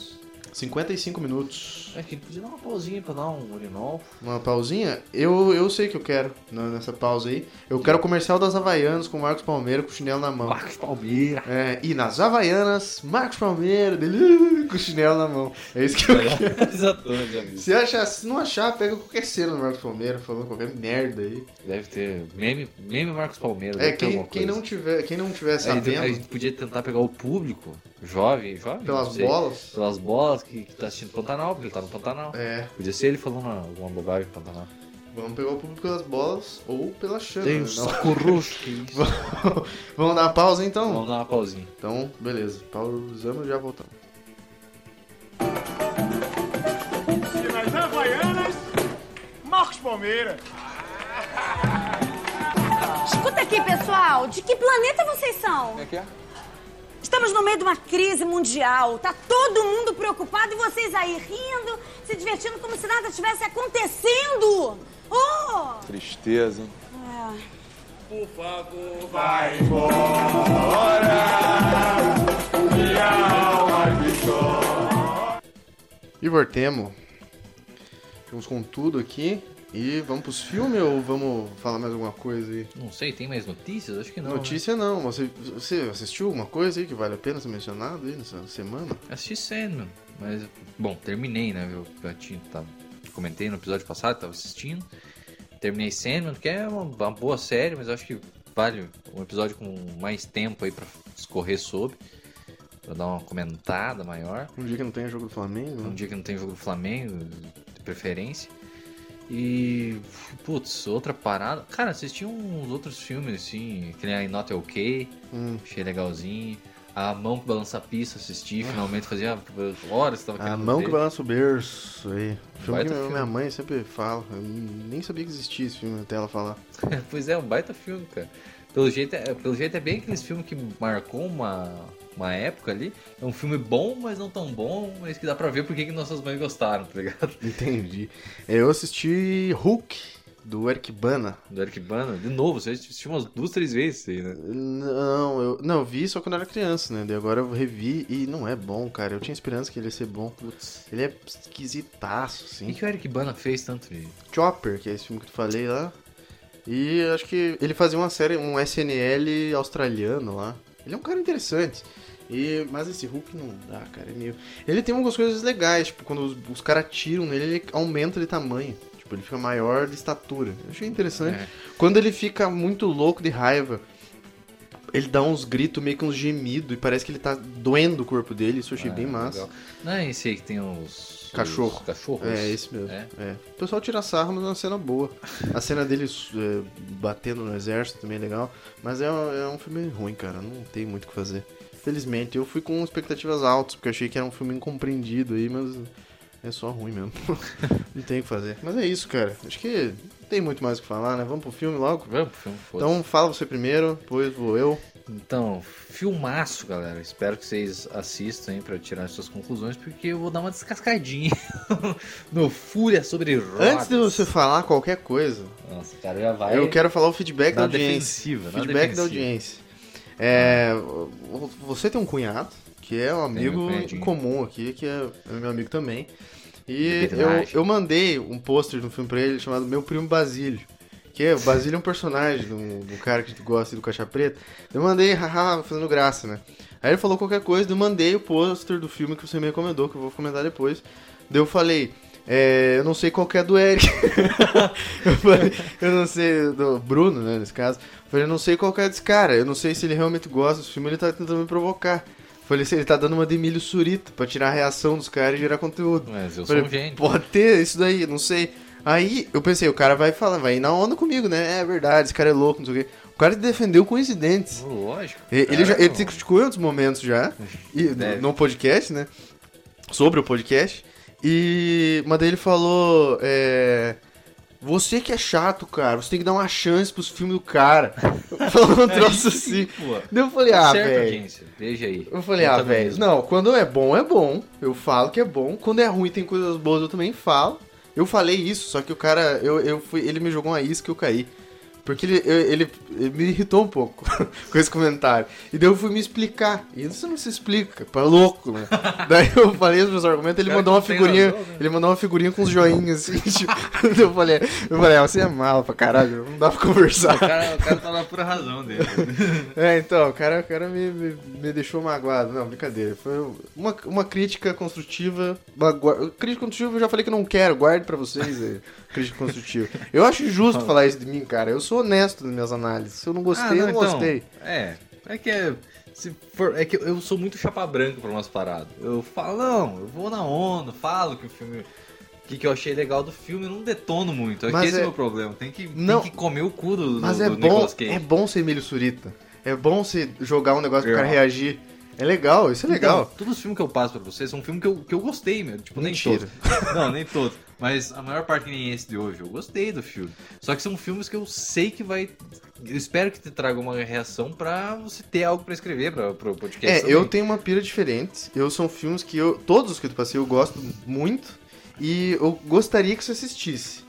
[SPEAKER 3] 55 minutos.
[SPEAKER 4] É que podia dar uma pausinha pra dar um urinol.
[SPEAKER 3] Uma pausinha? Eu, eu sei que eu quero né, nessa pausa aí. Eu quero o comercial das Havaianas com o Marcos Palmeira com o chinelo na mão.
[SPEAKER 4] Marcos Palmeira.
[SPEAKER 3] É, e nas Havaianas, Marcos Palmeira dele, com o chinelo na mão. É isso que eu quero.
[SPEAKER 4] Exatamente, amigo.
[SPEAKER 3] Se, achar, se não achar, pega qualquer cena do Marcos Palmeira falando qualquer merda aí.
[SPEAKER 4] Deve ter meme, meme Marcos Palmeira.
[SPEAKER 3] É,
[SPEAKER 4] deve ter
[SPEAKER 3] quem,
[SPEAKER 4] alguma
[SPEAKER 3] quem,
[SPEAKER 4] coisa. assim.
[SPEAKER 3] não tá tiver, quem não tiver
[SPEAKER 4] Aí,
[SPEAKER 3] sabendo,
[SPEAKER 4] A gente podia tentar pegar o público, jovem, jovem. não
[SPEAKER 3] pelas
[SPEAKER 4] sei,
[SPEAKER 3] bolas.
[SPEAKER 4] Pelas bolas que, que tá assistindo Pantanal, porque ele tá no Pantanal.
[SPEAKER 3] É,
[SPEAKER 4] Podia ser ele falando alguma bobagem pro Pantanal.
[SPEAKER 3] vamos pegar o público pelas bolas ou pela chama.
[SPEAKER 4] Tem
[SPEAKER 3] né?
[SPEAKER 4] um
[SPEAKER 3] Não.
[SPEAKER 4] saco roxo, que isso.
[SPEAKER 3] Vamos dar uma pausa então?
[SPEAKER 4] Vamos dar uma pausinha.
[SPEAKER 3] Então, beleza. Pausamos e já voltamos.
[SPEAKER 2] E nas Havaianas, Marcos Palmeira.
[SPEAKER 5] Escuta aqui, pessoal. De que planeta vocês são? Como é que é? Estamos no meio de uma crise mundial. Tá todo mundo preocupado e vocês aí rindo, se divertindo como se nada tivesse acontecendo. Oh!
[SPEAKER 6] Tristeza, hein?
[SPEAKER 3] E voltemos. Vamos com tudo aqui. E vamos pros filmes ou vamos falar mais alguma coisa aí?
[SPEAKER 4] Não sei, tem mais notícias? Acho que não.
[SPEAKER 3] Notícia não. Você, você assistiu alguma coisa aí que vale a pena ser mencionado aí nessa semana?
[SPEAKER 4] Né? Assisti Sandman, mas, bom, terminei, né? Eu já tinha, tava- comentei no episódio passado, tava assistindo. Terminei Sandman, que é uma, uma boa série, mas eu acho que vale um episódio com mais tempo aí pra discorrer sobre. Pra dar uma comentada maior.
[SPEAKER 3] Um dia que não tem jogo do Flamengo?
[SPEAKER 4] Um
[SPEAKER 3] né?
[SPEAKER 4] dia que não tem jogo do Flamengo, de preferência. E. Putz, outra parada. Cara, assisti uns outros filmes, assim. Aquele I Not OK,
[SPEAKER 3] Hum.
[SPEAKER 4] achei legalzinho. A Mão que Balança a Pista, assisti, finalmente fazia horas que tava
[SPEAKER 3] Ah. A
[SPEAKER 4] querendo
[SPEAKER 3] mão que
[SPEAKER 4] ver.
[SPEAKER 3] balança o berço aí. Filme
[SPEAKER 4] Baita
[SPEAKER 3] que minha-
[SPEAKER 4] filme.
[SPEAKER 3] minha mãe sempre fala. Eu nem sabia que existia esse filme até ela falar.
[SPEAKER 4] Pois é, um baita filme, cara. Pelo jeito, é, pelo jeito é bem aqueles filmes que marcou uma, uma época ali. É um filme bom, mas não tão bom, mas que dá pra ver porque que nossas mães gostaram, tá ligado?
[SPEAKER 3] Entendi. É, Eu assisti Hulk, do Eric Bana.
[SPEAKER 4] Do Eric Bana, de novo, você assistiu umas duas, três vezes isso aí, né?
[SPEAKER 3] Não, eu não eu vi só quando eu era criança, né? Daí agora eu revi e não é bom, cara. Eu tinha esperança que ele ia ser bom.
[SPEAKER 4] Putz.
[SPEAKER 3] Ele é esquisitaço,
[SPEAKER 4] O
[SPEAKER 3] assim.
[SPEAKER 4] É que o Eric Bana fez tanto de.
[SPEAKER 3] Chopper, que é esse filme que tu falei lá. E eu acho que ele fazia uma série, um SNL australiano lá. Ele é um cara interessante. E, mas esse Hulk não dá, cara. É meio... Ele tem algumas coisas legais, tipo, quando os, os caras tiram nele, ele aumenta de tamanho. Tipo, ele fica maior de estatura. Eu achei interessante.
[SPEAKER 4] É.
[SPEAKER 3] Quando ele fica muito louco de raiva, ele dá uns gritos, meio que uns gemidos, e parece que ele tá doendo o corpo dele. Isso eu achei
[SPEAKER 4] Ah,
[SPEAKER 3] bem massa.
[SPEAKER 4] legal. Não é esse aí que tem os.
[SPEAKER 3] Cachorro.
[SPEAKER 4] os cachorros?
[SPEAKER 3] É, esse mesmo.
[SPEAKER 4] É?
[SPEAKER 3] É. O pessoal tira sarro, mas é uma cena boa. A cena dele é, batendo no exército também é legal. Mas é, um- é um filme ruim, cara. Não tem muito o que fazer. Felizmente, eu fui com expectativas altas, porque eu achei que era um filme incompreendido aí, mas é só ruim mesmo. não tem o que fazer. Mas é isso, cara. Acho que não tem muito mais o que falar, né? Vamos pro filme logo?
[SPEAKER 4] Vamos pro filme, foda
[SPEAKER 3] Então fala você primeiro, depois vou eu.
[SPEAKER 4] Então, filmaço, galera. Espero que vocês assistam aí pra tirar suas conclusões, porque eu vou dar uma descascadinha no Fúria sobre Rodas.
[SPEAKER 3] Antes de você falar qualquer coisa,
[SPEAKER 4] Nossa, o cara já vai...
[SPEAKER 3] eu quero falar o feedback da
[SPEAKER 4] na
[SPEAKER 3] audiência.
[SPEAKER 4] defensiva, na
[SPEAKER 3] Feedback da
[SPEAKER 4] defensiva. Ah.
[SPEAKER 3] audiência. É, o- você tem um cunhado, que é um amigo
[SPEAKER 4] meu cunhadinho.
[SPEAKER 3] comum aqui, que é é meu amigo também. E
[SPEAKER 4] Bebê do
[SPEAKER 3] eu,
[SPEAKER 4] laje.
[SPEAKER 3] eu mandei um pôster de um filme pra ele chamado Meu Primo Basílio. Que é, o Basílio é um personagem do, do cara que gosta do Caixa Preta. Eu mandei, haha, fazendo graça, né? Aí ele falou qualquer coisa, eu mandei o pôster do filme que você me recomendou, que eu vou comentar depois. Daí eu falei, é, eu não sei qual que é do Eric. eu falei, eu não sei, do Bruno, né, nesse caso. Eu falei, eu não sei qual que é desse cara, eu não sei se ele realmente gosta desse filme, ele tá tentando me provocar. Eu falei, ele tá dando uma de milho surita pra tirar a reação dos caras e gerar conteúdo.
[SPEAKER 4] Mas eu sou
[SPEAKER 3] Falei,
[SPEAKER 4] um gênio.
[SPEAKER 3] Pode ter isso daí, não sei. Aí eu pensei, o cara vai falar, vai ir na onda comigo, né? É verdade, esse cara é louco, não sei o quê. O cara defendeu com os dentes.
[SPEAKER 4] Lógico.
[SPEAKER 3] E- Ele, já,
[SPEAKER 4] cara,
[SPEAKER 3] ele
[SPEAKER 4] não.
[SPEAKER 3] te criticou em outros momentos já, e,
[SPEAKER 4] Deve.
[SPEAKER 3] no, no podcast, né? Sobre o podcast. E. Mas daí ele falou. É, você que é chato, cara, você tem que dar uma chance pros filmes do cara. Falou um troço assim.
[SPEAKER 4] Pô,
[SPEAKER 3] Daí eu falei, ah,
[SPEAKER 4] tá certo,
[SPEAKER 3] velho.
[SPEAKER 4] audiência. Veja aí.
[SPEAKER 3] Eu falei, ah, velho,
[SPEAKER 4] Protagonismo.
[SPEAKER 3] não, quando é bom, é bom. Eu falo que é bom. Quando é ruim, tem coisas boas, eu também falo. Eu falei isso, só que o cara, eu, eu fui, ele me jogou uma isca e eu caí. Porque ele, eu- ele, ele me irritou um pouco com esse comentário. E daí eu fui me explicar. E isso não se explica, pá, louco, né? daí eu falei os meus argumentos, ele
[SPEAKER 4] Cara
[SPEAKER 3] mandou
[SPEAKER 4] que
[SPEAKER 3] uma
[SPEAKER 4] não tem
[SPEAKER 3] figurinha.
[SPEAKER 4] razão, né?
[SPEAKER 3] Ele mandou uma figurinha com os joinhas, assim, tipo. eu falei, eu falei, ah, você é mala pra caralho, não dá pra conversar.
[SPEAKER 4] O cara, o cara tá na pura razão dele.
[SPEAKER 3] É, então, o cara, o cara me, me, me deixou magoado. Não, brincadeira. Foi um, uma, uma crítica construtiva. Uma, gua- crítica construtiva eu já falei que não quero, guarde pra vocês. é, crítica construtiva. Eu acho justo falar isso de mim, cara. Eu sou honesto nas minhas análises. Se eu não gostei,
[SPEAKER 4] Ah,
[SPEAKER 3] eu não
[SPEAKER 4] então,
[SPEAKER 3] gostei.
[SPEAKER 4] É, é que é. se for- é que eu sou muito chapa branca pra umas paradas. Eu falo, não, eu vou na onda, falo que o filme. O que, que eu achei legal do filme, eu não detono muito. É que
[SPEAKER 3] Mas
[SPEAKER 4] esse é
[SPEAKER 3] é-
[SPEAKER 4] o meu problema. Tem que, tem
[SPEAKER 3] Não.
[SPEAKER 4] que comer o cu do,
[SPEAKER 3] Mas
[SPEAKER 4] do,
[SPEAKER 3] é
[SPEAKER 4] do
[SPEAKER 3] bom,
[SPEAKER 4] Nicolas Cage.
[SPEAKER 3] é bom ser milho surita. É bom se jogar um negócio pro cara
[SPEAKER 4] Eu-
[SPEAKER 3] reagir. É legal, isso é legal.
[SPEAKER 4] Então, todos os filmes que eu passo pra vocês são filmes que eu, que eu gostei, meu. Tipo,
[SPEAKER 3] Mentira.
[SPEAKER 4] nem todos. Não, nem todos. Mas a maior parte que nem esse de hoje. Eu gostei do filme. Só que são filmes que eu sei que vai. Eu espero que te traga uma reação pra você ter algo pra escrever pra, pro podcast.
[SPEAKER 3] É, eu
[SPEAKER 4] também. então.
[SPEAKER 3] tenho uma pira diferente. Eu são filmes que eu. Todos os que eu passei eu gosto muito. E eu gostaria que você assistisse.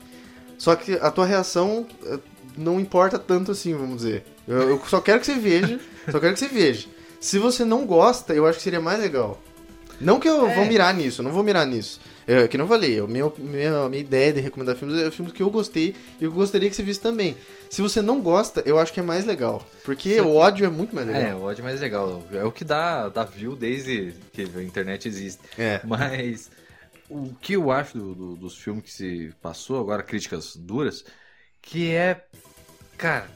[SPEAKER 3] Só que a tua reação eh, não importa tanto assim, vamos dizer. Eu, eu só quero que você veja. só quero que você veja. Se você não gosta, eu acho que seria mais legal. Não que eu
[SPEAKER 4] É.
[SPEAKER 3] vou mirar nisso, eu não vou mirar nisso. É, que não falei, a minha, minha, minha ideia de recomendar filmes é filmes que eu gostei e eu gostaria que você visse também. Se você não gosta, eu acho que é mais legal. Porque o ódio é muito mais
[SPEAKER 4] É,
[SPEAKER 3] legal.
[SPEAKER 4] o ódio é mais legal. É o que dá, dá view desde que a internet existe.
[SPEAKER 3] É.
[SPEAKER 4] Mas o que eu acho do- do- dos filmes que se passou, agora críticas duras, que é. Cara.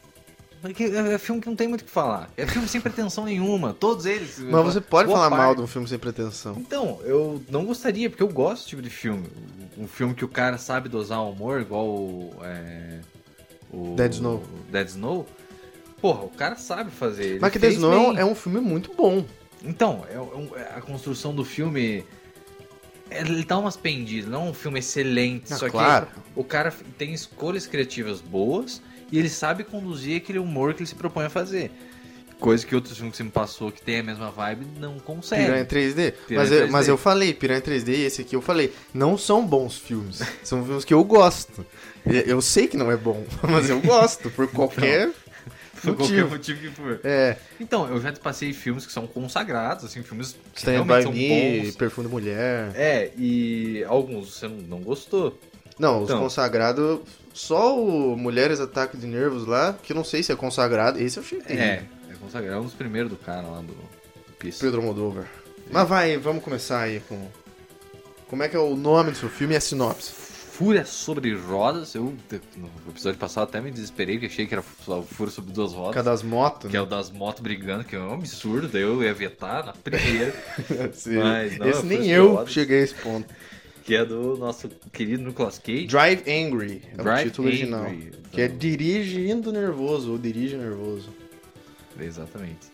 [SPEAKER 4] é que- É filme que não tem muito o que falar. É filme sem pretensão nenhuma. Todos eles.
[SPEAKER 3] Mas você pode
[SPEAKER 4] boa
[SPEAKER 3] falar mal
[SPEAKER 4] parte.
[SPEAKER 3] de um filme sem pretensão.
[SPEAKER 4] Então, eu não gostaria, porque eu gosto desse tipo de filme. Um filme que o cara sabe dosar o humor, igual o. é, o-
[SPEAKER 3] Dead Snow.
[SPEAKER 4] o Dead Snow. Porra, o cara sabe fazer. ele
[SPEAKER 3] Mas que
[SPEAKER 4] fez
[SPEAKER 3] Deus não é um-
[SPEAKER 4] bem.
[SPEAKER 3] é um filme muito bom.
[SPEAKER 4] Então, é um- é a construção do filme. Ele dá umas pendidas, não é um filme excelente,
[SPEAKER 3] Ah,
[SPEAKER 4] só
[SPEAKER 3] claro.
[SPEAKER 4] que o cara tem escolhas criativas boas e ele sabe conduzir aquele humor que ele se propõe a fazer. Coisa que outros filmes que você me passou que tem a mesma vibe não
[SPEAKER 3] Piranha
[SPEAKER 4] consegue.
[SPEAKER 3] 3D.
[SPEAKER 4] Piranha
[SPEAKER 3] mas, eu,
[SPEAKER 4] 3D.
[SPEAKER 3] mas eu falei, Piranha 3D e esse aqui eu falei. Não são bons filmes. São filmes que eu gosto. E Eu sei que não é bom, mas eu gosto, por qualquer.
[SPEAKER 4] Por qualquer
[SPEAKER 3] motivo.
[SPEAKER 4] motivo que for.
[SPEAKER 3] É,
[SPEAKER 4] Então, eu já te passei filmes que são consagrados, assim, filmes que
[SPEAKER 3] Stand
[SPEAKER 4] realmente
[SPEAKER 3] By
[SPEAKER 4] são
[SPEAKER 3] Me,
[SPEAKER 4] bons.
[SPEAKER 3] Perfume da Mulher.
[SPEAKER 4] É, e alguns você não, não gostou.
[SPEAKER 3] Não, os
[SPEAKER 4] Então.
[SPEAKER 3] consagrados. Só o Mulheres Ataque de Nervos lá, que eu não sei se é consagrado. Esse eu achei
[SPEAKER 4] É,
[SPEAKER 3] terrível.
[SPEAKER 4] é consagrado, é um dos primeiros do cara lá do Piso.
[SPEAKER 3] Pedro Moldova. Mas vai, vamos começar aí com. Como é que é o nome do seu filme e a sinopse?
[SPEAKER 4] Fúria sobre rodas. Eu, no episódio passado, até me desesperei, porque achei que era só o Fúria sobre duas rodas.
[SPEAKER 3] Por causa das motos,
[SPEAKER 4] Que é o das motos brigando, que é um absurdo. Daí eu ia vetar na primeira,
[SPEAKER 3] Sim.
[SPEAKER 4] Mas não,
[SPEAKER 3] né? Esse
[SPEAKER 4] é
[SPEAKER 3] nem
[SPEAKER 4] Fast
[SPEAKER 3] eu
[SPEAKER 4] Furious.
[SPEAKER 3] cheguei a esse ponto.
[SPEAKER 4] que é do nosso querido Nicolas Cage.
[SPEAKER 3] Drive Angry é
[SPEAKER 4] Drive
[SPEAKER 3] o título
[SPEAKER 4] Angry,
[SPEAKER 3] original.
[SPEAKER 4] então. É
[SPEAKER 3] Que é Dirige Indo Nervoso, ou Dirige Nervoso.
[SPEAKER 4] Exatamente.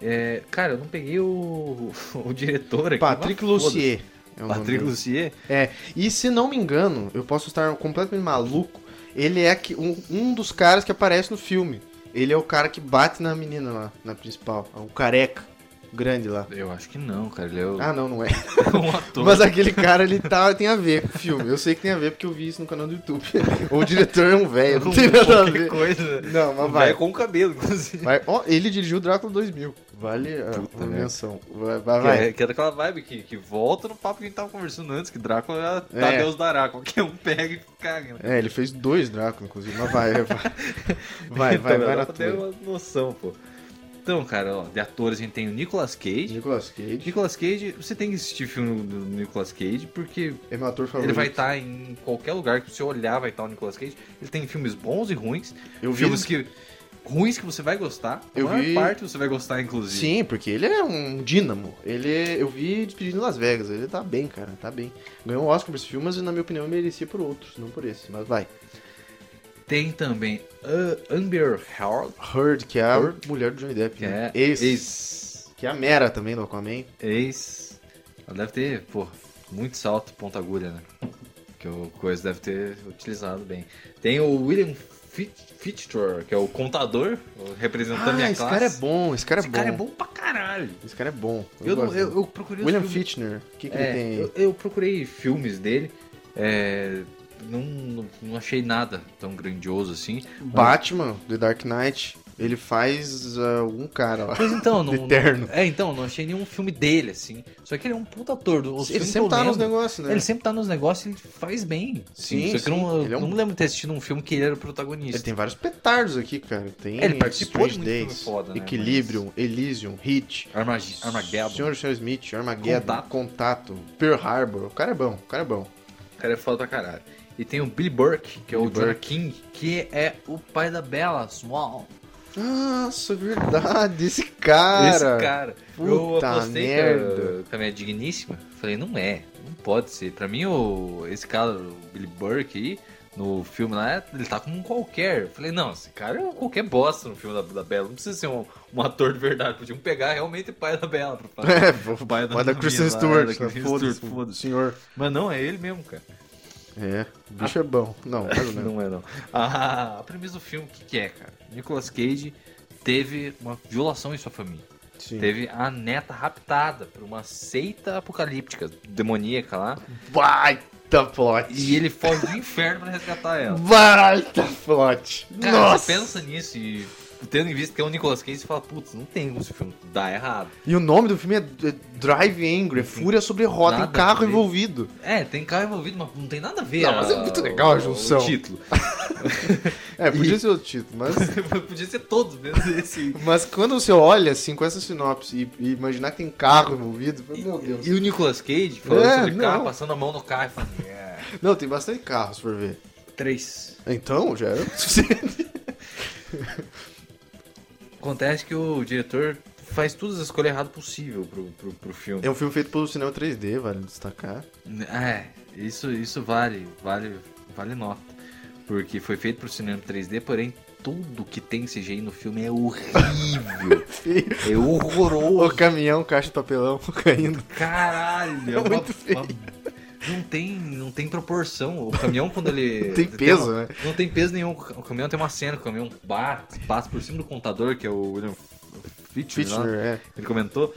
[SPEAKER 4] É, cara, eu não peguei o, o diretor aqui.
[SPEAKER 3] Patrick
[SPEAKER 4] mas foda-se.
[SPEAKER 3] Lucier. é o nome
[SPEAKER 4] Patrick
[SPEAKER 3] dele.
[SPEAKER 4] Lucier?
[SPEAKER 3] É, e se não me engano, eu posso estar completamente maluco, ele é que- um, um dos caras que aparece no filme. Ele é o cara que bate na menina lá, na principal. O careca, o grande lá.
[SPEAKER 4] Eu acho que não, cara. Ele é o-
[SPEAKER 3] Ah, não, não é.
[SPEAKER 4] um ator.
[SPEAKER 3] Mas aquele cara, ele tá, tem a ver com o filme. Eu sei que tem a ver porque eu vi isso no canal do YouTube. o diretor é um velho, não tem nada a
[SPEAKER 4] Qualquer
[SPEAKER 3] ver.
[SPEAKER 4] coisa.
[SPEAKER 3] Não, mas
[SPEAKER 4] Um
[SPEAKER 3] vai.
[SPEAKER 4] velho com o cabelo, inclusive.
[SPEAKER 3] Vai- ó, ele dirigiu o Drácula 2000. Vale a,
[SPEAKER 4] Puta
[SPEAKER 3] a
[SPEAKER 4] merda.
[SPEAKER 3] menção. Vai, vai,
[SPEAKER 4] Que
[SPEAKER 3] vai.
[SPEAKER 4] é, que é daquela vibe que, que volta no papo que a gente tava conversando antes, que Drácula é tá
[SPEAKER 3] É.
[SPEAKER 4] Deus dará, qualquer um pega e caga, né?
[SPEAKER 3] É, ele fez dois Drácula, inclusive. Mas vai, vai. É, Vai, vai, vai,
[SPEAKER 4] Então, dá
[SPEAKER 3] na
[SPEAKER 4] pra ter
[SPEAKER 3] tua.
[SPEAKER 4] uma noção, pô. Então, cara, ó, de atores a gente tem o Nicolas Cage.
[SPEAKER 3] Nicolas Cage
[SPEAKER 4] Nicolas Cage, você tem que assistir filme do Nicolas Cage, porque
[SPEAKER 3] é meu ator favorito.
[SPEAKER 4] ele vai tá- estar em qualquer lugar que você olhar, vai estar o Nicolas Cage. Ele tem filmes bons e ruins.
[SPEAKER 3] Eu vi um
[SPEAKER 4] filmes que. ruins que você vai gostar. A
[SPEAKER 3] Eu
[SPEAKER 4] maior
[SPEAKER 3] vi-
[SPEAKER 4] parte você vai gostar, inclusive.
[SPEAKER 3] Sim, porque ele é um dínamo. Ele, eu vi Despedido em Las Vegas. Ele tá bem, cara, tá bem. Ganhou um Oscar por esse filme, mas na minha opinião merecia por outros, não por esse. Mas vai.
[SPEAKER 4] Tem também uh, Amber Heard,
[SPEAKER 3] Heard, que é a
[SPEAKER 4] Heard.
[SPEAKER 3] mulher do Johnny Depp.
[SPEAKER 4] que
[SPEAKER 3] né?
[SPEAKER 4] é
[SPEAKER 3] Ex,
[SPEAKER 4] ex.
[SPEAKER 3] Que é a Mera também do Aquaman.
[SPEAKER 4] Ex. Ela deve ter, pô, muito salto, ponta agulha, né? Que o Coisa deve ter utilizado bem. Tem o William Fit- Fitzgerald, que é o contador, o representante da
[SPEAKER 3] Ah,
[SPEAKER 4] minha
[SPEAKER 3] esse
[SPEAKER 4] classe.
[SPEAKER 3] cara é bom, esse cara é
[SPEAKER 4] Esse
[SPEAKER 3] bom.
[SPEAKER 4] cara é bom pra caralho.
[SPEAKER 3] Esse cara é bom.
[SPEAKER 4] Eu, não-
[SPEAKER 3] gosto
[SPEAKER 4] eu-
[SPEAKER 3] dele.
[SPEAKER 4] eu procurei os
[SPEAKER 3] William
[SPEAKER 4] filmes-
[SPEAKER 3] Fichtner, o que, que ele
[SPEAKER 4] É,
[SPEAKER 3] tem?
[SPEAKER 4] eu, eu procurei filmes dele, é, não, não- não achei nada tão grandioso assim.
[SPEAKER 3] Batman, The Dark Knight, ele faz ah, um cara lá.
[SPEAKER 4] Pois então, não,
[SPEAKER 3] Eterno.
[SPEAKER 4] é, então, não achei nenhum filme dele, assim. Só que ele é um puta ator. Os
[SPEAKER 3] Ele
[SPEAKER 4] filmes que
[SPEAKER 3] sempre
[SPEAKER 4] eu
[SPEAKER 3] tá nos
[SPEAKER 4] lembro-
[SPEAKER 3] negócios, né?
[SPEAKER 4] Ele sempre tá nos negócios e ele faz bem.
[SPEAKER 3] Sim,
[SPEAKER 4] Só que eu
[SPEAKER 3] sim,
[SPEAKER 4] não, eu
[SPEAKER 3] ele é um-
[SPEAKER 4] não me lembro de ter assistido um filme que ele era o protagonista.
[SPEAKER 3] Ele tem vários petardos aqui, cara. Tem
[SPEAKER 4] É, ele participou de
[SPEAKER 3] Strange
[SPEAKER 4] muito filme
[SPEAKER 3] Days,
[SPEAKER 4] foda, né,
[SPEAKER 3] Equilibrium, Elysium, Hit,
[SPEAKER 4] Armag- Armageddon.
[SPEAKER 3] Senhor e Senhor Smith, Armageddon,
[SPEAKER 4] Contato.
[SPEAKER 3] Contato. Pearl Harbor. O cara é bom, o cara é bom.
[SPEAKER 4] O cara é foda pra caralho. E tem o Billy Burke, que é o
[SPEAKER 3] Billy
[SPEAKER 4] John
[SPEAKER 3] Burke.
[SPEAKER 4] King, que é o pai da Bella Swan.
[SPEAKER 3] Nossa, verdade. Esse cara.
[SPEAKER 4] Esse cara. eu
[SPEAKER 3] puta
[SPEAKER 4] apostei
[SPEAKER 3] merda.
[SPEAKER 4] Com, a, com a minha digníssima. Falei, não é. Não pode ser. Pra mim, o, esse cara, o Billy Burke aí, no filme lá, ele tá como um qualquer. Falei, não, esse cara é um qualquer bosta no filme da, da Bella. Não precisa ser um, um ator de verdade. Podiam pegar realmente o pai da Bella pra fazer.
[SPEAKER 3] É, o
[SPEAKER 4] pai
[SPEAKER 3] pai
[SPEAKER 4] da
[SPEAKER 3] da
[SPEAKER 4] menina
[SPEAKER 3] Kristen
[SPEAKER 4] lá,
[SPEAKER 3] Stewart.
[SPEAKER 4] da
[SPEAKER 3] cara,
[SPEAKER 4] Kristen
[SPEAKER 3] Foda-se,
[SPEAKER 4] Stewart, foda-se.
[SPEAKER 3] senhor.
[SPEAKER 4] Mas não, é ele mesmo, cara.
[SPEAKER 3] É, o bicho é bom. Não, mais ou menos.
[SPEAKER 4] Não é, não. Ah, a premissa do filme, o que, que é, cara? Nicolas Cage teve uma violação em sua família.
[SPEAKER 3] Sim.
[SPEAKER 4] Teve a neta raptada por uma seita apocalíptica, demoníaca lá.
[SPEAKER 3] Baita plot.
[SPEAKER 4] E ele foge do inferno pra resgatar ela.
[SPEAKER 3] Baita plot.
[SPEAKER 4] Cara,
[SPEAKER 3] Nossa.
[SPEAKER 4] você pensa nisso e tendo em vista que é o Nicolas Cage, você fala, putz, não tem como esse filme dar errado.
[SPEAKER 3] E o nome do filme é é Drive Angry, é Fúria sobre Roda,
[SPEAKER 4] Nada
[SPEAKER 3] tem carro
[SPEAKER 4] a ver.
[SPEAKER 3] envolvido.
[SPEAKER 4] É, tem carro envolvido, mas não tem nada a ver.
[SPEAKER 3] Não, mas é muito legal a
[SPEAKER 4] o-
[SPEAKER 3] junção.
[SPEAKER 4] O título.
[SPEAKER 3] É, podia ser outro título, mas...
[SPEAKER 4] Podia ser todos, assim. menos esse.
[SPEAKER 3] Mas quando você olha, assim, com essa sinopse e, e imaginar que tem carro envolvido, fala, meu Deus.
[SPEAKER 4] E o Nicolas Cage falando
[SPEAKER 3] É,
[SPEAKER 4] sobre carro,
[SPEAKER 3] não.
[SPEAKER 4] passando a mão no carro e falando, yeah.
[SPEAKER 3] Não, tem bastante carro, se for ver.
[SPEAKER 4] Três.
[SPEAKER 3] Então, já é o suficiente.
[SPEAKER 4] Acontece que o diretor faz todas as escolhas erradas possível pro, pro, pro filme.
[SPEAKER 3] É um filme feito pelo cinema 3D, vale destacar.
[SPEAKER 4] É, isso, isso vale, vale, vale nota. Porque foi feito pro cinema 3D, porém tudo que tem CGI no filme é horrível.
[SPEAKER 3] Feio.
[SPEAKER 4] é horroroso.
[SPEAKER 3] O caminhão, caixa de papelão caindo.
[SPEAKER 4] Caralho, é uma-
[SPEAKER 3] muito feio.
[SPEAKER 4] uma- não tem, não tem proporção. O caminhão quando ele
[SPEAKER 3] Tem peso,
[SPEAKER 4] uma-
[SPEAKER 3] né?
[SPEAKER 4] Não tem peso nenhum. O caminhão tem uma cena, que o caminhão bate, passa por cima do contador, que é o William Fitchner, lá.
[SPEAKER 3] Fitchner, é.
[SPEAKER 4] ele comentou.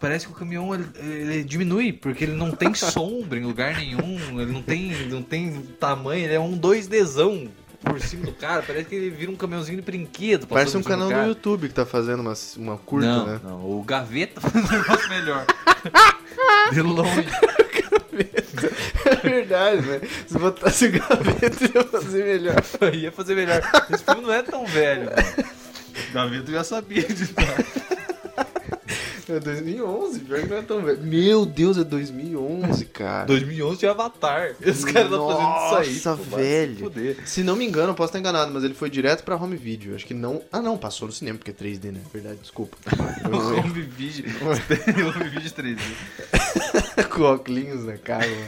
[SPEAKER 4] Parece que o caminhão ele, ele diminui, porque ele não tem sombra em lugar nenhum, ele não tem, não tem tamanho, ele é um 2Dzão por cima do cara, parece que ele vira um caminhãozinho de brinquedo. passando
[SPEAKER 3] Parece um
[SPEAKER 4] por cima
[SPEAKER 3] canal
[SPEAKER 4] cara.
[SPEAKER 3] no YouTube que tá fazendo uma, uma curta,
[SPEAKER 4] não,
[SPEAKER 3] né?
[SPEAKER 4] Não, o Gaveta faz um negócio melhor. de longe.
[SPEAKER 3] É verdade, né? Se botasse o gaveta, ia fazer melhor.
[SPEAKER 4] Ia fazer melhor. Esse filme não é tão velho. mano. O Gaveta já sabia de
[SPEAKER 3] É 2011, pior que não é tão velho. Meu Deus, é 2011, cara.
[SPEAKER 4] 2011 tinha Avatar. Esse cara tá fazendo isso aí.
[SPEAKER 3] Nossa,
[SPEAKER 4] pô, vai se
[SPEAKER 3] velho.
[SPEAKER 4] fuder.
[SPEAKER 3] Se não me engano, eu posso estar enganado, mas ele foi direto pra home video. Acho que não. Ah, não, passou no cinema, porque é 3D, né? Verdade, desculpa. um
[SPEAKER 4] O Home Video. O Home Video 3D. é
[SPEAKER 3] Com óculos na cara. mano.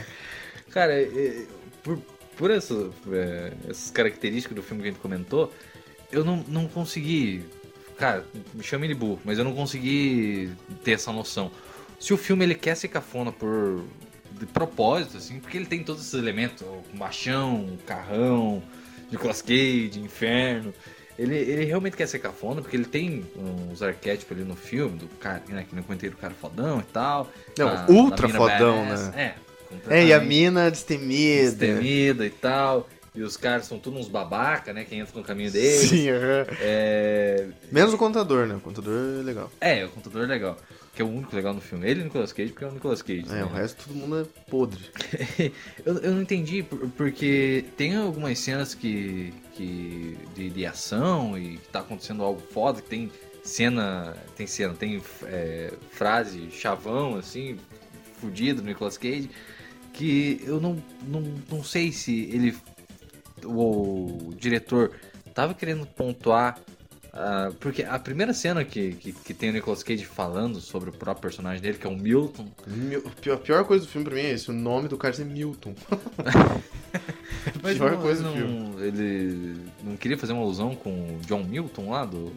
[SPEAKER 4] Cara, é, é, por, por essa- é, essas características do filme que a gente comentou, eu não, não consegui Cara, me chame de burro, mas eu não consegui ter essa noção. Se o filme ele quer ser cafona por de propósito, assim, porque ele tem todos esses elementos, o machão, o carrão, Nicolas Cage, inferno. Ele, ele realmente quer ser cafona, porque ele tem uns arquétipos ali no filme, do cara, né, que nem eu comentei do cara fodão e tal.
[SPEAKER 3] Não,
[SPEAKER 4] da-
[SPEAKER 3] ultra
[SPEAKER 4] da mina
[SPEAKER 3] fodão,
[SPEAKER 4] badass. É,
[SPEAKER 3] É, e a
[SPEAKER 4] completamente
[SPEAKER 3] mina destemida.
[SPEAKER 4] destemida e tal. E os caras são todos uns babaca, né? Que entram no caminho deles.
[SPEAKER 3] Sim, aham.
[SPEAKER 4] É,
[SPEAKER 3] Menos o contador, né? O contador é legal.
[SPEAKER 4] é, o contador é legal. Que é o único legal no filme. Ele e o Nicolas Cage, porque é o Nicolas Cage.
[SPEAKER 3] É,
[SPEAKER 4] né?
[SPEAKER 3] o resto todo mundo é podre.
[SPEAKER 4] eu, eu não entendi, por- porque tem algumas cenas que. que de, de ação e que tá acontecendo algo foda, que tem cena. Tem cena, tem é, frase, chavão, assim, fudido do Nicolas Cage, que eu não, não, não sei se ele. O diretor tava querendo pontuar. ah, porque a primeira cena que, que, que tem o Nicolas Cage falando sobre o próprio personagem dele, que é o Milton,
[SPEAKER 3] Mil- a pior- a pior coisa do filme pra mim é isso. O nome do cara é Milton.
[SPEAKER 4] Mas
[SPEAKER 3] Pior
[SPEAKER 4] não,
[SPEAKER 3] coisa do
[SPEAKER 4] não, ele não queria fazer uma alusão com o John Milton lá do.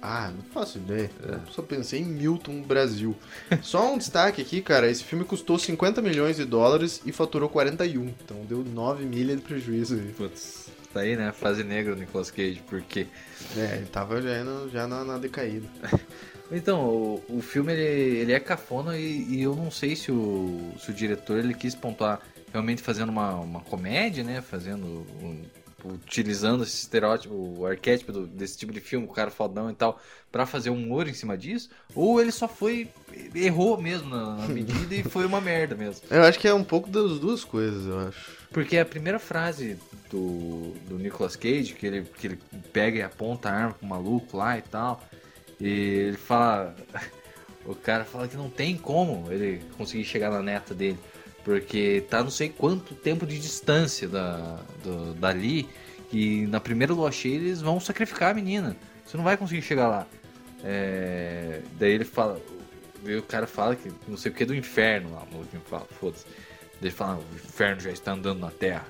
[SPEAKER 3] Ah, não faço ideia. Eu só pensei em Milton Brasil. Só um destaque aqui, cara. Esse filme custou 50 milhões de dólares e faturou 41. Então deu 9 milhas de prejuízo aí.
[SPEAKER 4] Putz, tá aí, né? Fase negra do Nicolas Cage, porque.
[SPEAKER 3] É, ele tava já, no- já na, na decaída.
[SPEAKER 4] Então, o, o filme ele, ele é cafona e, e eu não sei se o, se o diretor ele quis pontuar realmente fazendo uma, uma comédia, né? Fazendo. um- utilizando esse estereótipo, o arquétipo do- desse tipo de filme, o cara fodão e tal, pra fazer humor em cima disso, ou ele só foi. errou mesmo na, na medida e foi uma merda mesmo.
[SPEAKER 3] Eu acho que é um pouco das duas coisas, eu acho.
[SPEAKER 4] Porque a primeira frase do, do Nicolas Cage, que ele, que ele pega e aponta a arma pro maluco lá e tal, e ele fala. O cara fala que não tem como ele conseguir chegar na neta dele, porque tá não sei quanto tempo de distância da, do- dali, e na primeira lua cheia eles vão sacrificar a menina. Você não vai conseguir chegar lá. É, daí ele fala. daí o cara fala que não sei o que é do inferno lá, o maluquinho fala, foda-se. Daí Ele fala, "Ah, o inferno já está andando na terra.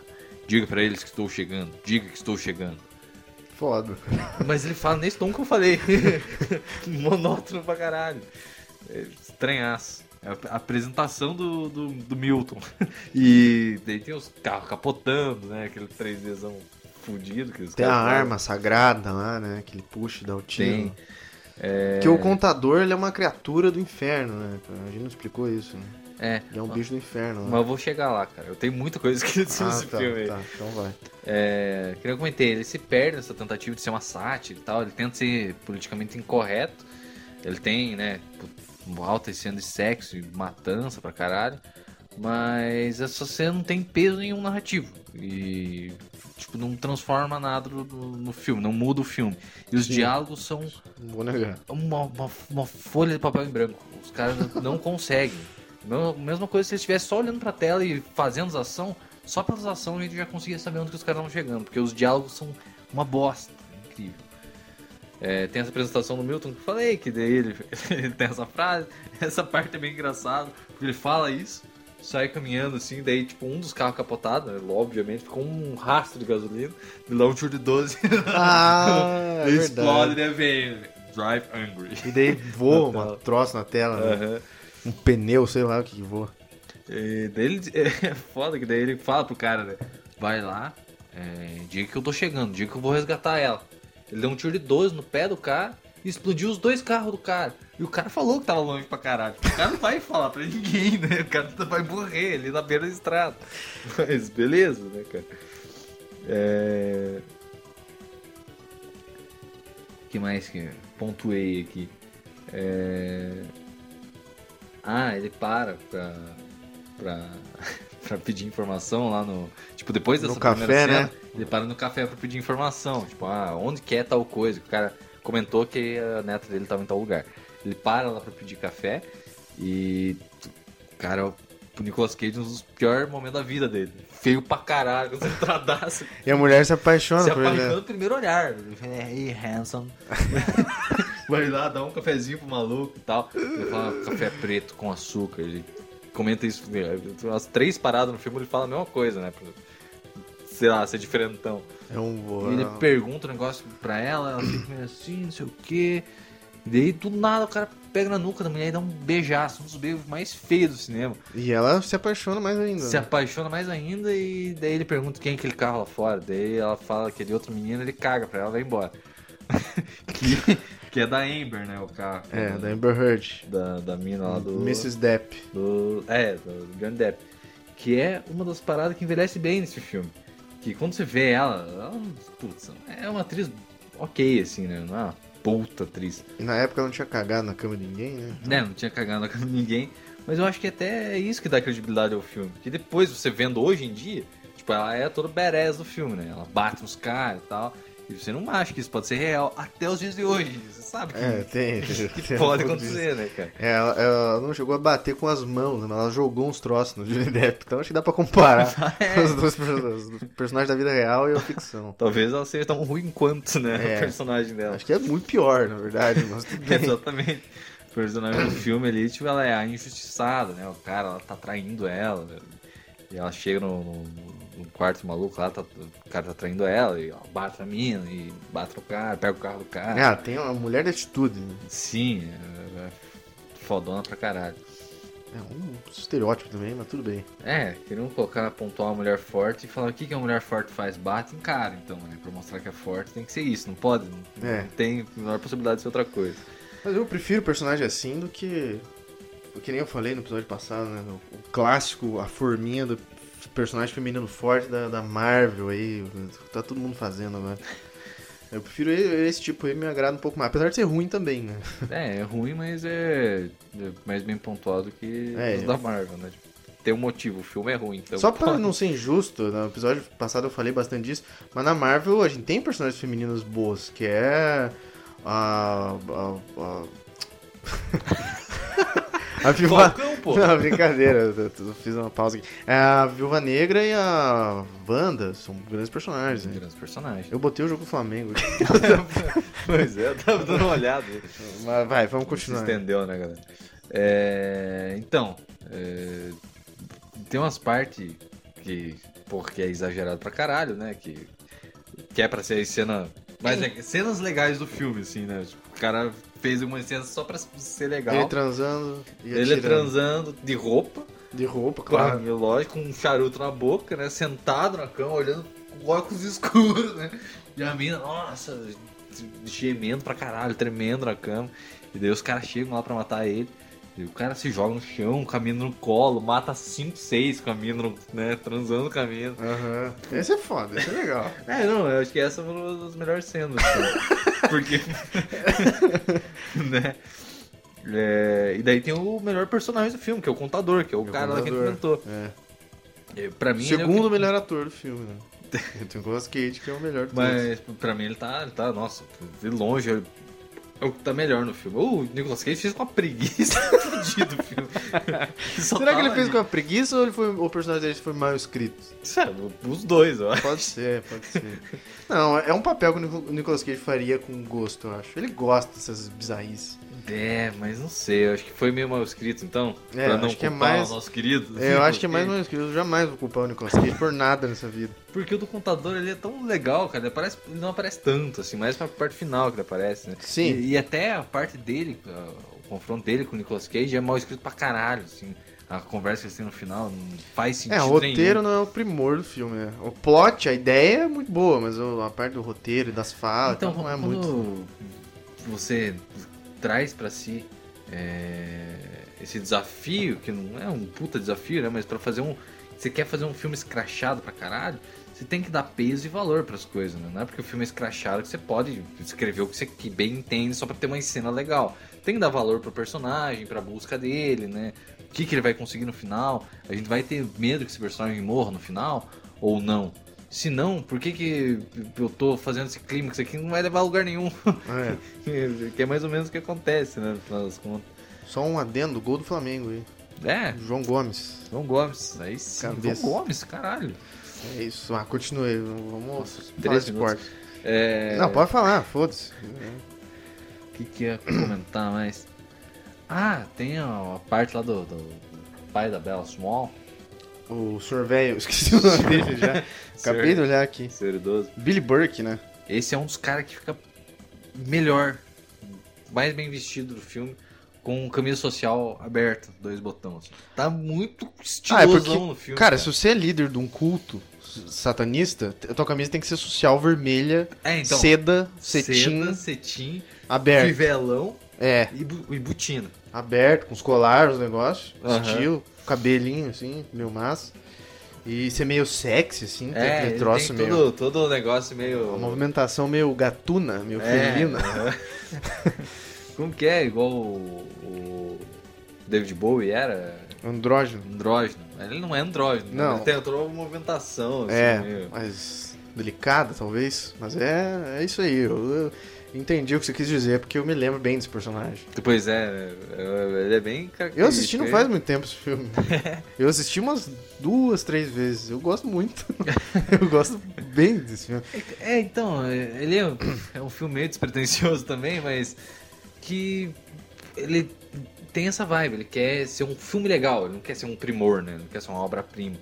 [SPEAKER 4] Diga pra eles que estou chegando, diga que estou chegando.
[SPEAKER 3] Foda.
[SPEAKER 4] Mas ele fala nesse tom que eu falei. Monótono pra caralho. É estranhaço. É a apresentação do, do, do Milton. E daí tem os carros capotando, né? Aquele 3Dzão fudido que eles
[SPEAKER 3] Tem a arma sagrada lá, né? Que ele puxa e dá o tiro.
[SPEAKER 4] Tem.
[SPEAKER 3] Porque o contador, ele é uma criatura do inferno, né? A gente não explicou isso, né?
[SPEAKER 4] É.
[SPEAKER 3] Ele é um bicho do inferno. né?
[SPEAKER 4] Mas eu vou chegar lá, cara. Eu tenho muita coisa que disse
[SPEAKER 3] Ah,
[SPEAKER 4] nesse
[SPEAKER 3] tá,
[SPEAKER 4] filme aí.
[SPEAKER 3] tá, então vai.
[SPEAKER 4] É, que nem eu comentei, ele se perde nessa tentativa de ser uma sátira e tal, ele tenta ser politicamente incorreto, ele tem, né, pu- alta cena de sexo e matança pra caralho, mas essa cena não tem peso nenhum narrativo e, tipo, não transforma nada no, no filme, não muda o filme. E os diálogos são
[SPEAKER 3] Não vou negar.
[SPEAKER 4] uma, uma- uma folha de papel em branco, os caras não conseguem. Não- Mesma coisa se eles estivessem só olhando pra tela e fazendo as ação, só pelas ações a gente já conseguia saber onde que os caras estavam chegando, porque os diálogos são uma bosta, incrível. É, tem essa apresentação do Milton que eu falei, que daí ele, ele tem essa frase, essa parte é bem engraçada, porque ele fala isso, sai caminhando assim, daí tipo um dos carros capotado, né, obviamente, ficou um rastro de gasolina, ele dá um tiro de 12,
[SPEAKER 3] Ah, é
[SPEAKER 4] ele
[SPEAKER 3] verdade.
[SPEAKER 4] explode, né, velho? Drive angry.
[SPEAKER 3] E daí voa
[SPEAKER 4] Na tela.
[SPEAKER 3] uma troça na tela, né?
[SPEAKER 4] Aham.
[SPEAKER 3] um pneu, sei lá o que que voa.
[SPEAKER 4] É, daí ele, é foda que daí ele fala pro cara, né? Vai lá, é, diga que eu tô chegando, diga que eu vou resgatar ela. Ele deu um tiro de 12 no pé do cara e explodiu os dois carros do cara. E o cara falou que tava longe pra caralho. O cara não vai falar pra ninguém, né? O cara vai morrer ali na beira da estrada. Mas beleza, né, cara? É... que mais que eu pontuei aqui? É... Ah, ele para pra, pra, pra pedir informação lá no. Tipo, depois
[SPEAKER 3] No
[SPEAKER 4] dessa
[SPEAKER 3] café,
[SPEAKER 4] primeira cena,
[SPEAKER 3] né?
[SPEAKER 4] ele para no café pra pedir informação. Tipo, ah, onde que é tal coisa? Que O cara comentou que a neta dele tava em tal lugar. Ele para lá pra pedir café e. Cara, o Nicolas Cage, um dos piores momentos da vida dele. Feio pra caralho, centradaço.
[SPEAKER 3] E a mulher se apaixona
[SPEAKER 4] Se
[SPEAKER 3] por ele.
[SPEAKER 4] apaixonou
[SPEAKER 3] né?
[SPEAKER 4] no primeiro olhar. Hey, handsome. Vai lá, dá um cafezinho pro maluco e tal. Ele fala café preto com açúcar. Ele comenta isso. As três paradas no filme, ele fala a mesma coisa, né? sei lá, ser diferentão.
[SPEAKER 3] É um
[SPEAKER 4] E ele
[SPEAKER 3] voar.
[SPEAKER 4] pergunta o negócio pra ela, ela fica meio assim, não sei o quê. E daí, do nada, o cara pega na nuca da mulher e dá um beijaço, um dos beijos mais feios do cinema.
[SPEAKER 3] E ela se apaixona mais ainda.
[SPEAKER 4] Se
[SPEAKER 3] né?
[SPEAKER 4] apaixona mais ainda e daí ele pergunta quem é aquele carro lá fora. Daí ela fala que é de outro menino, ele caga pra ela e vai embora. que, que é da Amber, né, o carro.
[SPEAKER 3] É, da Amber Heard.
[SPEAKER 4] Da, da mina lá do...
[SPEAKER 3] Mrs. Depp.
[SPEAKER 4] do é, do Johnny Depp. Que é uma das paradas que envelhece bem nesse filme. Que quando você vê ela, ela putz, é uma atriz ok, assim, né? Não é uma puta atriz.
[SPEAKER 3] Na época ela não tinha cagado na cama de ninguém, né?
[SPEAKER 4] Né, não tinha cagado na cara de ninguém. Mas eu acho que até é isso que dá credibilidade ao filme. Que depois você vendo hoje em dia, tipo, ela é todo badass do filme, né? Ela bate nos caras e tal. E você não acha que isso pode ser real até os dias de hoje. Você sabe que,
[SPEAKER 3] É, tem.
[SPEAKER 4] Hum. que
[SPEAKER 3] tem um
[SPEAKER 4] pode
[SPEAKER 3] pouco disso.
[SPEAKER 4] acontecer, né, cara?
[SPEAKER 3] É, ela, ela não chegou a bater com as mãos, né, mas ela jogou uns troços no Johnny Depp. Então acho que dá pra comparar
[SPEAKER 4] É.
[SPEAKER 3] os dois perso- os personagens da vida real e a ficção.
[SPEAKER 4] Talvez ela seja tão ruim quanto, né?
[SPEAKER 3] É.
[SPEAKER 4] O personagem dela.
[SPEAKER 3] Acho que é muito pior, na verdade, mas tudo bem.
[SPEAKER 4] Exatamente. O personagem do filme ali, tipo, ela é a injustiçada, né? O cara, ela tá traindo ela. né? E ela chega no, no- no quarto maluco lá, tá- o cara tá traindo ela, e ela bate a mina, e bate o cara, pega o carro do cara.
[SPEAKER 3] Ah, tem uma mulher de atitude. né?
[SPEAKER 4] Sim, é, é fodona pra caralho.
[SPEAKER 3] É um estereótipo também, mas tudo bem.
[SPEAKER 4] É, queriam colocar, pontuar uma mulher forte e falar o que, que a mulher forte faz? Bate em cara, então, né? Pra mostrar que é forte tem que ser isso, não pode, não,
[SPEAKER 3] É.
[SPEAKER 4] não tem a menor possibilidade de ser outra coisa.
[SPEAKER 3] Mas eu prefiro personagem assim do que. Que nem eu falei no episódio passado, né? O o clássico, a forminha do personagem feminino forte da, da Marvel aí. Tá todo mundo fazendo agora. Eu prefiro e- esse tipo aí, me agrada um pouco mais. Apesar de ser ruim também, né?
[SPEAKER 4] É, é ruim, mas é é mais bem pontuado que
[SPEAKER 3] É,
[SPEAKER 4] os
[SPEAKER 3] eu-
[SPEAKER 4] da Marvel, né? Tipo, Tem um motivo, o filme é ruim, então.
[SPEAKER 3] Só pra
[SPEAKER 4] pode-
[SPEAKER 3] não ser injusto, no episódio passado eu falei bastante disso, mas na Marvel a gente tem personagens femininas boas, que é. A. A. A. a Viúva-
[SPEAKER 4] Falcão, pô.
[SPEAKER 3] Não, brincadeira, eu eu fiz uma pausa aqui. É, a Viúva Negra e a Wanda são grandes personagens. né?
[SPEAKER 4] Grandes personagens.
[SPEAKER 3] Eu botei o jogo do Flamengo. aqui.
[SPEAKER 4] Pois é, eu tava dando uma olhada.
[SPEAKER 3] Mas vai, vamos
[SPEAKER 4] Se
[SPEAKER 3] continuar.
[SPEAKER 4] estendeu, né, galera? É, Então, é, tem umas partes que, porque é exagerado pra caralho, né? Que, que é pra ser a cena. Mas é, cenas legais do filme, assim, né? Tipo, o cara fez uma cena só pra ser legal.
[SPEAKER 3] Ele transando e
[SPEAKER 4] Ele é
[SPEAKER 3] atirando.
[SPEAKER 4] transando de roupa.
[SPEAKER 3] De roupa,
[SPEAKER 4] Claro,
[SPEAKER 3] claro.
[SPEAKER 4] meu, lógico, com um charuto na boca, né? Sentado na cama, olhando com óculos escuros, né? E a mina, nossa, gemendo pra caralho, tremendo na cama. E daí os caras chegam lá pra matar ele. E o cara se joga no chão, caminha no colo, mata 5, 6 com a mina, no- né? Transando com a mina.
[SPEAKER 3] Aham. Esse é foda, esse é legal.
[SPEAKER 4] É, não, eu acho que essa foi uma das melhores cenas. assim. Porque. né? É, e daí tem o melhor personagem do filme, que é o contador, que é
[SPEAKER 3] É
[SPEAKER 4] o
[SPEAKER 3] o
[SPEAKER 4] cara lá que a gente
[SPEAKER 3] contador,
[SPEAKER 4] comentou. É, Pra mim, ele é o
[SPEAKER 3] Segundo
[SPEAKER 4] que-
[SPEAKER 3] melhor ator do filme, né? Tem o Nicolas Cage, que é o melhor de todos.
[SPEAKER 4] Mas pra mim ele tá, ele tá nossa, de longe ele- é o que tá melhor no filme. O Nicolas Cage fez com uma preguiça fodida o filme. Só
[SPEAKER 3] Será que ele
[SPEAKER 4] tava
[SPEAKER 3] fez
[SPEAKER 4] ali.
[SPEAKER 3] com a preguiça ou ele foi, o personagem dele foi mal escrito?
[SPEAKER 4] Sabe, é, os dois, ó.
[SPEAKER 3] Pode ser, pode ser. Não, é um papel que o Nico- o Nicolas Cage faria com gosto, eu acho. Ele gosta dessas bizarrices.
[SPEAKER 4] É, mas não sei, eu acho que foi meio mal escrito então.
[SPEAKER 3] É,
[SPEAKER 4] pra não
[SPEAKER 3] acho que é
[SPEAKER 4] culpar
[SPEAKER 3] mais-
[SPEAKER 4] o nosso querido.
[SPEAKER 3] É, eu acho que é mais
[SPEAKER 4] assim, Porque-
[SPEAKER 3] ou menos que eu jamais vou culpar o Nicolas Cage por nada nessa vida.
[SPEAKER 4] Porque o do contador ele é tão legal, cara. Ele, aparece- ele não aparece tanto, assim, mais pra parte final que ele aparece, né?
[SPEAKER 3] Sim.
[SPEAKER 4] E, e até a parte dele, a- o confronto dele com o Nicolas Cage é mal escrito pra caralho, assim. A conversa que eles têm no final não faz sentido
[SPEAKER 3] É, o roteiro não é o primor do filme, né? O plot, a ideia é muito boa, mas o- a parte do roteiro e das falas
[SPEAKER 4] Então,
[SPEAKER 3] então, não é
[SPEAKER 4] quando
[SPEAKER 3] muito.
[SPEAKER 4] você traz pra si é, esse desafio, que não é um puta desafio, né? Mas pra fazer um. Você quer fazer um filme escrachado pra caralho, você tem que dar peso e valor pras coisas, né? Não é porque o filme é escrachado que você pode escrever o que você que bem entende só pra ter uma cena legal. Tem que dar valor pro personagem, pra busca dele, né? O que, que ele vai conseguir no final? A gente vai ter medo que esse personagem morra no final ou não? Se não, por que, que eu tô fazendo esse clímax aqui? Não vai levar a lugar nenhum.
[SPEAKER 3] É,
[SPEAKER 4] que é mais ou menos o que acontece, né? No final das contas.
[SPEAKER 3] só um adendo, gol do Flamengo aí.
[SPEAKER 4] É,
[SPEAKER 3] João Gomes.
[SPEAKER 4] João Gomes. Aí sim,
[SPEAKER 3] Cabeça.
[SPEAKER 4] João Gomes, caralho.
[SPEAKER 3] É isso. Ah, continue. Vamos falar
[SPEAKER 4] três
[SPEAKER 3] de
[SPEAKER 4] minutos.
[SPEAKER 3] esporte.
[SPEAKER 4] É,
[SPEAKER 3] Não, pode falar, foda-se.
[SPEAKER 4] O que, que eu ia comentar mais? Ah, tem a, a parte lá do, do pai da Bella Small.
[SPEAKER 3] o senhor velho, esqueci o nome dele já. Acabei de olhar aqui.
[SPEAKER 4] Senhor idoso.
[SPEAKER 3] Billy Burke, né?
[SPEAKER 4] Esse é um dos caras que fica melhor, mais bem vestido do filme, com um camisa social aberta, dois botões. Tá muito
[SPEAKER 3] Ah, é
[SPEAKER 4] estilosão
[SPEAKER 3] porque,
[SPEAKER 4] no filme.
[SPEAKER 3] cara, se você é líder de um culto satanista, a tua camisa tem que ser social, vermelha,
[SPEAKER 4] É, então,
[SPEAKER 3] seda,
[SPEAKER 4] seda,
[SPEAKER 3] cetim,
[SPEAKER 4] cetim,
[SPEAKER 3] aberto.
[SPEAKER 4] fivelão
[SPEAKER 3] É,
[SPEAKER 4] e, bu- e botina.
[SPEAKER 3] aberto, com os colares, os negócios,
[SPEAKER 4] Aham.
[SPEAKER 3] estilo, cabelinho, assim, meio massa. E ser meio sexy, assim, tem
[SPEAKER 4] É,
[SPEAKER 3] aquele
[SPEAKER 4] ele
[SPEAKER 3] troço
[SPEAKER 4] tem
[SPEAKER 3] meio...
[SPEAKER 4] todo, todo o negócio meio...
[SPEAKER 3] Uma movimentação meio gatuna, meio
[SPEAKER 4] É,
[SPEAKER 3] felina.
[SPEAKER 4] aham. Como que é? Igual o, o David Bowie era
[SPEAKER 3] Andrógeno.
[SPEAKER 4] andrógeno. Ele não é andrógeno.
[SPEAKER 3] Não.
[SPEAKER 4] Ele tem toda uma movimentação. Assim,
[SPEAKER 3] É,
[SPEAKER 4] meio-
[SPEAKER 3] mas delicada, talvez. Mas é, é isso aí. Eu, eu entendi o que você quis dizer, é porque eu me lembro bem desse personagem.
[SPEAKER 4] Pois é, é, ele é bem
[SPEAKER 3] Eu assisti não
[SPEAKER 4] característico,
[SPEAKER 3] faz
[SPEAKER 4] ele-
[SPEAKER 3] muito tempo esse filme. Eu assisti umas duas, três vezes. Eu gosto muito. Eu gosto bem desse filme.
[SPEAKER 4] É, então, é- ele é um, é um filme meio despretensioso também, mas que ele tem essa vibe, ele quer ser um filme legal, ele não quer ser um primor, né? Ele não quer ser uma obra-prima.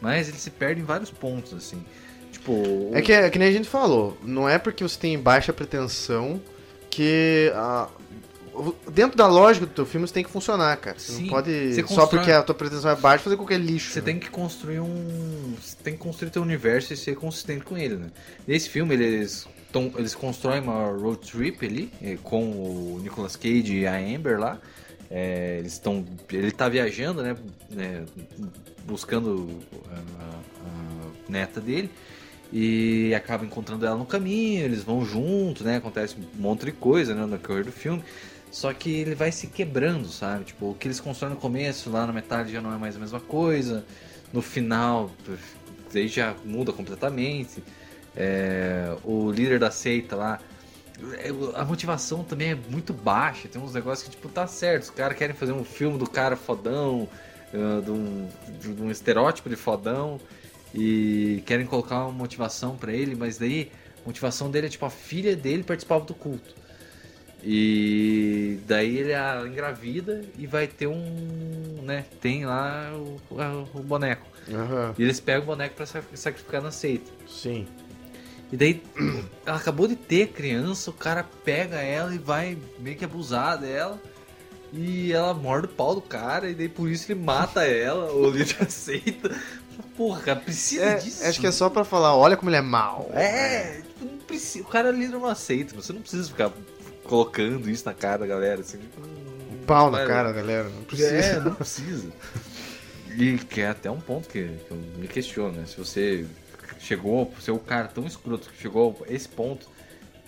[SPEAKER 4] Mas ele se perde em vários pontos, assim. Tipo, o-
[SPEAKER 3] É que, é que nem a gente falou, não é porque você tem baixa pretensão que. a- o- Dentro da lógica do teu filme, você tem que funcionar, cara. Você
[SPEAKER 4] Sim,
[SPEAKER 3] não pode.
[SPEAKER 4] você
[SPEAKER 3] Só
[SPEAKER 4] constrói-
[SPEAKER 3] porque a tua pretensão é baixa, fazer qualquer lixo.
[SPEAKER 4] Você
[SPEAKER 3] né?
[SPEAKER 4] tem que construir um. Você tem que construir teu universo e ser consistente com ele, né? Nesse filme, eles, tão, eles constroem uma road trip ali eh, com o Nicolas Cage e a Amber lá. É, eles estão. Ele tá viajando, né? né, buscando a, a- a neta dele. E acaba encontrando ela no caminho, eles vão junto, né? Acontece um monte de coisa né, no decorrer do filme. Só que ele vai se quebrando, sabe? Tipo, o que eles constroem no começo, lá na metade já não é mais a mesma coisa. No final, puf, daí já muda completamente. É, o líder da seita lá. é, o- A motivação também é muito baixa. Tem uns negócios que, tipo, tá certo. Os caras querem fazer um filme do cara fodão, ah, de um, de um estereótipo de fodão. E querem colocar uma motivação pra ele, mas daí a motivação dele é tipo a filha dele participava do culto. E daí ele a engravida e vai ter um. né? Tem lá o, a- o boneco.
[SPEAKER 3] Aham,
[SPEAKER 4] E eles pegam o boneco pra sa- sacrificar na seita.
[SPEAKER 3] sim.
[SPEAKER 4] E daí ela acabou de ter criança, o cara pega ela e vai meio que abusar dela. E ela morde o pau do cara, e daí por isso ele mata ela, o líder aceita. Porra, precisa
[SPEAKER 3] É,
[SPEAKER 4] disso.
[SPEAKER 3] acho que é só pra falar, olha como ele é mal.
[SPEAKER 4] É, tipo, não precisa, o cara é líder não aceita, você não precisa ficar colocando isso na cara da galera. Assim, tipo, não-
[SPEAKER 3] Pau
[SPEAKER 4] não
[SPEAKER 3] na
[SPEAKER 4] vai-
[SPEAKER 3] cara, galera. Não
[SPEAKER 4] É,
[SPEAKER 3] precisa.
[SPEAKER 4] não precisa. E que é até um ponto que, que eu me questiono, né? Se você chegou, se é o cara tão escroto que chegou a esse ponto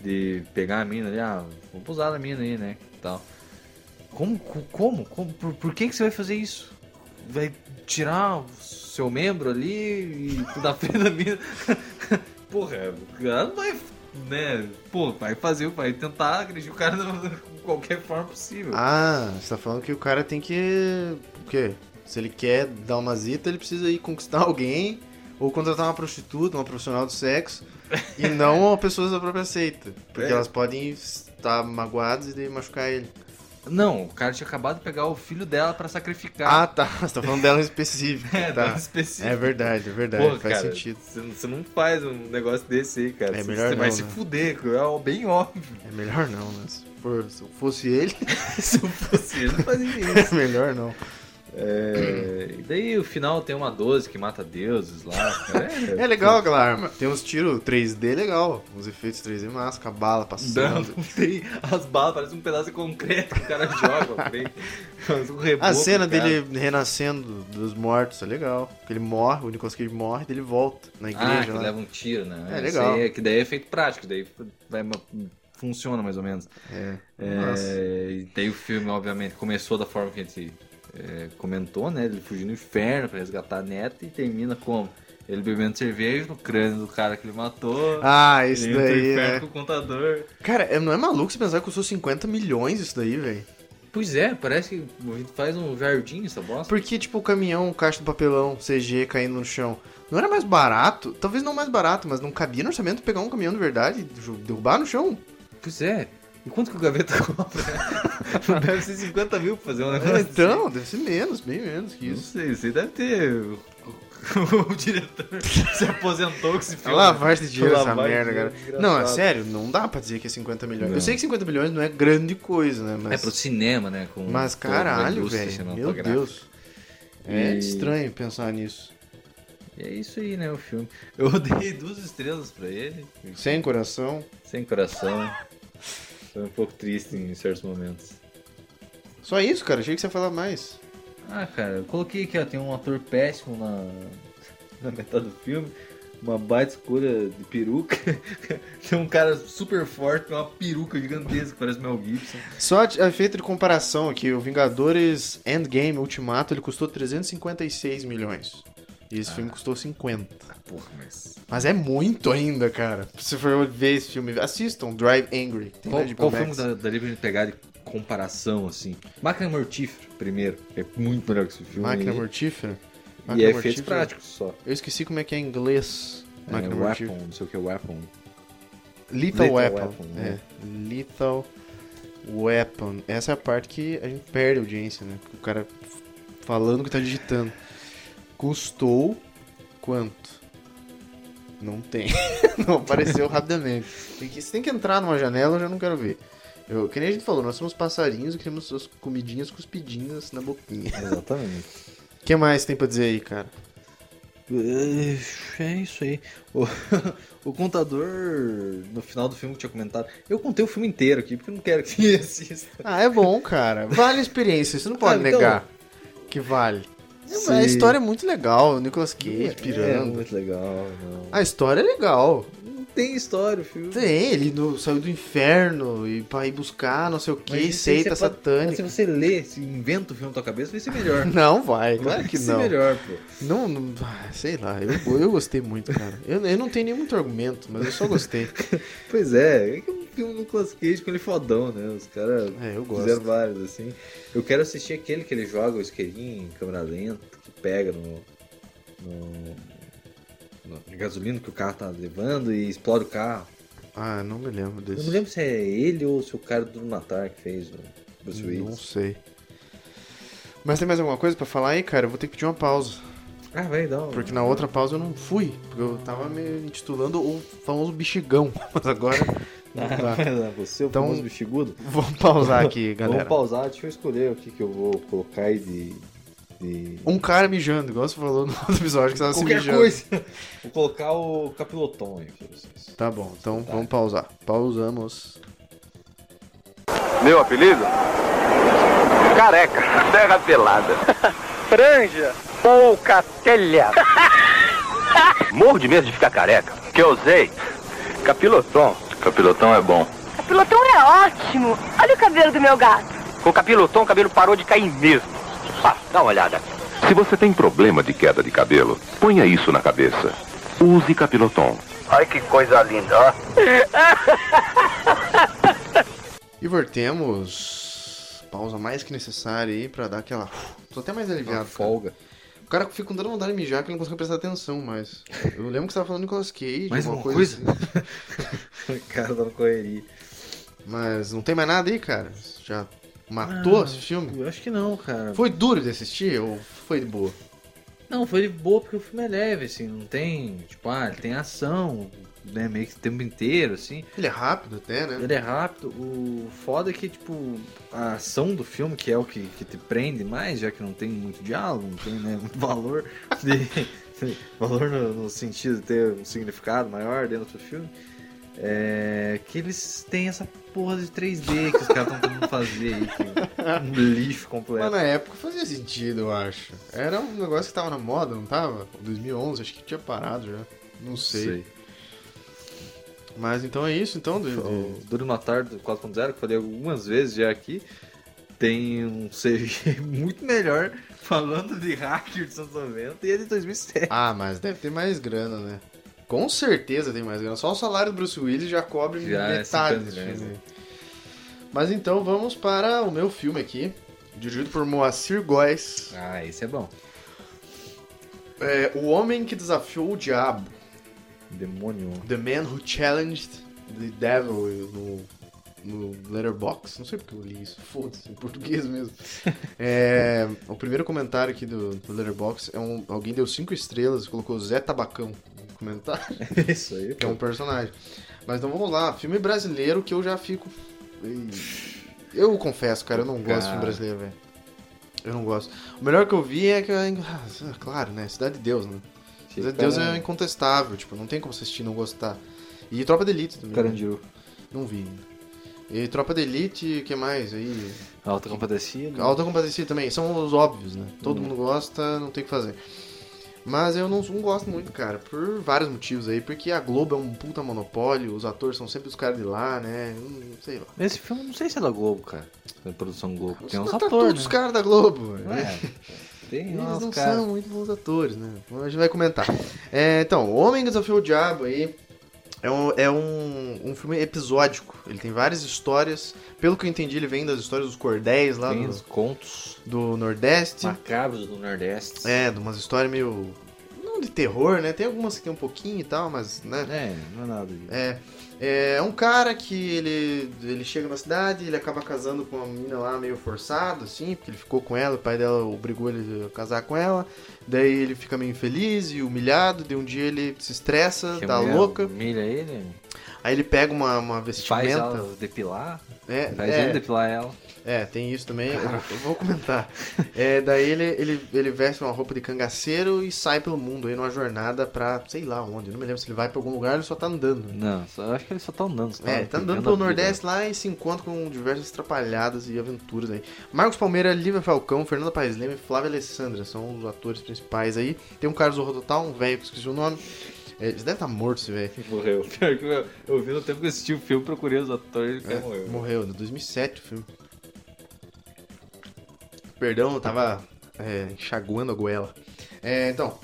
[SPEAKER 4] de pegar a mina ali, ah, vamos usar a mina aí, né? e Tal. Como? co- Como? como por, por que, que você vai fazer isso? Vai tirar o seu membro ali e da frente da mina. Porra, ela não vai. Né? Pô, vai fazer, vai tentar agredir o cara de qualquer forma possível.
[SPEAKER 3] Ah, você tá falando que o cara tem que. O quê? Se ele quer dar uma zita, ele precisa ir conquistar alguém ou contratar uma prostituta, uma profissional do sexo e não pessoas da própria seita. Porque
[SPEAKER 4] É.
[SPEAKER 3] elas podem estar magoadas e daí machucar ele.
[SPEAKER 4] Não, o cara tinha acabado de pegar o filho dela pra
[SPEAKER 3] Ah,
[SPEAKER 4] sacrificar.
[SPEAKER 3] tá. Você tá falando dela em específico.
[SPEAKER 4] é,
[SPEAKER 3] tá.
[SPEAKER 4] específico.
[SPEAKER 3] É verdade, é verdade.
[SPEAKER 4] Porra,
[SPEAKER 3] Faz
[SPEAKER 4] cara,
[SPEAKER 3] sentido.
[SPEAKER 4] Você, você não faz um negócio desse aí, cara.
[SPEAKER 3] É
[SPEAKER 4] você
[SPEAKER 3] melhor
[SPEAKER 4] você vai
[SPEAKER 3] não,
[SPEAKER 4] se
[SPEAKER 3] né?
[SPEAKER 4] fuder, é bem óbvio.
[SPEAKER 3] É melhor não, né? Se, for- se eu fosse ele,
[SPEAKER 4] se eu fosse ele, não fazia
[SPEAKER 3] é
[SPEAKER 4] isso.
[SPEAKER 3] melhor não.
[SPEAKER 4] É, e daí o final tem uma 12 que mata deuses lá. cara.
[SPEAKER 3] É legal aquela arma. Tem uns tiros 3D legal. Uns efeitos 3D massa, com a bala
[SPEAKER 4] Não,
[SPEAKER 3] passando.
[SPEAKER 4] não tem. As balas parecem um pedaço de concreto que o cara joga pra frente. Faz um reboco,
[SPEAKER 3] A cena
[SPEAKER 4] cara.
[SPEAKER 3] dele renascendo dos mortos é legal. Porque ele morre, o Nicolas Cage morre, daí ele volta na
[SPEAKER 4] Ah, que
[SPEAKER 3] igreja lá.
[SPEAKER 4] leva um tiro, né?
[SPEAKER 3] É,
[SPEAKER 4] Isso
[SPEAKER 3] legal.
[SPEAKER 4] aí é- que daí é efeito prático, daí vai uma- funciona mais ou menos.
[SPEAKER 3] É.
[SPEAKER 4] É,
[SPEAKER 3] Nossa.
[SPEAKER 4] e daí o filme, obviamente, começou da forma que a gente é, comentou, né? Ele fugindo do inferno pra resgatar a neta e termina como? Ele bebendo cerveja no crânio do cara que ele matou.
[SPEAKER 3] Ah, isso
[SPEAKER 4] ele entra no
[SPEAKER 3] daí,
[SPEAKER 4] inferno
[SPEAKER 3] né?
[SPEAKER 4] com o contador.
[SPEAKER 3] Cara, é- não é maluco você pensar que custou 50 milhões isso daí, velho?
[SPEAKER 4] Pois é, parece que a gente faz um jardim essa bosta.
[SPEAKER 3] Porque, tipo, o caminhão, o caixa do papelão, CG caindo no chão, não era mais barato? Talvez não mais barato, mas não cabia no orçamento pegar um caminhão de verdade e jo- derrubar no chão?
[SPEAKER 4] Pois é. E quanto que o Gaveta compra? Mas deve ser 50 mil pra fazer um negócio
[SPEAKER 3] Então, deve ser menos, bem menos que
[SPEAKER 4] assim. Não
[SPEAKER 3] isso.
[SPEAKER 4] sei, você deve ter... o diretor se aposentou com esse
[SPEAKER 3] É
[SPEAKER 4] filme.
[SPEAKER 3] lavagem de dinheiro essa
[SPEAKER 4] Lavagem de
[SPEAKER 3] merda,
[SPEAKER 4] dinheiro,
[SPEAKER 3] cara.
[SPEAKER 4] engraçado.
[SPEAKER 3] Não, é sério, não dá pra dizer que é 50 milhões.
[SPEAKER 4] Não.
[SPEAKER 3] Eu sei que 50 milhões não é grande coisa, né?
[SPEAKER 4] É
[SPEAKER 3] Mas,
[SPEAKER 4] pro cinema, né? Com
[SPEAKER 3] mas
[SPEAKER 4] toda a
[SPEAKER 3] caralho,
[SPEAKER 4] indústria
[SPEAKER 3] velho. Meu
[SPEAKER 4] cinematográfica.
[SPEAKER 3] Deus. É
[SPEAKER 4] tá E-
[SPEAKER 3] estranho pensar nisso.
[SPEAKER 4] E é isso aí, né, o filme. Eu dei duas estrelas pra ele,
[SPEAKER 3] Sem coração.
[SPEAKER 4] sem coração. Foi um pouco triste em certos momentos.
[SPEAKER 3] Só isso, cara. Achei que você ia falar mais.
[SPEAKER 4] Ah, cara, eu coloquei aqui, ó, tem um ator péssimo na, na metade do filme, uma baita escolha de peruca, tem um cara super forte, tem uma peruca gigantesca, parece Mel Gibson.
[SPEAKER 3] Só a efeito de comparação aqui, o Vingadores Endgame Ultimato, ele custou 356 milhões. E esse filme custou 50.
[SPEAKER 4] Ah, porra, mas...
[SPEAKER 3] Mas é muito ainda, cara. Se for ver esse filme, assistam Drive Angry. Tem
[SPEAKER 4] Qual,
[SPEAKER 3] na HBO
[SPEAKER 4] qual
[SPEAKER 3] Max.
[SPEAKER 4] filme da, daria pra gente pegar de comparação, assim? Máquina Mortífera, primeiro, que é muito melhor que esse filme.
[SPEAKER 3] Máquina
[SPEAKER 4] aí.
[SPEAKER 3] Mortífera?
[SPEAKER 4] Uhum. E
[SPEAKER 3] Máquina
[SPEAKER 4] é efeitos
[SPEAKER 3] Mortífera?
[SPEAKER 4] práticos só.
[SPEAKER 3] Eu esqueci como é que é em inglês.
[SPEAKER 4] É,
[SPEAKER 3] Máquina
[SPEAKER 4] weapon,
[SPEAKER 3] Mortífera.
[SPEAKER 4] não sei o que, Weapon.
[SPEAKER 3] Lethal,
[SPEAKER 4] Lethal
[SPEAKER 3] Weapon.
[SPEAKER 4] Weapon, né?
[SPEAKER 3] É. Lethal Weapon. Essa é a parte que a gente perde a audiência, né? Porque o cara f- falando que tá digitando. Custou quanto? Não tem. não apareceu rapidamente. Tem que, se tem que entrar numa janela, eu já não quero ver. Eu, que nem a gente falou, nós somos passarinhos e queremos suas comidinhas cuspidinhas na boquinha.
[SPEAKER 4] Exatamente.
[SPEAKER 3] O que mais tem pra dizer aí, cara?
[SPEAKER 4] É isso aí. O, o contador, no final do filme que tinha comentado, eu contei o filme inteiro aqui, porque eu não quero que ninguém assista.
[SPEAKER 3] Ah, é bom, cara. Vale a experiência, você não pode
[SPEAKER 4] Ah, então-
[SPEAKER 3] negar que vale. É, mas A
[SPEAKER 4] Sim.
[SPEAKER 3] história é muito legal, o Nicolas Cage
[SPEAKER 4] É,
[SPEAKER 3] pirando.
[SPEAKER 4] muito legal, não.
[SPEAKER 3] A história é legal.
[SPEAKER 4] Não tem história o filme.
[SPEAKER 3] Tem, ele no- saiu do inferno e pra ir buscar não sei o
[SPEAKER 4] Mas
[SPEAKER 3] que,
[SPEAKER 4] isso aí
[SPEAKER 3] seita
[SPEAKER 4] você pode-
[SPEAKER 3] satânica.
[SPEAKER 4] Se você lê, se inventa o filme na tua cabeça, vai ser melhor.
[SPEAKER 3] Não vai, claro
[SPEAKER 4] Vai
[SPEAKER 3] que
[SPEAKER 4] ser
[SPEAKER 3] não.
[SPEAKER 4] melhor, pô.
[SPEAKER 3] Não, não- ah, sei lá, eu, eu gostei muito, cara. Eu, eu não tenho nenhum outro argumento, mas eu só gostei.
[SPEAKER 4] Pois é, é que é um filme do Nicolas Cage com ele fodão, né? Os caras
[SPEAKER 3] É, eu
[SPEAKER 4] fizeram
[SPEAKER 3] gosto.
[SPEAKER 4] vários, assim. Eu quero assistir aquele que ele joga o isqueirinho em câmera lenta, que pega no. no. no gasolina que o carro tá levando e explode o carro.
[SPEAKER 3] Ah, não me lembro
[SPEAKER 4] Eu
[SPEAKER 3] desse.
[SPEAKER 4] não lembro se é ele ou se o cara do Matar que fez o Bruce
[SPEAKER 3] Não
[SPEAKER 4] Willis.
[SPEAKER 3] sei. Mas tem mais alguma coisa pra falar aí, cara? Eu vou ter que pedir uma pausa.
[SPEAKER 4] Ah, vai, dá. um-
[SPEAKER 3] Porque na outra pausa eu não fui, porque eu tava me intitulando o famoso bexigão, mas agora não
[SPEAKER 4] Ah,
[SPEAKER 3] dá.
[SPEAKER 4] vai lá, você, o
[SPEAKER 3] Então-
[SPEAKER 4] famoso bexigudo.
[SPEAKER 3] Vamos pausar aqui,
[SPEAKER 4] Vamos
[SPEAKER 3] galera.
[SPEAKER 4] pausar, deixa eu escolher o que, que eu vou colocar aí de. de...
[SPEAKER 3] Um cara mijando, igual você falou no outro episódio que você tava se
[SPEAKER 4] Qualquer
[SPEAKER 3] mijando.
[SPEAKER 4] coisa. Vou colocar o capiloton aí pra vocês.
[SPEAKER 3] Tá bom, então
[SPEAKER 4] Tá.
[SPEAKER 3] vamos pausar. Pausamos.
[SPEAKER 6] Meu apelido? Careca. Terra pelada. Franja. Poucatelha. Morro de medo de ficar careca. Que eu usei. Capilotom. Capilotom é bom.
[SPEAKER 7] O pelotão é ótimo. Olha o cabelo do meu gato.
[SPEAKER 6] Com capilotom, o cabelo parou de cair mesmo. Ah, dá uma olhada.
[SPEAKER 8] Se você tem problema de queda de cabelo, ponha isso na cabeça. Use Capiloton.
[SPEAKER 6] Olha que coisa linda, ó.
[SPEAKER 3] E voltemos. Pausa mais que necessária aí pra dar aquela. Tô até mais aliviado.
[SPEAKER 4] Uma
[SPEAKER 3] cara.
[SPEAKER 4] Ah, folga.
[SPEAKER 3] O cara fica com tanta vontade de mijar que ele não consegue prestar atenção mais. Eu lembro que você tava falando do Nicolas Cage, assim.
[SPEAKER 4] Mais
[SPEAKER 3] alguma
[SPEAKER 4] uma coisa? O cara tá na correria.
[SPEAKER 3] assim. Mas não tem mais nada aí, cara. Já matou
[SPEAKER 4] Ah,
[SPEAKER 3] esse filme?
[SPEAKER 4] Eu acho que não, cara.
[SPEAKER 3] Foi duro de assistir ou foi de boa?
[SPEAKER 4] Não, foi de boa porque o filme é leve, assim, não tem. Tipo, ah, ele tem ação, né? Meio que o tempo inteiro, assim.
[SPEAKER 3] Ele é rápido até, né?
[SPEAKER 4] Ele é rápido. O foda é que, tipo, a ação do filme, que é o que, que te prende mais, já que não tem muito diálogo, não tem, né, muito valor de- valor no, no sentido de ter um significado maior dentro do filme. É que eles têm essa porra de 3D que os caras estão tentando fazer aí, que é um lixo completo.
[SPEAKER 3] Mas na época fazia sentido, eu acho. Era um negócio que tava na moda, não tava? 2011, acho que tinha parado já. Não sei. Mas então é isso, então. Do,
[SPEAKER 4] O Duro Matar do 4.0, que eu falei algumas vezes já aqui, tem um CG muito melhor falando de hacker dos anos 90 e é de 2007.
[SPEAKER 3] Ah, mas deve ter mais grana, né? Com certeza tem mais grana. Só o salário do Bruce Willis já cobre
[SPEAKER 4] Já é
[SPEAKER 3] metade
[SPEAKER 4] 50
[SPEAKER 3] desse
[SPEAKER 4] milhões,
[SPEAKER 3] filme. Mas então vamos para o meu filme aqui. Dirigido por Moacir Góes.
[SPEAKER 4] Ah, esse é bom.
[SPEAKER 3] É, o Homem que Desafiou o Diabo.
[SPEAKER 4] Demônio.
[SPEAKER 3] The Man Who Challenged the Devil no no Letterboxd, não sei porque eu li isso, foda-se, em português mesmo. É, o primeiro comentário aqui do, do Letterboxd é um, alguém deu cinco estrelas e colocou Zé Tabacão no comentário.
[SPEAKER 4] Isso aí.
[SPEAKER 3] que é um personagem. Mas então vamos lá, filme brasileiro que eu já fico. Ih, Eu confesso, cara, eu não gosto de filme
[SPEAKER 4] Cara.
[SPEAKER 3] brasileiro, velho. Eu não gosto. O melhor que eu vi é que. Ah, claro, né? Cidade de Deus, né? Cidade de Deus é incontestável, tipo, não tem como assistir e não gostar. E Tropa de Elite também. né?
[SPEAKER 4] Carandiru.
[SPEAKER 3] Não vi ainda. E Tropa de Elite, o que mais aí?
[SPEAKER 4] Alta compadecida.
[SPEAKER 3] Alta Compadecida também, são os óbvios, né? Todo
[SPEAKER 4] Uhum.
[SPEAKER 3] mundo gosta, não tem o que fazer. Mas eu não, não gosto muito, cara, por vários motivos aí. Porque a Globo é um puta monopólio, os atores são sempre os caras de lá, né? Hum, Sei lá.
[SPEAKER 4] Esse filme, não sei se é da Globo, cara. É produção Globo. Tem uns
[SPEAKER 3] Mas tá
[SPEAKER 4] atores,
[SPEAKER 3] todos os
[SPEAKER 4] né?
[SPEAKER 3] caras da Globo. né?
[SPEAKER 4] É, tem
[SPEAKER 3] Eles
[SPEAKER 4] uns
[SPEAKER 3] não
[SPEAKER 4] caras.
[SPEAKER 3] são muito bons atores, né? Bom, A gente vai comentar. É, então, O Homem que Desafiou o Diabo aí é, um, é um, um filme episódico. Ele tem várias histórias. Pelo que eu entendi, ele vem das histórias dos cordéis lá
[SPEAKER 4] Tem
[SPEAKER 3] do,
[SPEAKER 4] uns contos
[SPEAKER 3] do Nordeste.
[SPEAKER 4] macabros do Nordeste.
[SPEAKER 3] É, de umas histórias meio. Não de terror, né? Tem algumas que tem um pouquinho e tal, mas, né?
[SPEAKER 4] É, não é nada disso.
[SPEAKER 3] É. É um cara que ele, ele chega na cidade, ele acaba casando com uma menina lá meio forçado, assim, porque ele ficou com ela, o pai dela obrigou ele a casar com ela. Daí ele fica meio infeliz e humilhado, de um dia ele se estressa,
[SPEAKER 4] Que a
[SPEAKER 3] tá
[SPEAKER 4] mulher
[SPEAKER 3] louca.
[SPEAKER 4] é Humilha ele,
[SPEAKER 3] Aí ele pega uma, uma
[SPEAKER 4] faz
[SPEAKER 3] vestimenta.
[SPEAKER 4] ela depilar,
[SPEAKER 3] É,
[SPEAKER 4] faz
[SPEAKER 3] é,
[SPEAKER 4] ele depilar ela.
[SPEAKER 3] É, tem isso também, eu, eu vou comentar. É, daí ele, ele, ele veste uma roupa de cangaceiro e sai pelo mundo aí numa jornada pra sei lá onde. Eu não me lembro se ele vai pra algum lugar ele só tá andando.
[SPEAKER 4] Não, só, eu acho que ele só tá andando. Só
[SPEAKER 3] É, ele tá andando
[SPEAKER 4] vivendo
[SPEAKER 3] pelo
[SPEAKER 4] a vida.
[SPEAKER 3] Nordeste lá e se encontra com diversas atrapalhadas e aventuras aí. Marcos Palmeira, Lívia Falcão, Fernanda Paes Leme e Flávia Alessandra são os atores principais aí. Tem um Carlos Zorro Total, um velho que eu esqueci o nome. É, ele deve estar morto esse velho.
[SPEAKER 4] Morreu. Pior que eu, eu vi no tempo que eu assisti o filme, procurei os atores e
[SPEAKER 3] É.
[SPEAKER 4] o cara morreu.
[SPEAKER 3] Morreu, em 2007 o filme. Perdão, eu tava é, enxaguando a goela. É, então,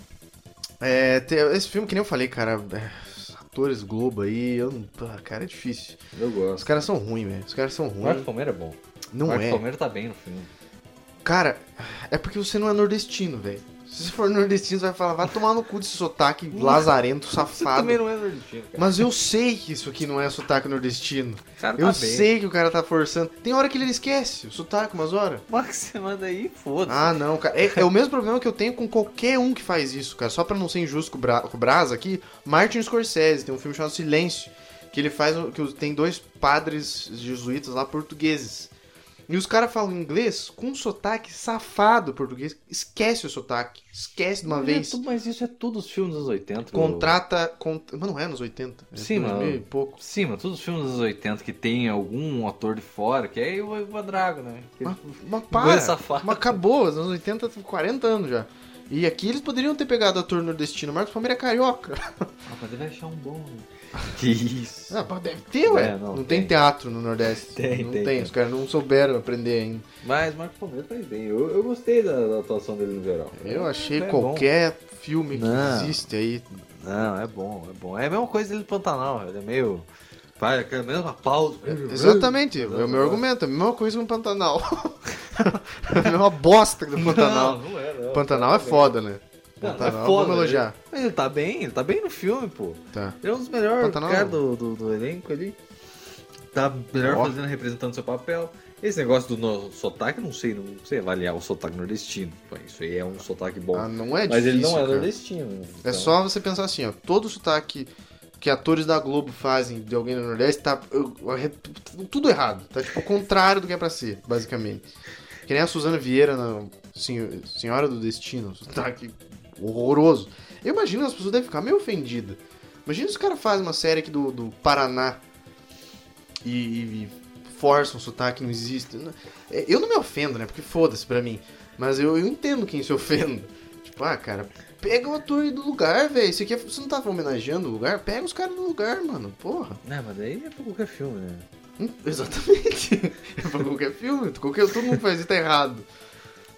[SPEAKER 3] é, tem- esse filme, que nem eu falei, cara, é, atores Globo aí, eu não, pá, cara, é difícil.
[SPEAKER 4] Eu
[SPEAKER 3] Os
[SPEAKER 4] gosto.
[SPEAKER 3] caras são ruins, velho. Os caras são
[SPEAKER 4] O Marco
[SPEAKER 3] ruins.
[SPEAKER 4] Palmeira é bom. o
[SPEAKER 3] Não
[SPEAKER 4] Marco
[SPEAKER 3] é.
[SPEAKER 4] Palmeira tá bem no filme.
[SPEAKER 3] Cara, é porque você não é nordestino, velho. Se você for nordestino, você vai falar, vai tomar no cu desse sotaque lazarento,
[SPEAKER 4] Você
[SPEAKER 3] safado.
[SPEAKER 4] também não é nordestino, cara.
[SPEAKER 3] Mas eu sei que isso aqui não é sotaque nordestino.
[SPEAKER 4] O cara
[SPEAKER 3] Eu
[SPEAKER 4] tá bem.
[SPEAKER 3] sei que o cara tá forçando. Tem hora que ele esquece o sotaque, umas horas.
[SPEAKER 4] Mas que você manda aí, foda-se.
[SPEAKER 3] Ah, não, cara. É, é o mesmo problema que eu tenho com qualquer um que faz isso, cara. Só pra não ser injusto com o, Bra com o Brasa aqui, Martin Scorsese tem um filme chamado Silêncio, que ele faz. o- que os- tem dois padres jesuítas lá portugueses. E os caras falam inglês com um sotaque safado português. Esquece o sotaque. Esquece de uma
[SPEAKER 4] Mas é
[SPEAKER 3] vez.
[SPEAKER 4] tudo- mas isso é tudo os filmes dos anos 80.
[SPEAKER 3] Contrata. con- Mas não é nos 80. É
[SPEAKER 4] Sim,
[SPEAKER 3] 2000
[SPEAKER 4] mano.
[SPEAKER 3] e pouco.
[SPEAKER 4] Sim, mas todos os filmes dos anos 80 que tem algum ator de fora, que é o Ivan Drago, né? Que
[SPEAKER 3] Mas,
[SPEAKER 4] ele-
[SPEAKER 3] mas
[SPEAKER 4] Dois
[SPEAKER 3] para,
[SPEAKER 4] safados.
[SPEAKER 3] mas acabou, os anos 80, 40 anos já. E aqui eles poderiam ter pegado ator nordestino, Marcos Palmeira é carioca.
[SPEAKER 4] Ah, mas deve achar um bom, né? Que isso.
[SPEAKER 3] Ah, mas deve ter, ué.
[SPEAKER 4] É,
[SPEAKER 3] não
[SPEAKER 4] não,
[SPEAKER 3] tem.
[SPEAKER 4] tem.
[SPEAKER 3] teatro no Nordeste.
[SPEAKER 4] Tem,
[SPEAKER 3] não tem,
[SPEAKER 4] tem, tem.
[SPEAKER 3] os caras não souberam aprender ainda.
[SPEAKER 4] Mas Marco Palmeira faz bem. Eu, eu gostei da, da atuação dele no geral.
[SPEAKER 3] Eu achei
[SPEAKER 4] É bom.
[SPEAKER 3] qualquer filme que
[SPEAKER 4] Não.
[SPEAKER 3] existe aí.
[SPEAKER 4] Não, é bom, é bom. É a mesma coisa dele do Pantanal, ele é meio. Vai, é a mesma pausa.
[SPEAKER 3] Exatamente, é o meu argumento. É a mesma coisa com o Pantanal. é a mesma bosta que do Pantanal.
[SPEAKER 4] Não, não é, não.
[SPEAKER 3] Pantanal é foda, né?
[SPEAKER 4] Não,
[SPEAKER 3] Pantanal,
[SPEAKER 4] é foda,
[SPEAKER 3] vamos elogiar.
[SPEAKER 4] Mas ele tá bem, ele tá bem no filme, pô.
[SPEAKER 3] Tá.
[SPEAKER 4] Ele é um dos melhores
[SPEAKER 3] Pantanal-
[SPEAKER 4] caras do, do, do elenco ali. Tá melhor
[SPEAKER 3] Ó.
[SPEAKER 4] fazendo, representando seu papel. Esse negócio do no- sotaque, não sei, não sei avaliar o sotaque nordestino. Pô, Isso aí é um sotaque bom.
[SPEAKER 3] Ah, não é
[SPEAKER 4] Mas
[SPEAKER 3] difícil,
[SPEAKER 4] ele não é
[SPEAKER 3] cara.
[SPEAKER 4] nordestino.
[SPEAKER 3] É
[SPEAKER 4] então-
[SPEAKER 3] só você pensar assim, ó. Todo sotaque que atores da Globo fazem de alguém do Nordeste tá eu, eu, re- tudo errado. Tá tipo o contrário do que é pra ser, basicamente. Que nem a Suzana Vieira na Senho- Senhora do Destino. um Sotaque horroroso. Eu imagino as pessoas devem ficar meio ofendidas. Imagina se o cara faz uma série aqui do, do Paraná e, e- e força um sotaque que não existe. Eu não- é, Eu não me ofendo, né? Porque foda-se pra mim. Mas eu, eu entendo quem se ofenda. Tipo, ah, cara, pega o ator aí do lugar, velho. Você, quer- você não tá homenageando o lugar? Pega os caras do lugar, mano. Porra.
[SPEAKER 4] Não, mas aí é pra qualquer filme, né?
[SPEAKER 3] Hum, Exatamente. É pra qualquer filme. Qualquer, todo mundo faz isso, tá errado.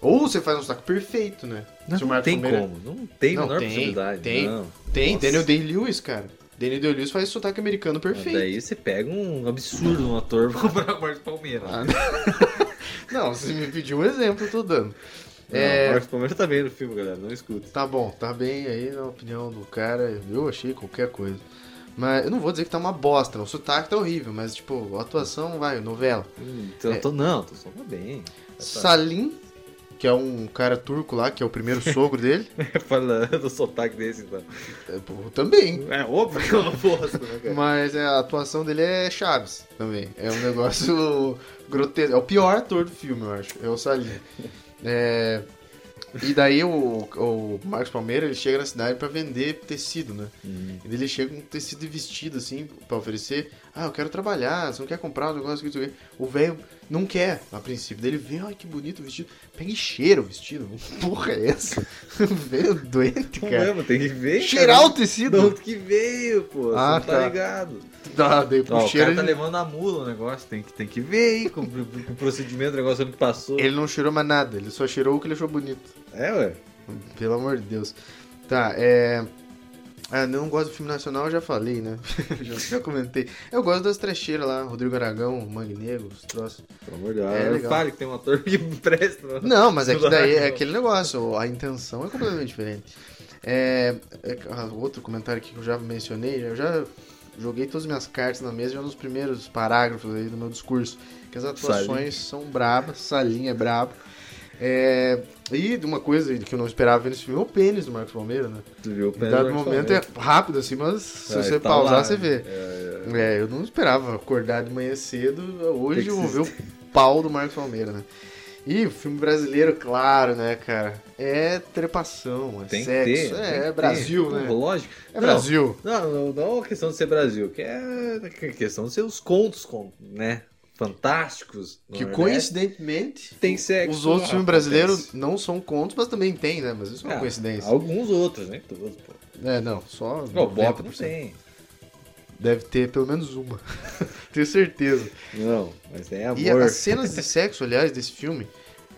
[SPEAKER 3] Ou você faz um sotaque perfeito, né?
[SPEAKER 4] Não,
[SPEAKER 3] Se o Marcos
[SPEAKER 4] tem
[SPEAKER 3] Palmeira-
[SPEAKER 4] como, não tem a
[SPEAKER 3] Não,
[SPEAKER 4] menor
[SPEAKER 3] tem,
[SPEAKER 4] possibilidade.
[SPEAKER 3] tem,
[SPEAKER 4] não.
[SPEAKER 3] Tem,
[SPEAKER 4] Nossa.
[SPEAKER 3] Daniel Day-Lewis, cara. Daniel Day-Lewis faz sotaque americano
[SPEAKER 4] Mas
[SPEAKER 3] perfeito.
[SPEAKER 4] Daí você pega um absurdo um ator né? pra comprar o Marcos Palmeira.
[SPEAKER 3] Ah, Não, você me pediu um exemplo, eu tô dando.
[SPEAKER 4] Não,
[SPEAKER 3] é-
[SPEAKER 4] O Marcos Palmeira tá bem no filme, galera, não escuta.
[SPEAKER 3] Tá bom, tá bem aí na opinião do cara. Eu achei qualquer coisa. Mas eu não vou dizer que tá uma bosta, o sotaque tá horrível, mas tipo, a atuação, vai, novela.
[SPEAKER 4] Então, eu tô,
[SPEAKER 3] É.
[SPEAKER 4] não, tô só bem.
[SPEAKER 3] Salim, que é um cara turco lá, que é o primeiro sogro dele,
[SPEAKER 4] Falando do sotaque desse, então.
[SPEAKER 3] é, pô, também.
[SPEAKER 4] É óbvio que eu não posso, né, cara?
[SPEAKER 3] Mas é, a atuação dele é Chaves também. É um negócio grotesco. É o pior ator do filme, eu acho. É o Salim. É, E daí o, o Marcos Palmeira ele chega na cidade pra vender tecido, né?
[SPEAKER 4] Uhum.
[SPEAKER 3] E ele chega com tecido e vestido, assim, pra oferecer. Ah, eu quero trabalhar, você não quer comprar um negócio que não sei o quê. O velho não quer, a princípio. Daí ele vê, ai que bonito o vestido. Pega e cheira o vestido. Porra, é essa? velho é doente,
[SPEAKER 4] Não
[SPEAKER 3] cara.
[SPEAKER 4] mesmo, tem que ver.
[SPEAKER 3] Cheirar
[SPEAKER 4] cara.
[SPEAKER 3] o tecido.
[SPEAKER 4] De onde que veio, pô.
[SPEAKER 3] Ah,
[SPEAKER 4] você
[SPEAKER 3] tá.
[SPEAKER 4] não tá ligado.
[SPEAKER 3] Dá, daí
[SPEAKER 4] Ó,
[SPEAKER 3] pro
[SPEAKER 4] o
[SPEAKER 3] cheiro. é
[SPEAKER 4] cara
[SPEAKER 3] ele-
[SPEAKER 4] tá levando a mula o negócio, tem que, tem que ver aí com, com- com o procedimento do negócio ano que passou.
[SPEAKER 3] Ele não cheirou mais nada, ele só cheirou o que ele achou bonito.
[SPEAKER 4] É, ué.
[SPEAKER 3] Pelo amor de Deus. Tá, é. Ah, não gosto do filme nacional, eu já falei, né? já, já comentei. Eu gosto das trecheiras lá, Rodrigo Aragão, Mangue Negro, os troços.
[SPEAKER 4] Pelo amor de Deus.
[SPEAKER 3] É,
[SPEAKER 4] eu
[SPEAKER 3] legal.
[SPEAKER 4] falo que tem um ator que presta. mano.
[SPEAKER 3] Não, mas é que daí é aquele negócio, a intenção é completamente diferente. É, é, ah, outro comentário aqui que eu já mencionei, eu já joguei todas as minhas cartas na mesa já nos primeiros parágrafos aí do meu discurso. Que as atuações são brabas, Salinha é brabo. É, e de uma coisa que eu não esperava ver nesse filme, é o pênis do Marcos Palmeira, né?
[SPEAKER 4] Tu viu o
[SPEAKER 3] Em
[SPEAKER 4] pé
[SPEAKER 3] dado
[SPEAKER 4] do
[SPEAKER 3] momento é
[SPEAKER 4] Marcos
[SPEAKER 3] rápido, assim, mas se
[SPEAKER 4] Palmeiras.
[SPEAKER 3] você
[SPEAKER 4] Ah, tá
[SPEAKER 3] pausar,
[SPEAKER 4] lá,
[SPEAKER 3] você vê.
[SPEAKER 4] é, é.
[SPEAKER 3] É, eu não esperava acordar de manhã cedo. Hoje
[SPEAKER 4] Tem que
[SPEAKER 3] eu vou ver
[SPEAKER 4] ser-
[SPEAKER 3] o pau do Marcos Palmeira, né? E o filme brasileiro, claro, né, cara? É trepação, é
[SPEAKER 4] Tem que
[SPEAKER 3] sexo.
[SPEAKER 4] ter. tem
[SPEAKER 3] é
[SPEAKER 4] que ter.
[SPEAKER 3] Brasil,
[SPEAKER 4] Pô,
[SPEAKER 3] né?
[SPEAKER 4] Lógico.
[SPEAKER 3] É
[SPEAKER 4] Não,
[SPEAKER 3] Brasil.
[SPEAKER 4] Não, não, não é uma questão de ser Brasil, que é a questão de ser os contos, com- né? Fantásticos. no
[SPEAKER 3] Que
[SPEAKER 4] Nordeste.
[SPEAKER 3] coincidentemente.
[SPEAKER 4] Tem sexo.
[SPEAKER 3] Os outros
[SPEAKER 4] ah,
[SPEAKER 3] filmes brasileiros
[SPEAKER 4] acontece.
[SPEAKER 3] não são contos, mas também tem, né? Mas isso é uma
[SPEAKER 4] Ah,
[SPEAKER 3] coincidência.
[SPEAKER 4] Alguns outros, né? Todos, pô.
[SPEAKER 3] É, não, só.
[SPEAKER 4] Não, o Bop não
[SPEAKER 3] 90%.
[SPEAKER 4] tem.
[SPEAKER 3] Deve ter pelo menos uma. Tenho certeza.
[SPEAKER 4] Não, mas tem amor.
[SPEAKER 3] E as cenas de sexo, aliás, desse filme,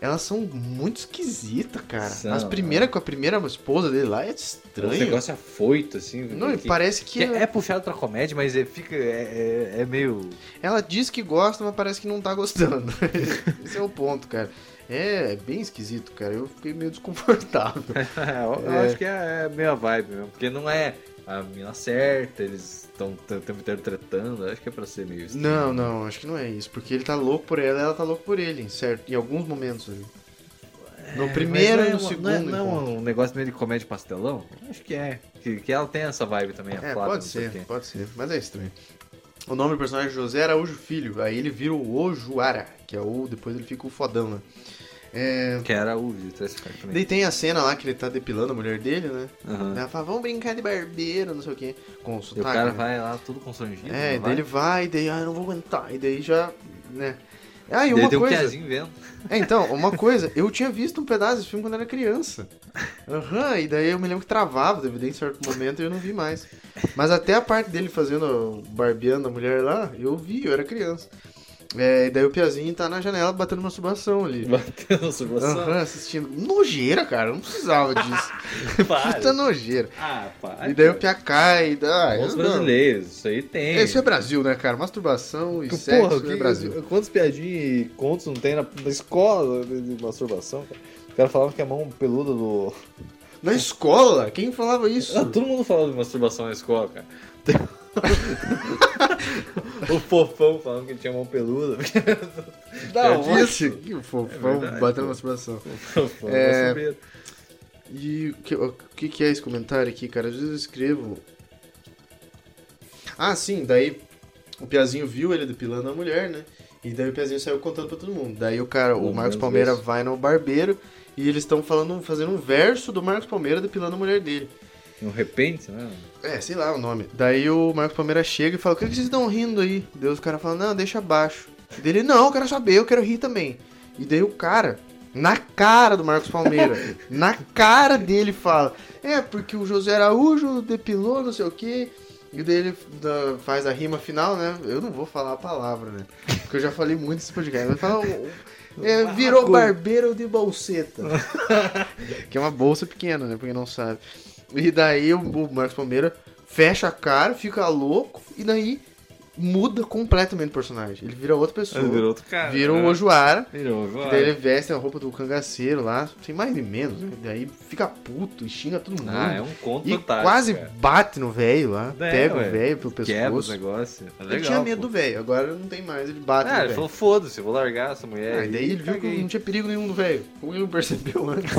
[SPEAKER 3] elas são muito esquisitas, cara.
[SPEAKER 4] São, né?
[SPEAKER 3] as primeiras com a primeira esposa dele lá é
[SPEAKER 4] Um
[SPEAKER 3] estranho.
[SPEAKER 4] negócio afoito, assim.
[SPEAKER 3] Não, e
[SPEAKER 4] que-
[SPEAKER 3] parece que,
[SPEAKER 4] que é, é puxado pra comédia, mas é, fica. É, é- é meio.
[SPEAKER 3] ela diz que gosta, mas parece que não tá gostando. Esse é o ponto, cara. É, é bem esquisito, cara. Eu fiquei meio desconfortável.
[SPEAKER 4] eu
[SPEAKER 3] É.
[SPEAKER 4] acho que é, é meio a vibe mesmo. Porque não é a mina certa, eles estão o tempo inteiro tretando. eu Acho que é pra ser meio. estranho.
[SPEAKER 3] Não, não, acho que não é isso. Porque ele tá louco por ela, ela tá louco por ele, em certo? Em alguns momentos ali. No
[SPEAKER 4] É,
[SPEAKER 3] primeiro e no
[SPEAKER 4] mas não é uma-
[SPEAKER 3] segundo. então.
[SPEAKER 4] Não é, não é
[SPEAKER 3] encontro.
[SPEAKER 4] um negócio meio de comédia pastelão? Acho que é. Que, que ela tem essa vibe também, a
[SPEAKER 3] É,
[SPEAKER 4] Flávia,
[SPEAKER 3] pode
[SPEAKER 4] não sei
[SPEAKER 3] ser,
[SPEAKER 4] o quê.
[SPEAKER 3] pode ser, mas é estranho. O nome do personagem é José Araújo Filho, aí ele vira o Ojuara, que é o. Depois ele fica o fodão, né? É,
[SPEAKER 4] Que era o de três caras também.
[SPEAKER 3] daí tem a cena lá que ele tá depilando a mulher dele, né?
[SPEAKER 4] Aham.
[SPEAKER 3] Ela fala, vamos brincar de barbeiro, não sei o quê. Com o
[SPEAKER 4] E o
[SPEAKER 3] sotaque.
[SPEAKER 4] cara
[SPEAKER 3] né?
[SPEAKER 4] vai lá todo constrangido. né,
[SPEAKER 3] É,
[SPEAKER 4] não
[SPEAKER 3] daí ele vai, daí, ah, eu não vou aguentar, e daí já. né? Ah, e
[SPEAKER 4] Daí
[SPEAKER 3] uma
[SPEAKER 4] tem um
[SPEAKER 3] coisa.
[SPEAKER 4] piazinho vendo.
[SPEAKER 3] É, então, uma coisa, eu tinha visto um pedaço desse filme quando era criança. Aham, e daí eu me lembro que travava o DVD em certo momento e eu não vi mais. Mas até a parte dele fazendo, barbeando a mulher lá, eu vi, eu era criança. É, e daí o Piazinho tá na janela batendo masturbação ali.
[SPEAKER 4] Batendo sobre
[SPEAKER 3] Aham, assistindo. Nojeira, cara, eu não precisava disso.
[SPEAKER 4] Para.
[SPEAKER 3] Puta nojeira.
[SPEAKER 4] Ah, pá.
[SPEAKER 3] E daí o
[SPEAKER 4] cara.
[SPEAKER 3] Pia cai, e daí...
[SPEAKER 4] Os
[SPEAKER 3] eu não-
[SPEAKER 4] brasileiros, isso aí tem.
[SPEAKER 3] Isso é Brasil, né, cara? Masturbação e
[SPEAKER 4] Que
[SPEAKER 3] sexo
[SPEAKER 4] porra,
[SPEAKER 3] é
[SPEAKER 4] que-
[SPEAKER 3] Brasil.
[SPEAKER 4] quantos piadinhas e contos não tem na, na escola de, de masturbação? cara? O cara falava que a mão peluda do.
[SPEAKER 3] Na escola, quem falava isso?
[SPEAKER 4] Ah, todo mundo falava de masturbação na escola, cara. Tem- o fofão falando que ele tinha mão peluda.
[SPEAKER 3] Da
[SPEAKER 4] onde? É
[SPEAKER 3] isso? Que fofão,
[SPEAKER 4] verdade,
[SPEAKER 3] batendo
[SPEAKER 4] pô.
[SPEAKER 3] masturbação.
[SPEAKER 4] Fofão,
[SPEAKER 3] É.
[SPEAKER 4] masturbeiro.
[SPEAKER 3] E o que, o que que é esse comentário aqui, cara? Às vezes eu escrevo. Ah, sim, daí o Piazinho viu ele depilando a mulher, né? E daí o Piazinho saiu contando pra todo mundo. Daí o cara, o
[SPEAKER 4] Pelo
[SPEAKER 3] Marcos
[SPEAKER 4] menos
[SPEAKER 3] Palmeira
[SPEAKER 4] isso.
[SPEAKER 3] vai no barbeiro e eles estão falando, fazendo um verso do Marcos Palmeira depilando a mulher dele.
[SPEAKER 4] Um repente, né?
[SPEAKER 3] É, sei lá o nome. Daí o Marcos Palmeira chega e fala: O que que vocês estão rindo aí? Daí os caras falam: Não, deixa abaixo. Dele: Não, eu quero saber, eu quero rir também. E daí o cara, na cara do Marcos Palmeira, na cara dele, fala: É, porque o José Araújo depilou, não sei o quê. E daí ele da- faz a rima final, né? Eu não vou falar a palavra, né? Porque eu já falei muito nesse podcast. Mas fala: "O- o- é, Virou barbeiro de bolseta. que é uma bolsa pequena, né? Pra quem não sabe. E daí o, o Marcos Palmeira fecha a cara, fica louco, e daí muda completamente o personagem. Ele vira outra pessoa.
[SPEAKER 4] Ele virou um outro cara. é.
[SPEAKER 3] Vira o Ojuara.
[SPEAKER 4] Virou,
[SPEAKER 3] que
[SPEAKER 4] agora.
[SPEAKER 3] Daí ele veste a roupa do cangaceiro lá, sem mais nem menos. né? Daí fica puto e xinga todo mundo.
[SPEAKER 4] Ah, é um conto
[SPEAKER 3] e
[SPEAKER 4] fantástico.
[SPEAKER 3] quase
[SPEAKER 4] cara.
[SPEAKER 3] bate no velho lá.
[SPEAKER 4] É,
[SPEAKER 3] pega
[SPEAKER 4] ué.
[SPEAKER 3] o velho pelo
[SPEAKER 4] Quebra os
[SPEAKER 3] pescoço.
[SPEAKER 4] negócios. É legal,
[SPEAKER 3] ele tinha medo
[SPEAKER 4] pô.
[SPEAKER 3] do velho, agora não tem mais. Ele bate
[SPEAKER 4] Ah,
[SPEAKER 3] no
[SPEAKER 4] ele
[SPEAKER 3] velho.
[SPEAKER 4] falou, foda-se, eu vou largar essa mulher.
[SPEAKER 3] Aí
[SPEAKER 4] aí,
[SPEAKER 3] daí ele viu que
[SPEAKER 4] caguei.
[SPEAKER 3] não tinha perigo nenhum do velho. Como ele não percebeu antes?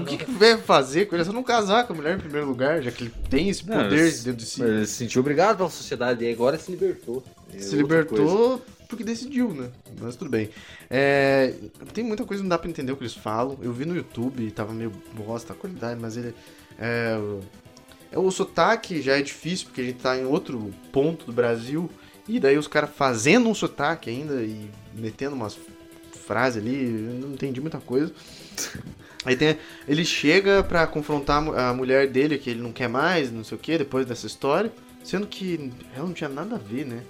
[SPEAKER 3] o que, que o velho vai fazer com ele? É só não casar com a mulher em primeiro lugar, já que ele tem esse
[SPEAKER 4] Não,
[SPEAKER 3] poder dentro de si.
[SPEAKER 4] mas Ele se sentiu obrigado pela sociedade e agora se libertou. É
[SPEAKER 3] Se
[SPEAKER 4] outra coisa.
[SPEAKER 3] libertou porque decidiu, né? Mas tudo bem. É, tem muita coisa que não dá pra entender o que eles falam. Eu vi no YouTube, tava meio bosta a qualidade, mas ele. É, o- é, o sotaque já é difícil porque a gente tá em outro ponto do Brasil. E daí os caras fazendo um sotaque ainda e metendo umas frases ali, eu não entendi muita coisa. Aí tem, ele chega pra confrontar a mu- a mulher dele, que ele não quer mais, não sei o que, depois dessa história. Sendo que ela não tinha nada a ver, né?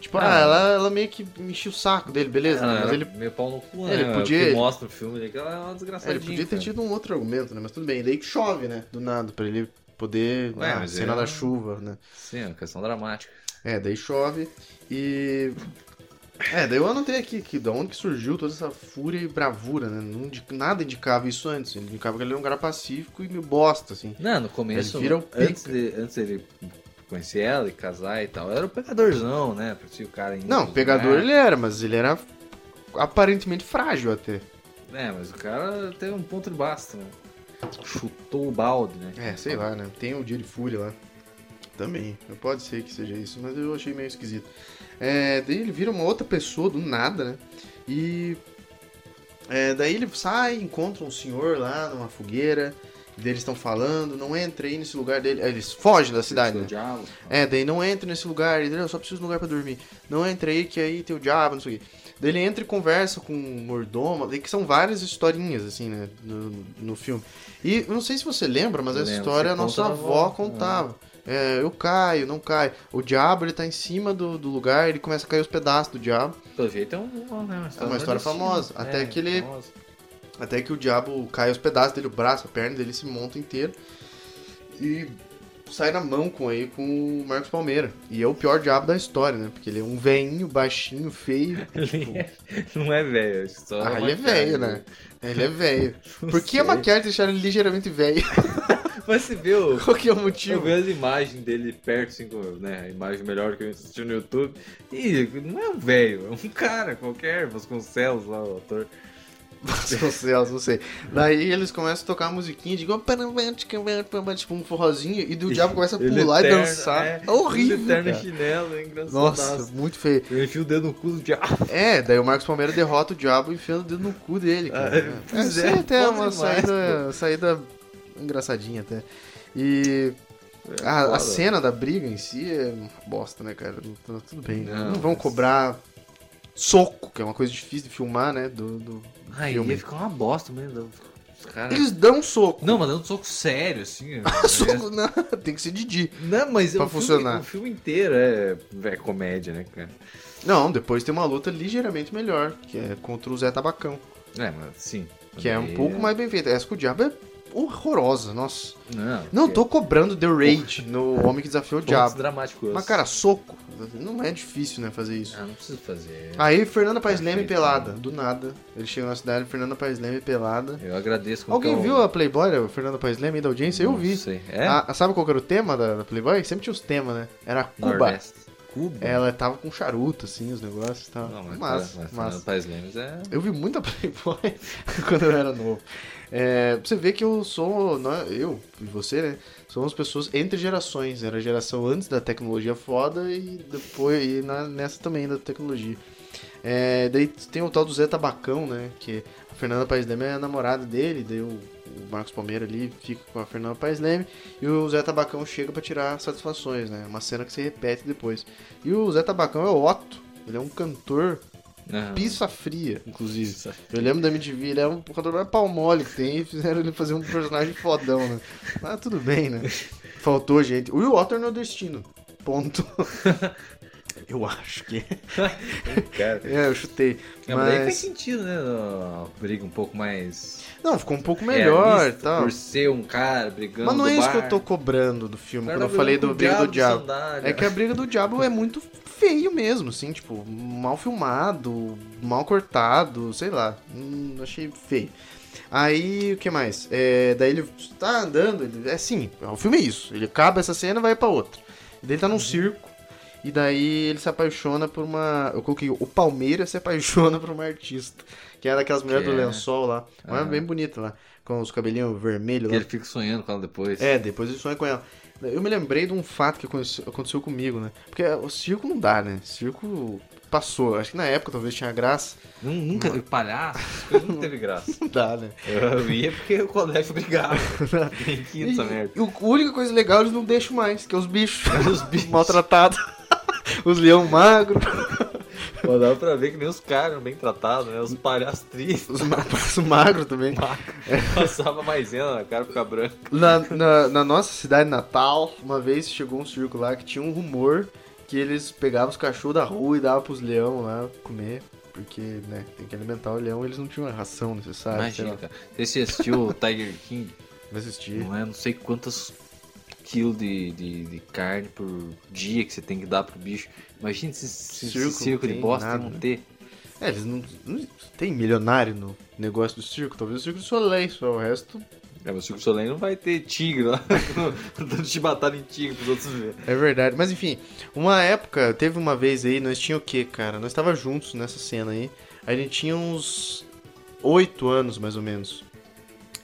[SPEAKER 3] Tipo, ah,
[SPEAKER 4] Ah.
[SPEAKER 3] ela, ela meio que me enchia o saco dele, beleza?
[SPEAKER 4] Ela
[SPEAKER 3] mas
[SPEAKER 4] era
[SPEAKER 3] ele,
[SPEAKER 4] meio Ah, pau no cu, né?
[SPEAKER 3] ele
[SPEAKER 4] O
[SPEAKER 3] podia-
[SPEAKER 4] Que mostra no filme ali que ela é uma desgraçadinha.
[SPEAKER 3] ele podia ter
[SPEAKER 4] cara.
[SPEAKER 3] tido um outro argumento, né? Mas tudo bem. Daí que chove, né? Do nada, pra ele poder.
[SPEAKER 4] Ué,
[SPEAKER 3] ah,
[SPEAKER 4] mas é um
[SPEAKER 3] cena
[SPEAKER 4] ele-
[SPEAKER 3] da chuva, né?
[SPEAKER 4] Sim, é uma questão dramática.
[SPEAKER 3] É, daí chove e. É, daí eu anotei aqui que da onde que surgiu toda essa fúria e bravura, né? Não indi- nada indicava isso antes. Ele indicava que ele era um cara pacífico e meio bosta, assim.
[SPEAKER 4] Não, no começo,
[SPEAKER 3] Ele vira o
[SPEAKER 4] antes, de, antes dele conhecer ela e casar e tal, era o pegadorzão, né? Parecia o cara é. em
[SPEAKER 3] Não,
[SPEAKER 4] outros
[SPEAKER 3] pegador
[SPEAKER 4] lugares.
[SPEAKER 3] ele era, mas ele era aparentemente frágil até.
[SPEAKER 4] É, mas o cara teve um ponto de basta, né? Chutou o balde, né?
[SPEAKER 3] É, sei lá, né? Tem o dia de fúria lá. Também. Pode ser que seja isso, mas eu achei meio esquisito. É, daí ele vira uma outra pessoa do nada, né? E. é, daí ele sai, encontra um senhor lá numa fogueira. E daí eles estão falando, não entra aí nesse lugar dele. Aí Eles fogem da cidade,
[SPEAKER 4] Chutou o
[SPEAKER 3] né?
[SPEAKER 4] diabo.
[SPEAKER 3] É, daí não entra nesse lugar, ele, eu só preciso de um lugar pra dormir. Não entra aí que aí tem o diabo, não sei o quê. Daí ele entra e conversa com o mordomo, daí que são várias historinhas, assim, né, no, no filme. E eu não sei se você lembra, mas essa
[SPEAKER 4] Lembro,
[SPEAKER 3] história
[SPEAKER 4] você
[SPEAKER 3] a nossa
[SPEAKER 4] conta na né?
[SPEAKER 3] avó
[SPEAKER 4] avó,
[SPEAKER 3] contava. É, eu caio, não caio. O diabo, ele tá em cima do, do lugar, ele começa a cair os pedaços do diabo.
[SPEAKER 4] Pelo jeito é um- né, uma história,
[SPEAKER 3] uma história famosa,
[SPEAKER 4] nordestina.
[SPEAKER 3] até que ele-
[SPEAKER 4] famosa.
[SPEAKER 3] Até que o diabo cai os pedaços dele, o braço, a perna dele se monta inteiro. E sai na mão com aí com o Marcos Palmeira. E é o pior diabo da história, né? Porque ele é um veinho, baixinho, feio. tipo,
[SPEAKER 4] Ele é- não é velho, acho que só
[SPEAKER 3] ah,
[SPEAKER 4] uma
[SPEAKER 3] ele é velho,
[SPEAKER 4] cara.
[SPEAKER 3] né? Ele é velho.
[SPEAKER 4] Não
[SPEAKER 3] Por que a
[SPEAKER 4] sei.
[SPEAKER 3] maquiagem deixaram ele ligeiramente velho?
[SPEAKER 4] Mas você viu,
[SPEAKER 3] Qual que é o
[SPEAKER 4] eu
[SPEAKER 3] motivo?
[SPEAKER 4] vi as imagens dele perto, assim, com, né, a imagem melhor que eu assisti no YouTube. E não é um velho, é um cara qualquer, Vasconcelos lá, o ator.
[SPEAKER 3] Vasconcelos, não sei. Daí eles começam a tocar a musiquinha, de igual, tipo um forrozinho, e o diabo começa a
[SPEAKER 4] Ele
[SPEAKER 3] pular e
[SPEAKER 4] terno,
[SPEAKER 3] dançar.
[SPEAKER 4] é,
[SPEAKER 3] É horrível.
[SPEAKER 4] Ele terno e
[SPEAKER 3] cara.
[SPEAKER 4] chinelo, é engraçado.
[SPEAKER 3] Nossa, muito feio.
[SPEAKER 4] Ele enfia o dedo no cu do Ah, diabo.
[SPEAKER 3] É, daí o Marcos Palmeira derrota o diabo enfiando o dedo no cu dele. Cara.
[SPEAKER 4] Ah,
[SPEAKER 3] É,
[SPEAKER 4] pois
[SPEAKER 3] isso
[SPEAKER 4] é,
[SPEAKER 3] aí até é
[SPEAKER 4] foda
[SPEAKER 3] uma
[SPEAKER 4] demais,
[SPEAKER 3] saída, saída engraçadinha até. E a, a
[SPEAKER 4] foda.
[SPEAKER 3] cena da briga em si é uma bosta, né, cara? Não- tá Tudo bem, né?
[SPEAKER 4] Não,
[SPEAKER 3] Não, vão
[SPEAKER 4] mas-
[SPEAKER 3] cobrar soco, que é uma coisa difícil de filmar, né? Do, do
[SPEAKER 4] Ai,
[SPEAKER 3] filme.
[SPEAKER 4] ia ficar uma bosta mesmo. né? Os caras.
[SPEAKER 3] Eles dão soco.
[SPEAKER 4] Não, mas dando soco sério, assim.
[SPEAKER 3] soco não, tem que ser Didi.
[SPEAKER 4] Não, mas
[SPEAKER 3] Pra
[SPEAKER 4] o filme-
[SPEAKER 3] funcionar.
[SPEAKER 4] o filme inteiro é, é comédia, né, cara?
[SPEAKER 3] Não, depois tem uma luta ligeiramente melhor, que é contra o Zé Tabacão,
[SPEAKER 4] É, mas sim.
[SPEAKER 3] que é um
[SPEAKER 4] Aí
[SPEAKER 3] pouco mais bem feita. Essa com o diabo é horrorosa, nossa.
[SPEAKER 4] Não,
[SPEAKER 3] Não
[SPEAKER 4] que um
[SPEAKER 3] tô cobrando The Raid no Homem que Desafiou o
[SPEAKER 4] é pontos
[SPEAKER 3] Diabo.
[SPEAKER 4] dramáticos.
[SPEAKER 3] Mas, cara, soco. Não é difícil, né, fazer isso.
[SPEAKER 4] Ah, não preciso fazer.
[SPEAKER 3] Aí, Fernanda Paes
[SPEAKER 4] Perfeito,
[SPEAKER 3] Leme
[SPEAKER 4] é.
[SPEAKER 3] pelada. Do nada. Ele chega na cidade, Fernanda Paes Leme pelada.
[SPEAKER 4] Eu agradeço. qualquer
[SPEAKER 3] Alguém
[SPEAKER 4] um.
[SPEAKER 3] viu a Playboy, o Fernanda Paes Leme da audiência? Eu
[SPEAKER 4] Não
[SPEAKER 3] vi.
[SPEAKER 4] sei. É?
[SPEAKER 3] Ah, sabe qual que era o tema da, da Playboy? Sempre tinha os temas, né? Era Cuba. É,
[SPEAKER 4] Nordeste. Cuba?
[SPEAKER 3] Ela tava com charuto, assim, os negócios e tal.
[SPEAKER 4] Não, mas, tá,
[SPEAKER 3] massa,
[SPEAKER 4] mas
[SPEAKER 3] massa.
[SPEAKER 4] Fernando Paes Lemos é...
[SPEAKER 3] Eu vi muita Playboy quando eu era novo. É, pra você ver que eu sou. nó- Eu e você, né? Somos pessoas entre gerações. Era a geração antes da tecnologia foda e depois e na- nessa também da tecnologia. É, daí tem o tal do Zé Tabacão, né? Que a Fernanda Paes Leme é a namorada dele, daí o, o Marcos Palmeira ali fica com a Fernanda Paes Leme e o Zé Tabacão chega pra tirar satisfações, né? Uma cena que se repete depois. E o Zé Tabacão é o Otto, ele é um cantor
[SPEAKER 4] Aham.
[SPEAKER 3] pizza fria, inclusive.
[SPEAKER 4] Pizza
[SPEAKER 3] Eu lembro da MTV, ele é um jogador mais pau mole que tem e fizeram ele fazer um personagem fodão, né? Mas é tudo bem, né? Faltou gente. Will Otter no destino. Ponto.
[SPEAKER 9] Eu acho que é.
[SPEAKER 4] Cara,
[SPEAKER 3] É, eu chutei.
[SPEAKER 4] é, mas daí faz
[SPEAKER 3] Mas.
[SPEAKER 4] sentido, né? Uma briga um pouco mais.
[SPEAKER 3] Não, ficou um pouco melhor e
[SPEAKER 4] realista,
[SPEAKER 3] tal.
[SPEAKER 4] É, Por ser um cara brigando.
[SPEAKER 3] Mas não
[SPEAKER 4] do
[SPEAKER 3] é isso
[SPEAKER 4] bar.
[SPEAKER 3] que eu tô cobrando do filme,
[SPEAKER 4] Cara,
[SPEAKER 3] quando eu
[SPEAKER 4] tá
[SPEAKER 3] falei do
[SPEAKER 4] brigando com
[SPEAKER 3] briga do
[SPEAKER 4] de
[SPEAKER 3] diabo.
[SPEAKER 4] sandália.
[SPEAKER 3] É que a briga do diabo é muito feio mesmo, assim, tipo, mal filmado, mal cortado, sei lá. Hum, achei feio. Aí, o que mais? É, daí ele tá andando, ele, é assim, o filme é isso. Ele acaba essa cena e vai pra outra. Daí ele tá num
[SPEAKER 4] Uhum.
[SPEAKER 3] circo, e daí ele se apaixona por uma. Eu coloquei o Palmeiras se apaixona por uma artista. Que era aquelas mulheres
[SPEAKER 4] Que
[SPEAKER 3] do
[SPEAKER 4] é.
[SPEAKER 3] lençol lá. Uma bem bonita lá. Com os cabelinhos vermelhos lá.
[SPEAKER 4] Que ele fica sonhando com ela depois.
[SPEAKER 3] É, depois ele sonha com ela. Eu me lembrei de um fato que aconte- aconteceu comigo, né? Porque o circo não dá, né? Circo passou. Acho que na época talvez tinha graça.
[SPEAKER 4] Nu- Nunca vi palhaço, essas coisas não teve graça.
[SPEAKER 3] Não dá, né?
[SPEAKER 4] Eu ia porque o colégio brigava. Tem que ir essa merda.
[SPEAKER 3] E o- a única coisa legal eles não deixam mais, que é os bichos.
[SPEAKER 4] Os bichos.
[SPEAKER 3] maltratados. Os leão magro,
[SPEAKER 4] Pô, dava pra ver que nem os caras eram bem tratados, né? Os palhaços tristes.
[SPEAKER 3] os É. ma- os magros também.
[SPEAKER 4] Passava maisena na cara, ficar branco.
[SPEAKER 3] Na, na, na nossa cidade natal, uma vez chegou um circo lá que tinha um rumor que eles pegavam os cachorros da rua e davam pros leão lá comer, porque, né, tem que alimentar o leão, eles não tinham a ração necessária.
[SPEAKER 4] Imagina,
[SPEAKER 3] sei lá.
[SPEAKER 4] cara. Você se assistiu o Tiger King?
[SPEAKER 3] Não existia.
[SPEAKER 4] Não é não sei quantos quilos de, de, de carne por dia que você tem que dar pro bicho. Imagina esse, esse- esse
[SPEAKER 3] Circo
[SPEAKER 4] circo,
[SPEAKER 3] não
[SPEAKER 4] de
[SPEAKER 3] tem
[SPEAKER 4] bosta
[SPEAKER 3] nada,
[SPEAKER 4] e
[SPEAKER 3] né?
[SPEAKER 4] não ter.
[SPEAKER 3] É, eles não, não- Tem milionário no negócio do circo, talvez o circo do Soleil, só o resto.
[SPEAKER 4] É, mas o Circo Soleil não vai ter tigre lá. Dando chibatada em tigre pros outros verem.
[SPEAKER 3] É verdade. Mas enfim, uma época, teve uma vez aí, nós tinha o quê, cara? Nós estávamos juntos nessa cena aí. A gente tinha uns oito anos, mais ou menos.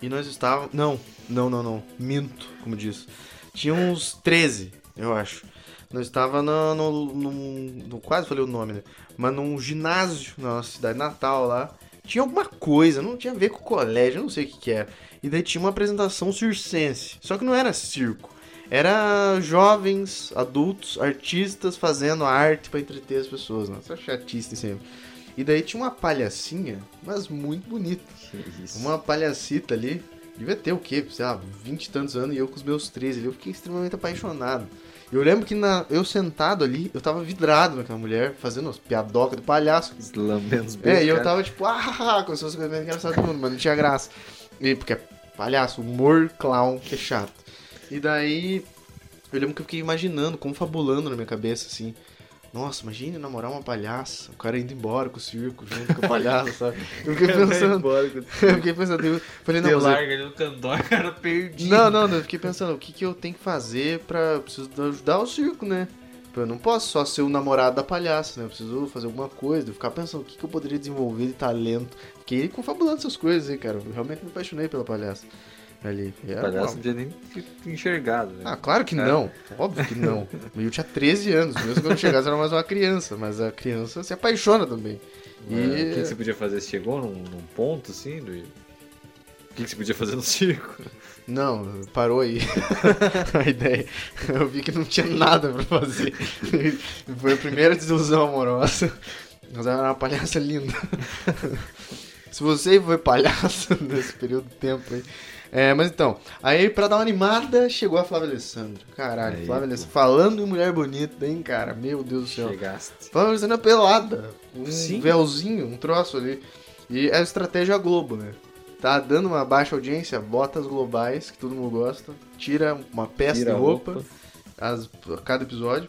[SPEAKER 3] E nós estávamos. Não, não, não, não. Minto, como diz. Tinha uns 13, eu acho. Nós estava no, no, num- no- Quase falei o nome, né? Mas num ginásio na nossa cidade natal lá. Tinha alguma coisa, não tinha a ver com o colégio, eu não sei o que, que era. E daí tinha uma apresentação circense. Só que não era circo. Era jovens, adultos, artistas fazendo arte pra entreter as pessoas. Né? Isso é chatice sempre. E daí tinha uma palhacinha, mas muito bonita. Uma palhacita ali, devia ter o quê? Sei lá, 20 e tantos anos e eu com os meus 13 ali, eu fiquei extremamente apaixonado. Eu lembro que na, eu sentado ali, eu tava vidrado naquela mulher, fazendo as piadocas do palhaço.
[SPEAKER 4] Lambendo os
[SPEAKER 3] É,
[SPEAKER 4] beijos,
[SPEAKER 3] e eu
[SPEAKER 4] cara.
[SPEAKER 3] tava tipo, ah, como se fosse a coisa mais engraçada do mundo, mas não tinha graça. E, porque é palhaço, humor, clown, que é chato. E daí, eu lembro que eu fiquei imaginando, confabulando na minha cabeça, assim. Nossa, imagina namorar uma palhaça, o cara indo embora com o circo, junto com a palhaça, sabe? Eu fiquei
[SPEAKER 4] É
[SPEAKER 3] pensando, eu fiquei pensando, eu falei, não,
[SPEAKER 4] Eu
[SPEAKER 3] mas eu-
[SPEAKER 4] largo ele no candor, cara, perdido.
[SPEAKER 3] não, não, não, eu fiquei pensando, o que, que eu tenho que fazer pra. Eu preciso ajudar o circo, né? Eu não posso só ser o namorado da palhaça, né? Eu preciso fazer alguma coisa, eu ficar pensando o que, que eu poderia desenvolver de talento. Fiquei confabulando essas coisas aí, cara. Eu realmente me apaixonei pela palhaça. Ali.
[SPEAKER 4] O
[SPEAKER 3] Era
[SPEAKER 4] palhaço
[SPEAKER 3] uma-
[SPEAKER 4] não tinha nem te enxergado, né?
[SPEAKER 3] Ah, claro que não. Óbvio que não. Eu tinha 13 anos, mesmo quando eu chegasse eu era mais uma criança, mas a criança se apaixona também.
[SPEAKER 4] É,
[SPEAKER 3] E-
[SPEAKER 4] O que, que você podia fazer? Você chegou num, num ponto assim? Do... O que, que você podia fazer no circo?
[SPEAKER 3] Não, parou aí a ideia. Eu vi que não tinha nada pra fazer. Foi a primeira desilusão amorosa. Mas ela era uma palhaça linda. Se você foi palhaço nesse período de tempo aí. É, mas então, aí pra dar uma animada, chegou a Flávia Alessandro. Caralho,
[SPEAKER 4] Aí,
[SPEAKER 3] Flávia
[SPEAKER 4] pô.
[SPEAKER 3] Alessandro. Falando em mulher bonita, hein, cara? Meu Deus do céu.
[SPEAKER 4] Chegaste.
[SPEAKER 3] Flávia Alessandro é pelada. Um
[SPEAKER 4] Sim.
[SPEAKER 3] véuzinho, um troço ali. E é a estratégia Globo, né? Tá dando uma baixa audiência, bota as globais, que todo mundo gosta, tira uma peça
[SPEAKER 4] Tira
[SPEAKER 3] de
[SPEAKER 4] a
[SPEAKER 3] roupa,
[SPEAKER 4] roupa.
[SPEAKER 3] as- a cada episódio.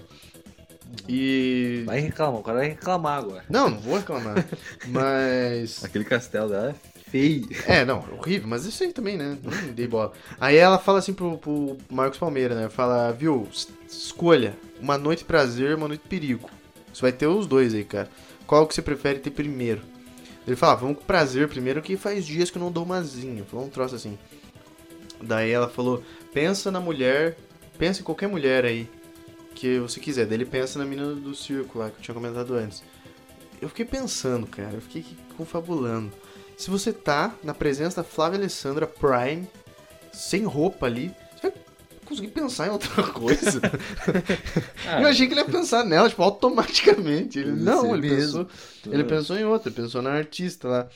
[SPEAKER 3] E.
[SPEAKER 4] Vai reclamar, o cara vai reclamar agora.
[SPEAKER 3] Não, não vou reclamar. mas.
[SPEAKER 4] Aquele castelo dela é feio.
[SPEAKER 3] É, não, horrível, mas isso aí também, né? Não dei bola. Aí ela fala assim pro, pro Marcos Palmeira, né? Fala, viu, es- escolha uma noite prazer e uma noite perigo. Você vai ter os dois aí, cara. Qual que você prefere ter primeiro? Ele fala, ah, vamos com prazer primeiro, que faz dias que eu não dou umazinha. Falou um troço assim. Daí ela falou, pensa na mulher, pensa em qualquer mulher aí que você quiser. Daí ele pensa na menina do circo lá, que eu tinha comentado antes. Eu fiquei pensando, cara, eu fiquei confabulando. Se você tá na presença da Flávia Alessandra Prime, sem roupa ali, você vai consegui pensar em outra coisa. eu achei que ele ia pensar nela, tipo, automaticamente. Ele, não, ele
[SPEAKER 4] mesmo.
[SPEAKER 3] pensou, ele pensou em outra, pensou na artista lá.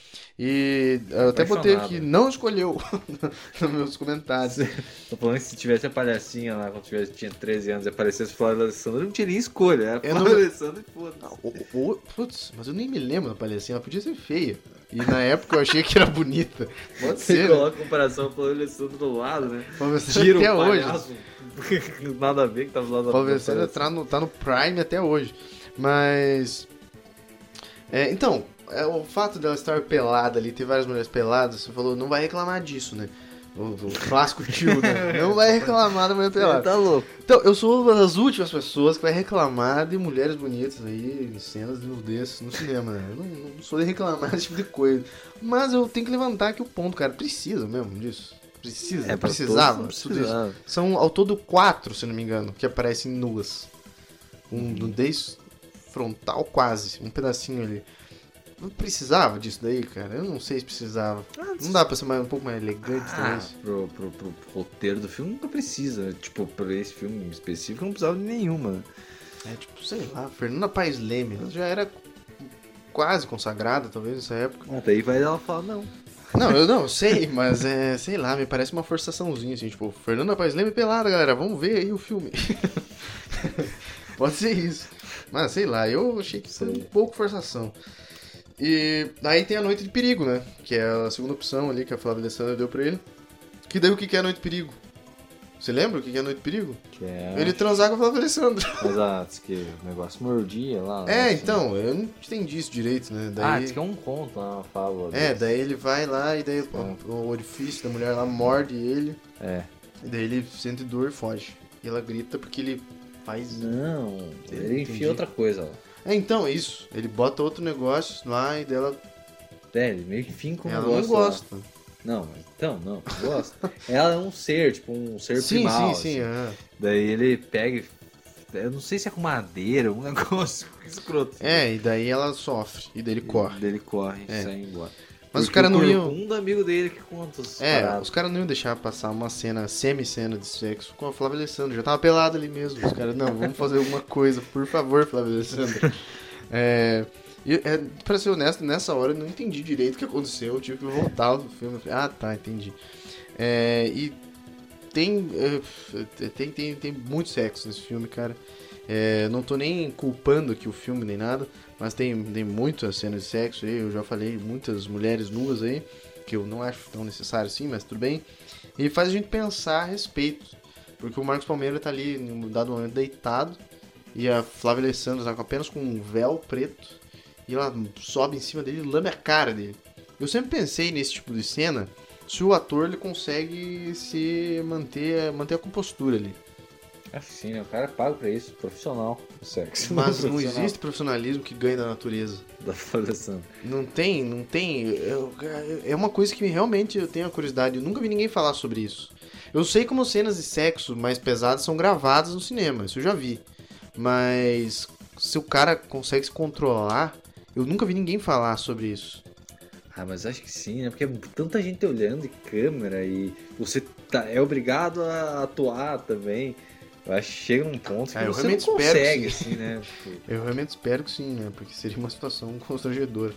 [SPEAKER 3] E eu até
[SPEAKER 4] Apaixonado.
[SPEAKER 3] botei aqui, não escolheu nos meus comentários.
[SPEAKER 4] Tô falando que se tivesse a palhacinha lá, quando tivesse, tinha 13 anos e aparecesse Flávio Alessandro, não tinha nem escolha. Era
[SPEAKER 3] Eu
[SPEAKER 4] Flávio
[SPEAKER 3] não-
[SPEAKER 4] Alessandro e foda-se.
[SPEAKER 3] O- o- o- putz, mas eu nem me lembro da palhacinha, ela podia ser feia. E na época eu achei que era bonita. Pode
[SPEAKER 4] Você
[SPEAKER 3] ser, né?
[SPEAKER 4] coloca a comparação com o Flávio Alessandro do lado, né?
[SPEAKER 3] Palvecino
[SPEAKER 4] Tira
[SPEAKER 3] até
[SPEAKER 4] um
[SPEAKER 3] hoje.
[SPEAKER 4] palhaço. Nada a ver que tava do lado da
[SPEAKER 3] Palvecino
[SPEAKER 4] palhaçada.
[SPEAKER 3] tá no, tá no Prime até hoje. Mas. é, então, é, o fato dela estar pelada ali, ter várias mulheres peladas, você falou, não vai reclamar disso, né? O, o clássico tio, né? Não vai reclamar da mulher pelada.
[SPEAKER 4] Ele Tá louco.
[SPEAKER 3] Então, eu sou uma das últimas pessoas que vai reclamar de mulheres bonitas aí, em cenas de nudez no cinema, né? Eu não, não sou de reclamar desse tipo de coisa. Mas eu tenho que levantar aqui o ponto, cara. Precisa mesmo disso. Precisa,
[SPEAKER 4] É, pra
[SPEAKER 3] precisava.
[SPEAKER 4] todos não
[SPEAKER 3] tudo isso.
[SPEAKER 4] precisava.
[SPEAKER 3] São ao todo quatro, se não me engano, que aparecem nuas. Um
[SPEAKER 4] Uhum.
[SPEAKER 3] nudez frontal quase, um pedacinho ali. Não precisava disso daí, cara. Eu não sei se precisava. Não dá pra ser mais, um pouco mais elegante,
[SPEAKER 4] Ah,
[SPEAKER 3] talvez.
[SPEAKER 4] pro, pro- pro roteiro do filme nunca precisa. Tipo, pra esse filme específico não precisava de nenhuma.
[SPEAKER 3] É tipo, sei lá, Fernanda Paes Leme, ela já era quase consagrada, talvez, nessa época.
[SPEAKER 4] Daí vai ela falar, não.
[SPEAKER 3] Não, eu não sei, mas é, sei lá, me parece uma forçaçãozinha, assim, tipo, Fernanda Paes Leme pelada, galera, vamos ver aí o filme. Pode ser isso. Mas sei lá, eu achei que foi um pouco forçação. E aí tem a Noite de Perigo, né? Que é a segunda opção ali que a Flávia Alessandra deu pra ele. Que daí o que que é a Noite de Perigo? Você lembra o que que é a Noite de Perigo?
[SPEAKER 4] Que é.
[SPEAKER 3] Ele transar com a Flávia Alessandra.
[SPEAKER 4] Mas ah, diz que o negócio mordia lá.
[SPEAKER 3] É,
[SPEAKER 4] né?
[SPEAKER 3] então, eu não entendi isso direito, né? Daí...
[SPEAKER 4] Ah, diz que é um conto lá, uma fábula.
[SPEAKER 3] É,
[SPEAKER 4] desse.
[SPEAKER 3] daí ele vai lá e daí
[SPEAKER 4] Sim.
[SPEAKER 3] o, o orifício da mulher lá morde ele.
[SPEAKER 4] É.
[SPEAKER 3] E daí ele sente dor e foge. E ela grita porque ele faz.
[SPEAKER 4] Não, ele
[SPEAKER 3] Entendi.
[SPEAKER 4] enfia outra coisa lá.
[SPEAKER 3] É, então, é isso. Ele bota outro negócio lá e dela.
[SPEAKER 4] É, ele meio que finca um
[SPEAKER 3] ela não
[SPEAKER 4] negócio lá.
[SPEAKER 3] gosta.
[SPEAKER 4] Não, mas então, não, não gosta. ela é um ser, tipo, um ser
[SPEAKER 3] sim,
[SPEAKER 4] primal.
[SPEAKER 3] sim, sim,
[SPEAKER 4] assim.
[SPEAKER 3] é.
[SPEAKER 4] Daí ele pega. e- Eu não sei se é com madeira, um negócio escroto.
[SPEAKER 3] É, e daí ela sofre. E daí ele corre.
[SPEAKER 4] Ele corre e
[SPEAKER 3] É.
[SPEAKER 4] sai embora.
[SPEAKER 3] Mas os
[SPEAKER 4] Porque
[SPEAKER 3] caras não
[SPEAKER 4] o
[SPEAKER 3] iam.
[SPEAKER 4] corcunda é amigo dele que conta os
[SPEAKER 3] É,
[SPEAKER 4] paradas.
[SPEAKER 3] os caras não iam deixar passar uma cena, semi-cena de sexo com a Flávia Alessandra. Já tava pelado ali mesmo. Os caras, não, vamos fazer alguma coisa, por favor, Flávia Alessandra. É, e, é, pra ser honesto, nessa hora eu não entendi direito o que aconteceu. Eu tive que voltar do filme. Eu falei, Ah, tá, entendi. É, e tem, é, tem, tem, tem muito sexo nesse filme, cara. É, não tô nem culpando aqui o filme nem nada, mas tem, tem muitas cenas de sexo aí. Eu já falei, muitas mulheres nuas aí que eu não acho tão necessário assim, mas tudo bem. E faz a gente pensar a respeito. Porque o Marcos Palmeira tá ali, em um dado momento, deitado. E a Flávia Alessandra tá com- apenas com um véu preto. E ela sobe em cima dele e lame a cara dele. Eu sempre pensei nesse tipo de cena se o ator ele consegue se manter, manter a compostura ali.
[SPEAKER 4] Acho que sim, né? O cara é pago pra isso, profissional do sexo.
[SPEAKER 3] Mas não
[SPEAKER 4] Profissional
[SPEAKER 3] existe profissionalismo que ganhe da natureza.
[SPEAKER 4] Da Alessandro.
[SPEAKER 3] Não tem, não tem. eu- é uma coisa que realmente eu tenho a curiosidade. Eu nunca vi ninguém falar sobre isso. Eu sei como cenas de sexo mais pesadas são gravadas no cinema, isso eu já vi. Mas se o cara consegue se controlar, eu nunca vi ninguém falar sobre isso.
[SPEAKER 4] Ah, mas acho que sim, né? Porque é tanta gente olhando e câmera e você tá, é obrigado a atuar também. Eu acho que chega num ponto que
[SPEAKER 3] Ah, eu
[SPEAKER 4] você não
[SPEAKER 3] realmente espero que
[SPEAKER 4] consegue,
[SPEAKER 3] sim.
[SPEAKER 4] assim, né? Tipo,
[SPEAKER 3] Eu realmente espero que sim, né? Porque seria uma situação constrangedora.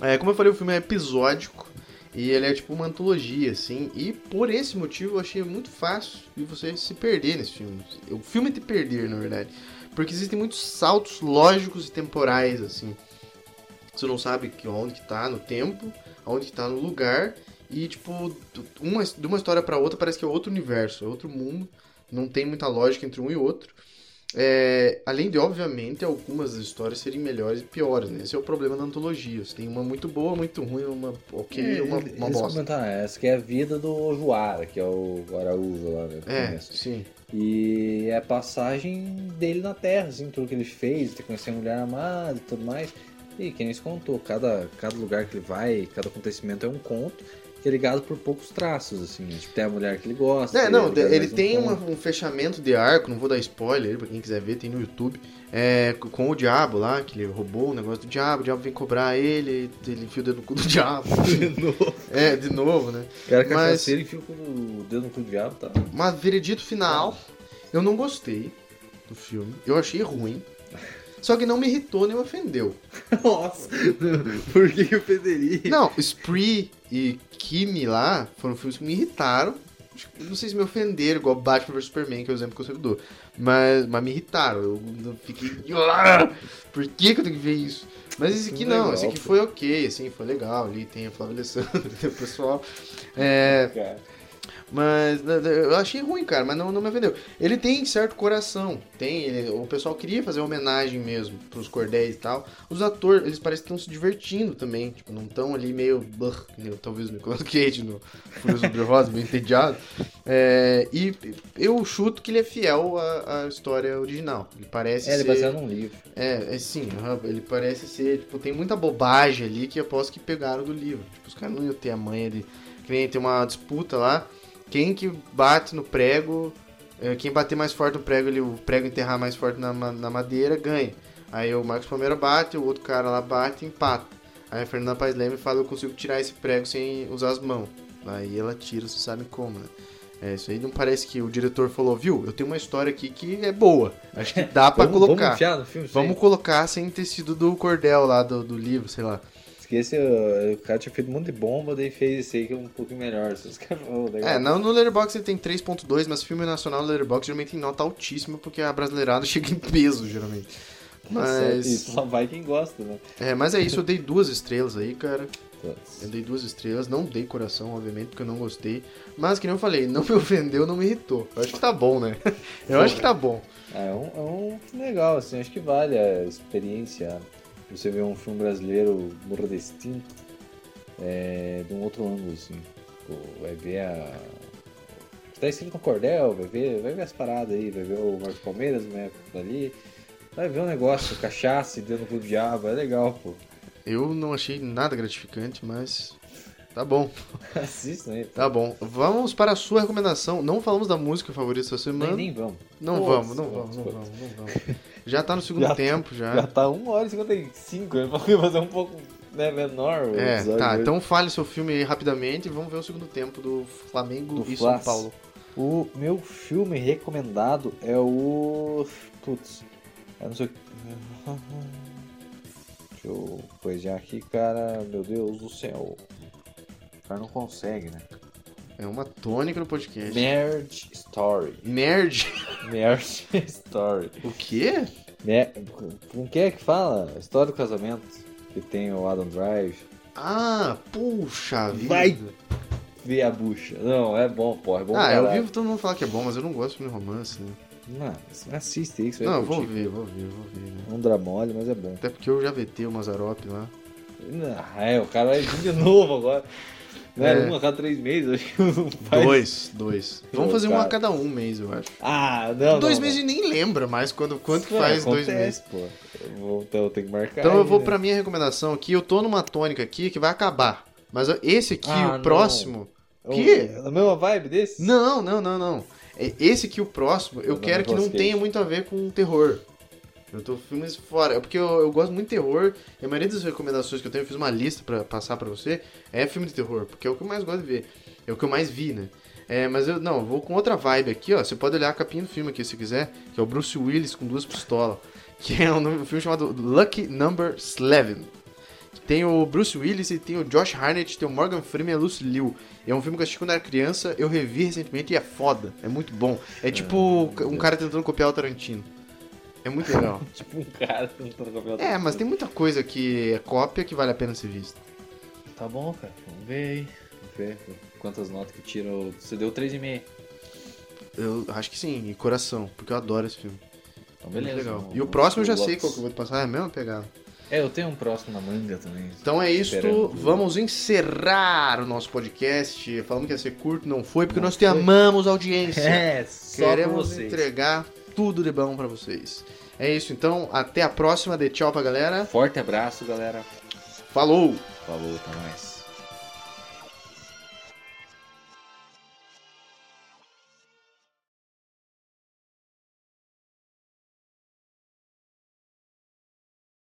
[SPEAKER 3] É, como eu falei, o filme é episódico e ele é tipo uma antologia, assim. E por esse motivo eu achei muito fácil de você se perder nesse filme. O filme é te perder, na verdade. Porque existem muitos saltos lógicos e temporais, assim. Você não sabe que, onde que tá no tempo, onde que tá no lugar. E, tipo, d- uma, de uma história pra outra parece que é outro universo, é outro mundo. Não tem muita lógica entre um e outro. É, além de, obviamente, algumas histórias serem melhores e piores, né? Esse é o problema da antologia. Você tem uma muito boa, muito ruim, uma ok, uma,
[SPEAKER 4] É, eles
[SPEAKER 3] uma bosta.
[SPEAKER 4] comentaram, "Ah, essa que é a vida do Joara, que é o Araújo lá, né? no
[SPEAKER 3] É,
[SPEAKER 4] começo.
[SPEAKER 3] sim.
[SPEAKER 4] E é a passagem dele na Terra, assim, tudo que ele fez, ter conhecido a mulher amada e tudo mais. E quem nos contou, cada, cada lugar que ele vai, cada acontecimento é um conto. que é ligado por poucos traços, assim. Tipo, tem a mulher que ele gosta.
[SPEAKER 3] É,
[SPEAKER 4] tem a
[SPEAKER 3] não,
[SPEAKER 4] mulher
[SPEAKER 3] ele
[SPEAKER 4] mais
[SPEAKER 3] tem
[SPEAKER 4] um
[SPEAKER 3] uma-
[SPEAKER 4] ponto.
[SPEAKER 3] um fechamento de arco, não vou dar spoiler pra quem quiser ver, tem no YouTube. é, c- com o diabo lá, que ele roubou o negócio do diabo, o diabo vem cobrar ele, ele enfia o dedo no cu do diabo.
[SPEAKER 4] De novo.
[SPEAKER 3] é, de novo, né?
[SPEAKER 4] O cara que
[SPEAKER 3] Mas-
[SPEAKER 4] Mas... e enfia o dedo no cu do diabo, tá?
[SPEAKER 3] Mas veredito final, eu não gostei do filme. Eu achei ruim. Só que não me irritou nem me ofendeu.
[SPEAKER 4] Nossa! Por que que eu ofenderia?
[SPEAKER 3] Não, Spree e Kimi lá foram filmes que me irritaram. Acho que- Não sei se me ofenderam, igual Batman vs Superman, que é o exemplo que eu sempre dou. Mas, mas me irritaram. Eu não fiquei. "Ah, Por que, que eu tenho que ver isso? Mas esse aqui não,
[SPEAKER 4] Legal,
[SPEAKER 3] esse aqui
[SPEAKER 4] pô.
[SPEAKER 3] foi ok, assim, foi legal. Ali tem a Flávia Alessandro, tem o pessoal. É,
[SPEAKER 4] Cara.
[SPEAKER 3] mas né, eu achei ruim, cara, mas não, não me vendeu. Ele tem certo coração, tem. ele- o pessoal queria fazer homenagem mesmo pros cordéis e tal. Os atores, eles parecem que estão se divertindo também, tipo, não estão ali meio. "Bah", que nem talvez o Nicolas Cage no Furioso Sobre Rosa, meio entediado. É, e eu chuto que ele é fiel à, à história original. Ele parece
[SPEAKER 4] É, ele é
[SPEAKER 3] ser.
[SPEAKER 4] baseado num livro.
[SPEAKER 3] É, é sim, aham, ele parece ser, tipo, tem muita bobagem ali que eu aposto que pegaram do livro. Tipo, os caras não iam ter a manha de. Que nem tem uma disputa lá. Quem que bate no prego. é, Quem bater mais forte no prego, ele, o prego enterrar mais forte na, ma- na madeira, ganha. Aí o Marcos Palmeira bate, o outro cara lá bate e empata. Aí a Fernanda Paes Leme fala, eu consigo tirar esse prego sem usar as mãos. Aí ela tira, você sabe como, né? É, isso aí não parece que o diretor falou, viu? Eu tenho uma história aqui que é boa. Acho que dá pra
[SPEAKER 4] vamos,
[SPEAKER 3] colocar.
[SPEAKER 4] Vamos enfiar no filme? isso aí?
[SPEAKER 3] Vamos colocar sem ter sido do cordel lá do, do livro, sei lá.
[SPEAKER 4] Esqueci, o o cara tinha feito um monte de bomba, daí fez esse aí que é um pouquinho melhor. Os caras falaram, "Oh, legal."
[SPEAKER 3] É, não, no Letterboxd ele tem 3.2, mas filme nacional no Letterboxd geralmente tem nota altíssima, porque a brasileirada chega em peso, geralmente. Mas
[SPEAKER 4] é Isso só vai quem gosta, né?
[SPEAKER 3] é, mas é isso, eu dei duas estrelas aí, cara. Eu
[SPEAKER 4] Putz.
[SPEAKER 3] dei duas estrelas, não dei coração, obviamente, porque eu não gostei. Mas, que nem eu falei, não me ofendeu, não me irritou. Eu acho que tá bom, né? Eu acho que tá bom.
[SPEAKER 4] Ah, É, um, é um filme legal, assim, acho que vale a experiência. Você vê um filme brasileiro nordestino é, de um outro ângulo, assim. Tipo, Vai ver a. Tá escrito com cordel, vai ver, vai ver as paradas aí, vai ver o Marcos Palmeiras na época ali. Vai ver um negócio, cachaça e dentro do diabo, é legal, pô.
[SPEAKER 3] Eu não achei nada gratificante, mas tá bom.
[SPEAKER 4] Assistam aí.
[SPEAKER 3] Tá bom. Vamos para a sua recomendação. Não falamos da música favorita essa semana.
[SPEAKER 4] Nem, nem vamos.
[SPEAKER 3] Não
[SPEAKER 4] Putz,
[SPEAKER 3] vamos, não
[SPEAKER 4] putz,
[SPEAKER 3] vamos, não
[SPEAKER 4] putz.
[SPEAKER 3] vamos, não vamos. Já tá no segundo
[SPEAKER 4] Já-
[SPEAKER 3] tempo, já.
[SPEAKER 4] Já tá 1 hora e 55, eu falei fazer um pouco né, menor o
[SPEAKER 3] é,
[SPEAKER 4] episódio
[SPEAKER 3] tá.
[SPEAKER 4] hoje.
[SPEAKER 3] Então fale seu filme aí rapidamente e vamos ver o segundo tempo do Flamengo
[SPEAKER 4] Do
[SPEAKER 3] e São
[SPEAKER 4] Flas.
[SPEAKER 3] né, Paulo.
[SPEAKER 4] O meu filme recomendado é o. Putz, eu não sei o que. Deixa eu coisar aqui, cara. Meu Deus do céu. O cara não consegue, né?
[SPEAKER 3] É uma tônica no podcast.
[SPEAKER 4] Marriage Story.
[SPEAKER 3] Nerd.
[SPEAKER 4] Marriage Story.
[SPEAKER 3] O quê?
[SPEAKER 4] Mer... Com quem é que fala? História do casamento. Que tem o Adam Drive.
[SPEAKER 3] Ah, puxa vida.
[SPEAKER 4] Vai, Vê a bucha. Não, é bom, porra. É bom
[SPEAKER 3] ah, eu
[SPEAKER 4] caralho.
[SPEAKER 3] vivo todo mundo falar que é bom, mas eu não gosto de filme romance, né?
[SPEAKER 4] Não, assiste aí que você vai
[SPEAKER 3] Não, eu
[SPEAKER 4] curtir.
[SPEAKER 3] vou ver, vou ver, vou ver. Né?
[SPEAKER 4] É um dramole, mas é bom.
[SPEAKER 3] Até porque eu já vetei o Mazarop lá.
[SPEAKER 4] Ah, é, o cara vai vir de novo agora. Não era
[SPEAKER 3] É.
[SPEAKER 4] um a cada três meses, acho que não faz.
[SPEAKER 3] Dois, dois. Vamos
[SPEAKER 4] Ô,
[SPEAKER 3] fazer um a
[SPEAKER 4] cara.
[SPEAKER 3] cada um mês, eu acho.
[SPEAKER 4] Ah, não.
[SPEAKER 3] dois
[SPEAKER 4] não,
[SPEAKER 3] meses a
[SPEAKER 4] não.
[SPEAKER 3] gente nem lembra mais quando, quanto que
[SPEAKER 4] Não,
[SPEAKER 3] faz dois meses.
[SPEAKER 4] acontece, Pô. Eu vou- então eu tenho que marcar.
[SPEAKER 3] Então eu
[SPEAKER 4] aí,
[SPEAKER 3] vou
[SPEAKER 4] né?
[SPEAKER 3] pra minha recomendação aqui. Eu tô numa tônica aqui que vai acabar. Mas eu- esse aqui,
[SPEAKER 4] Ah,
[SPEAKER 3] o
[SPEAKER 4] não.
[SPEAKER 3] próximo.
[SPEAKER 4] Eu-
[SPEAKER 3] quê?
[SPEAKER 4] Na mesma vibe desse?
[SPEAKER 3] Não, não, não, não. É, Esse aqui, o próximo, eu
[SPEAKER 4] Não, é
[SPEAKER 3] quero que não
[SPEAKER 4] Nicolas Cage.
[SPEAKER 3] tenha muito a ver com terror. Eu tô filmes fora. É porque eu, eu gosto muito de terror. E a maioria das recomendações que eu tenho, eu fiz uma lista pra passar pra você. É filme de terror, porque é o que eu mais gosto de ver. É o que eu mais vi, né? É, mas eu não, eu vou com outra vibe aqui, ó. Você pode olhar a capinha do filme aqui se quiser, que é o Bruce Willis com duas pistolas. Que é um nome- um filme chamado Lucky Number 11. que Tem o Bruce Willis e tem o Josh Harnett, tem o Morgan Freeman e a Lucy Liu. É um filme que eu assisti quando era criança, eu revi recentemente e é foda. É muito bom. É tipo um cara tentando copiar o Tarantino. É muito legal.
[SPEAKER 4] Tipo um cara que não tá no cabelo.
[SPEAKER 3] é, mas tem muita coisa que é cópia que vale a pena ser vista.
[SPEAKER 4] Tá bom, cara. Vamos ver aí. Vamos ver quantas notas que tirou. Você deu 3,5.
[SPEAKER 3] Eu acho que sim, e coração, porque eu adoro esse filme.
[SPEAKER 4] Então
[SPEAKER 3] Muito
[SPEAKER 4] beleza.
[SPEAKER 3] legal.
[SPEAKER 4] vamos-
[SPEAKER 3] E o próximo eu já
[SPEAKER 4] vamos
[SPEAKER 3] sei
[SPEAKER 4] pro
[SPEAKER 3] qual que eu vou te passar, é a mesma pegada.
[SPEAKER 4] É, eu tenho um próximo na manga também.
[SPEAKER 3] Então é isso,
[SPEAKER 4] Esperando.
[SPEAKER 3] vamos encerrar o nosso podcast. Falamos que ia ser curto, não foi, porque
[SPEAKER 4] Não
[SPEAKER 3] nós te
[SPEAKER 4] foi.
[SPEAKER 3] amamos, audiência.
[SPEAKER 4] É, só pra
[SPEAKER 3] Queremos
[SPEAKER 4] vocês.
[SPEAKER 3] entregar tudo de bom pra vocês. É isso, então, até a próxima. Dê tchau pra galera.
[SPEAKER 4] Forte abraço, galera.
[SPEAKER 3] Falou!
[SPEAKER 4] Falou, até mais.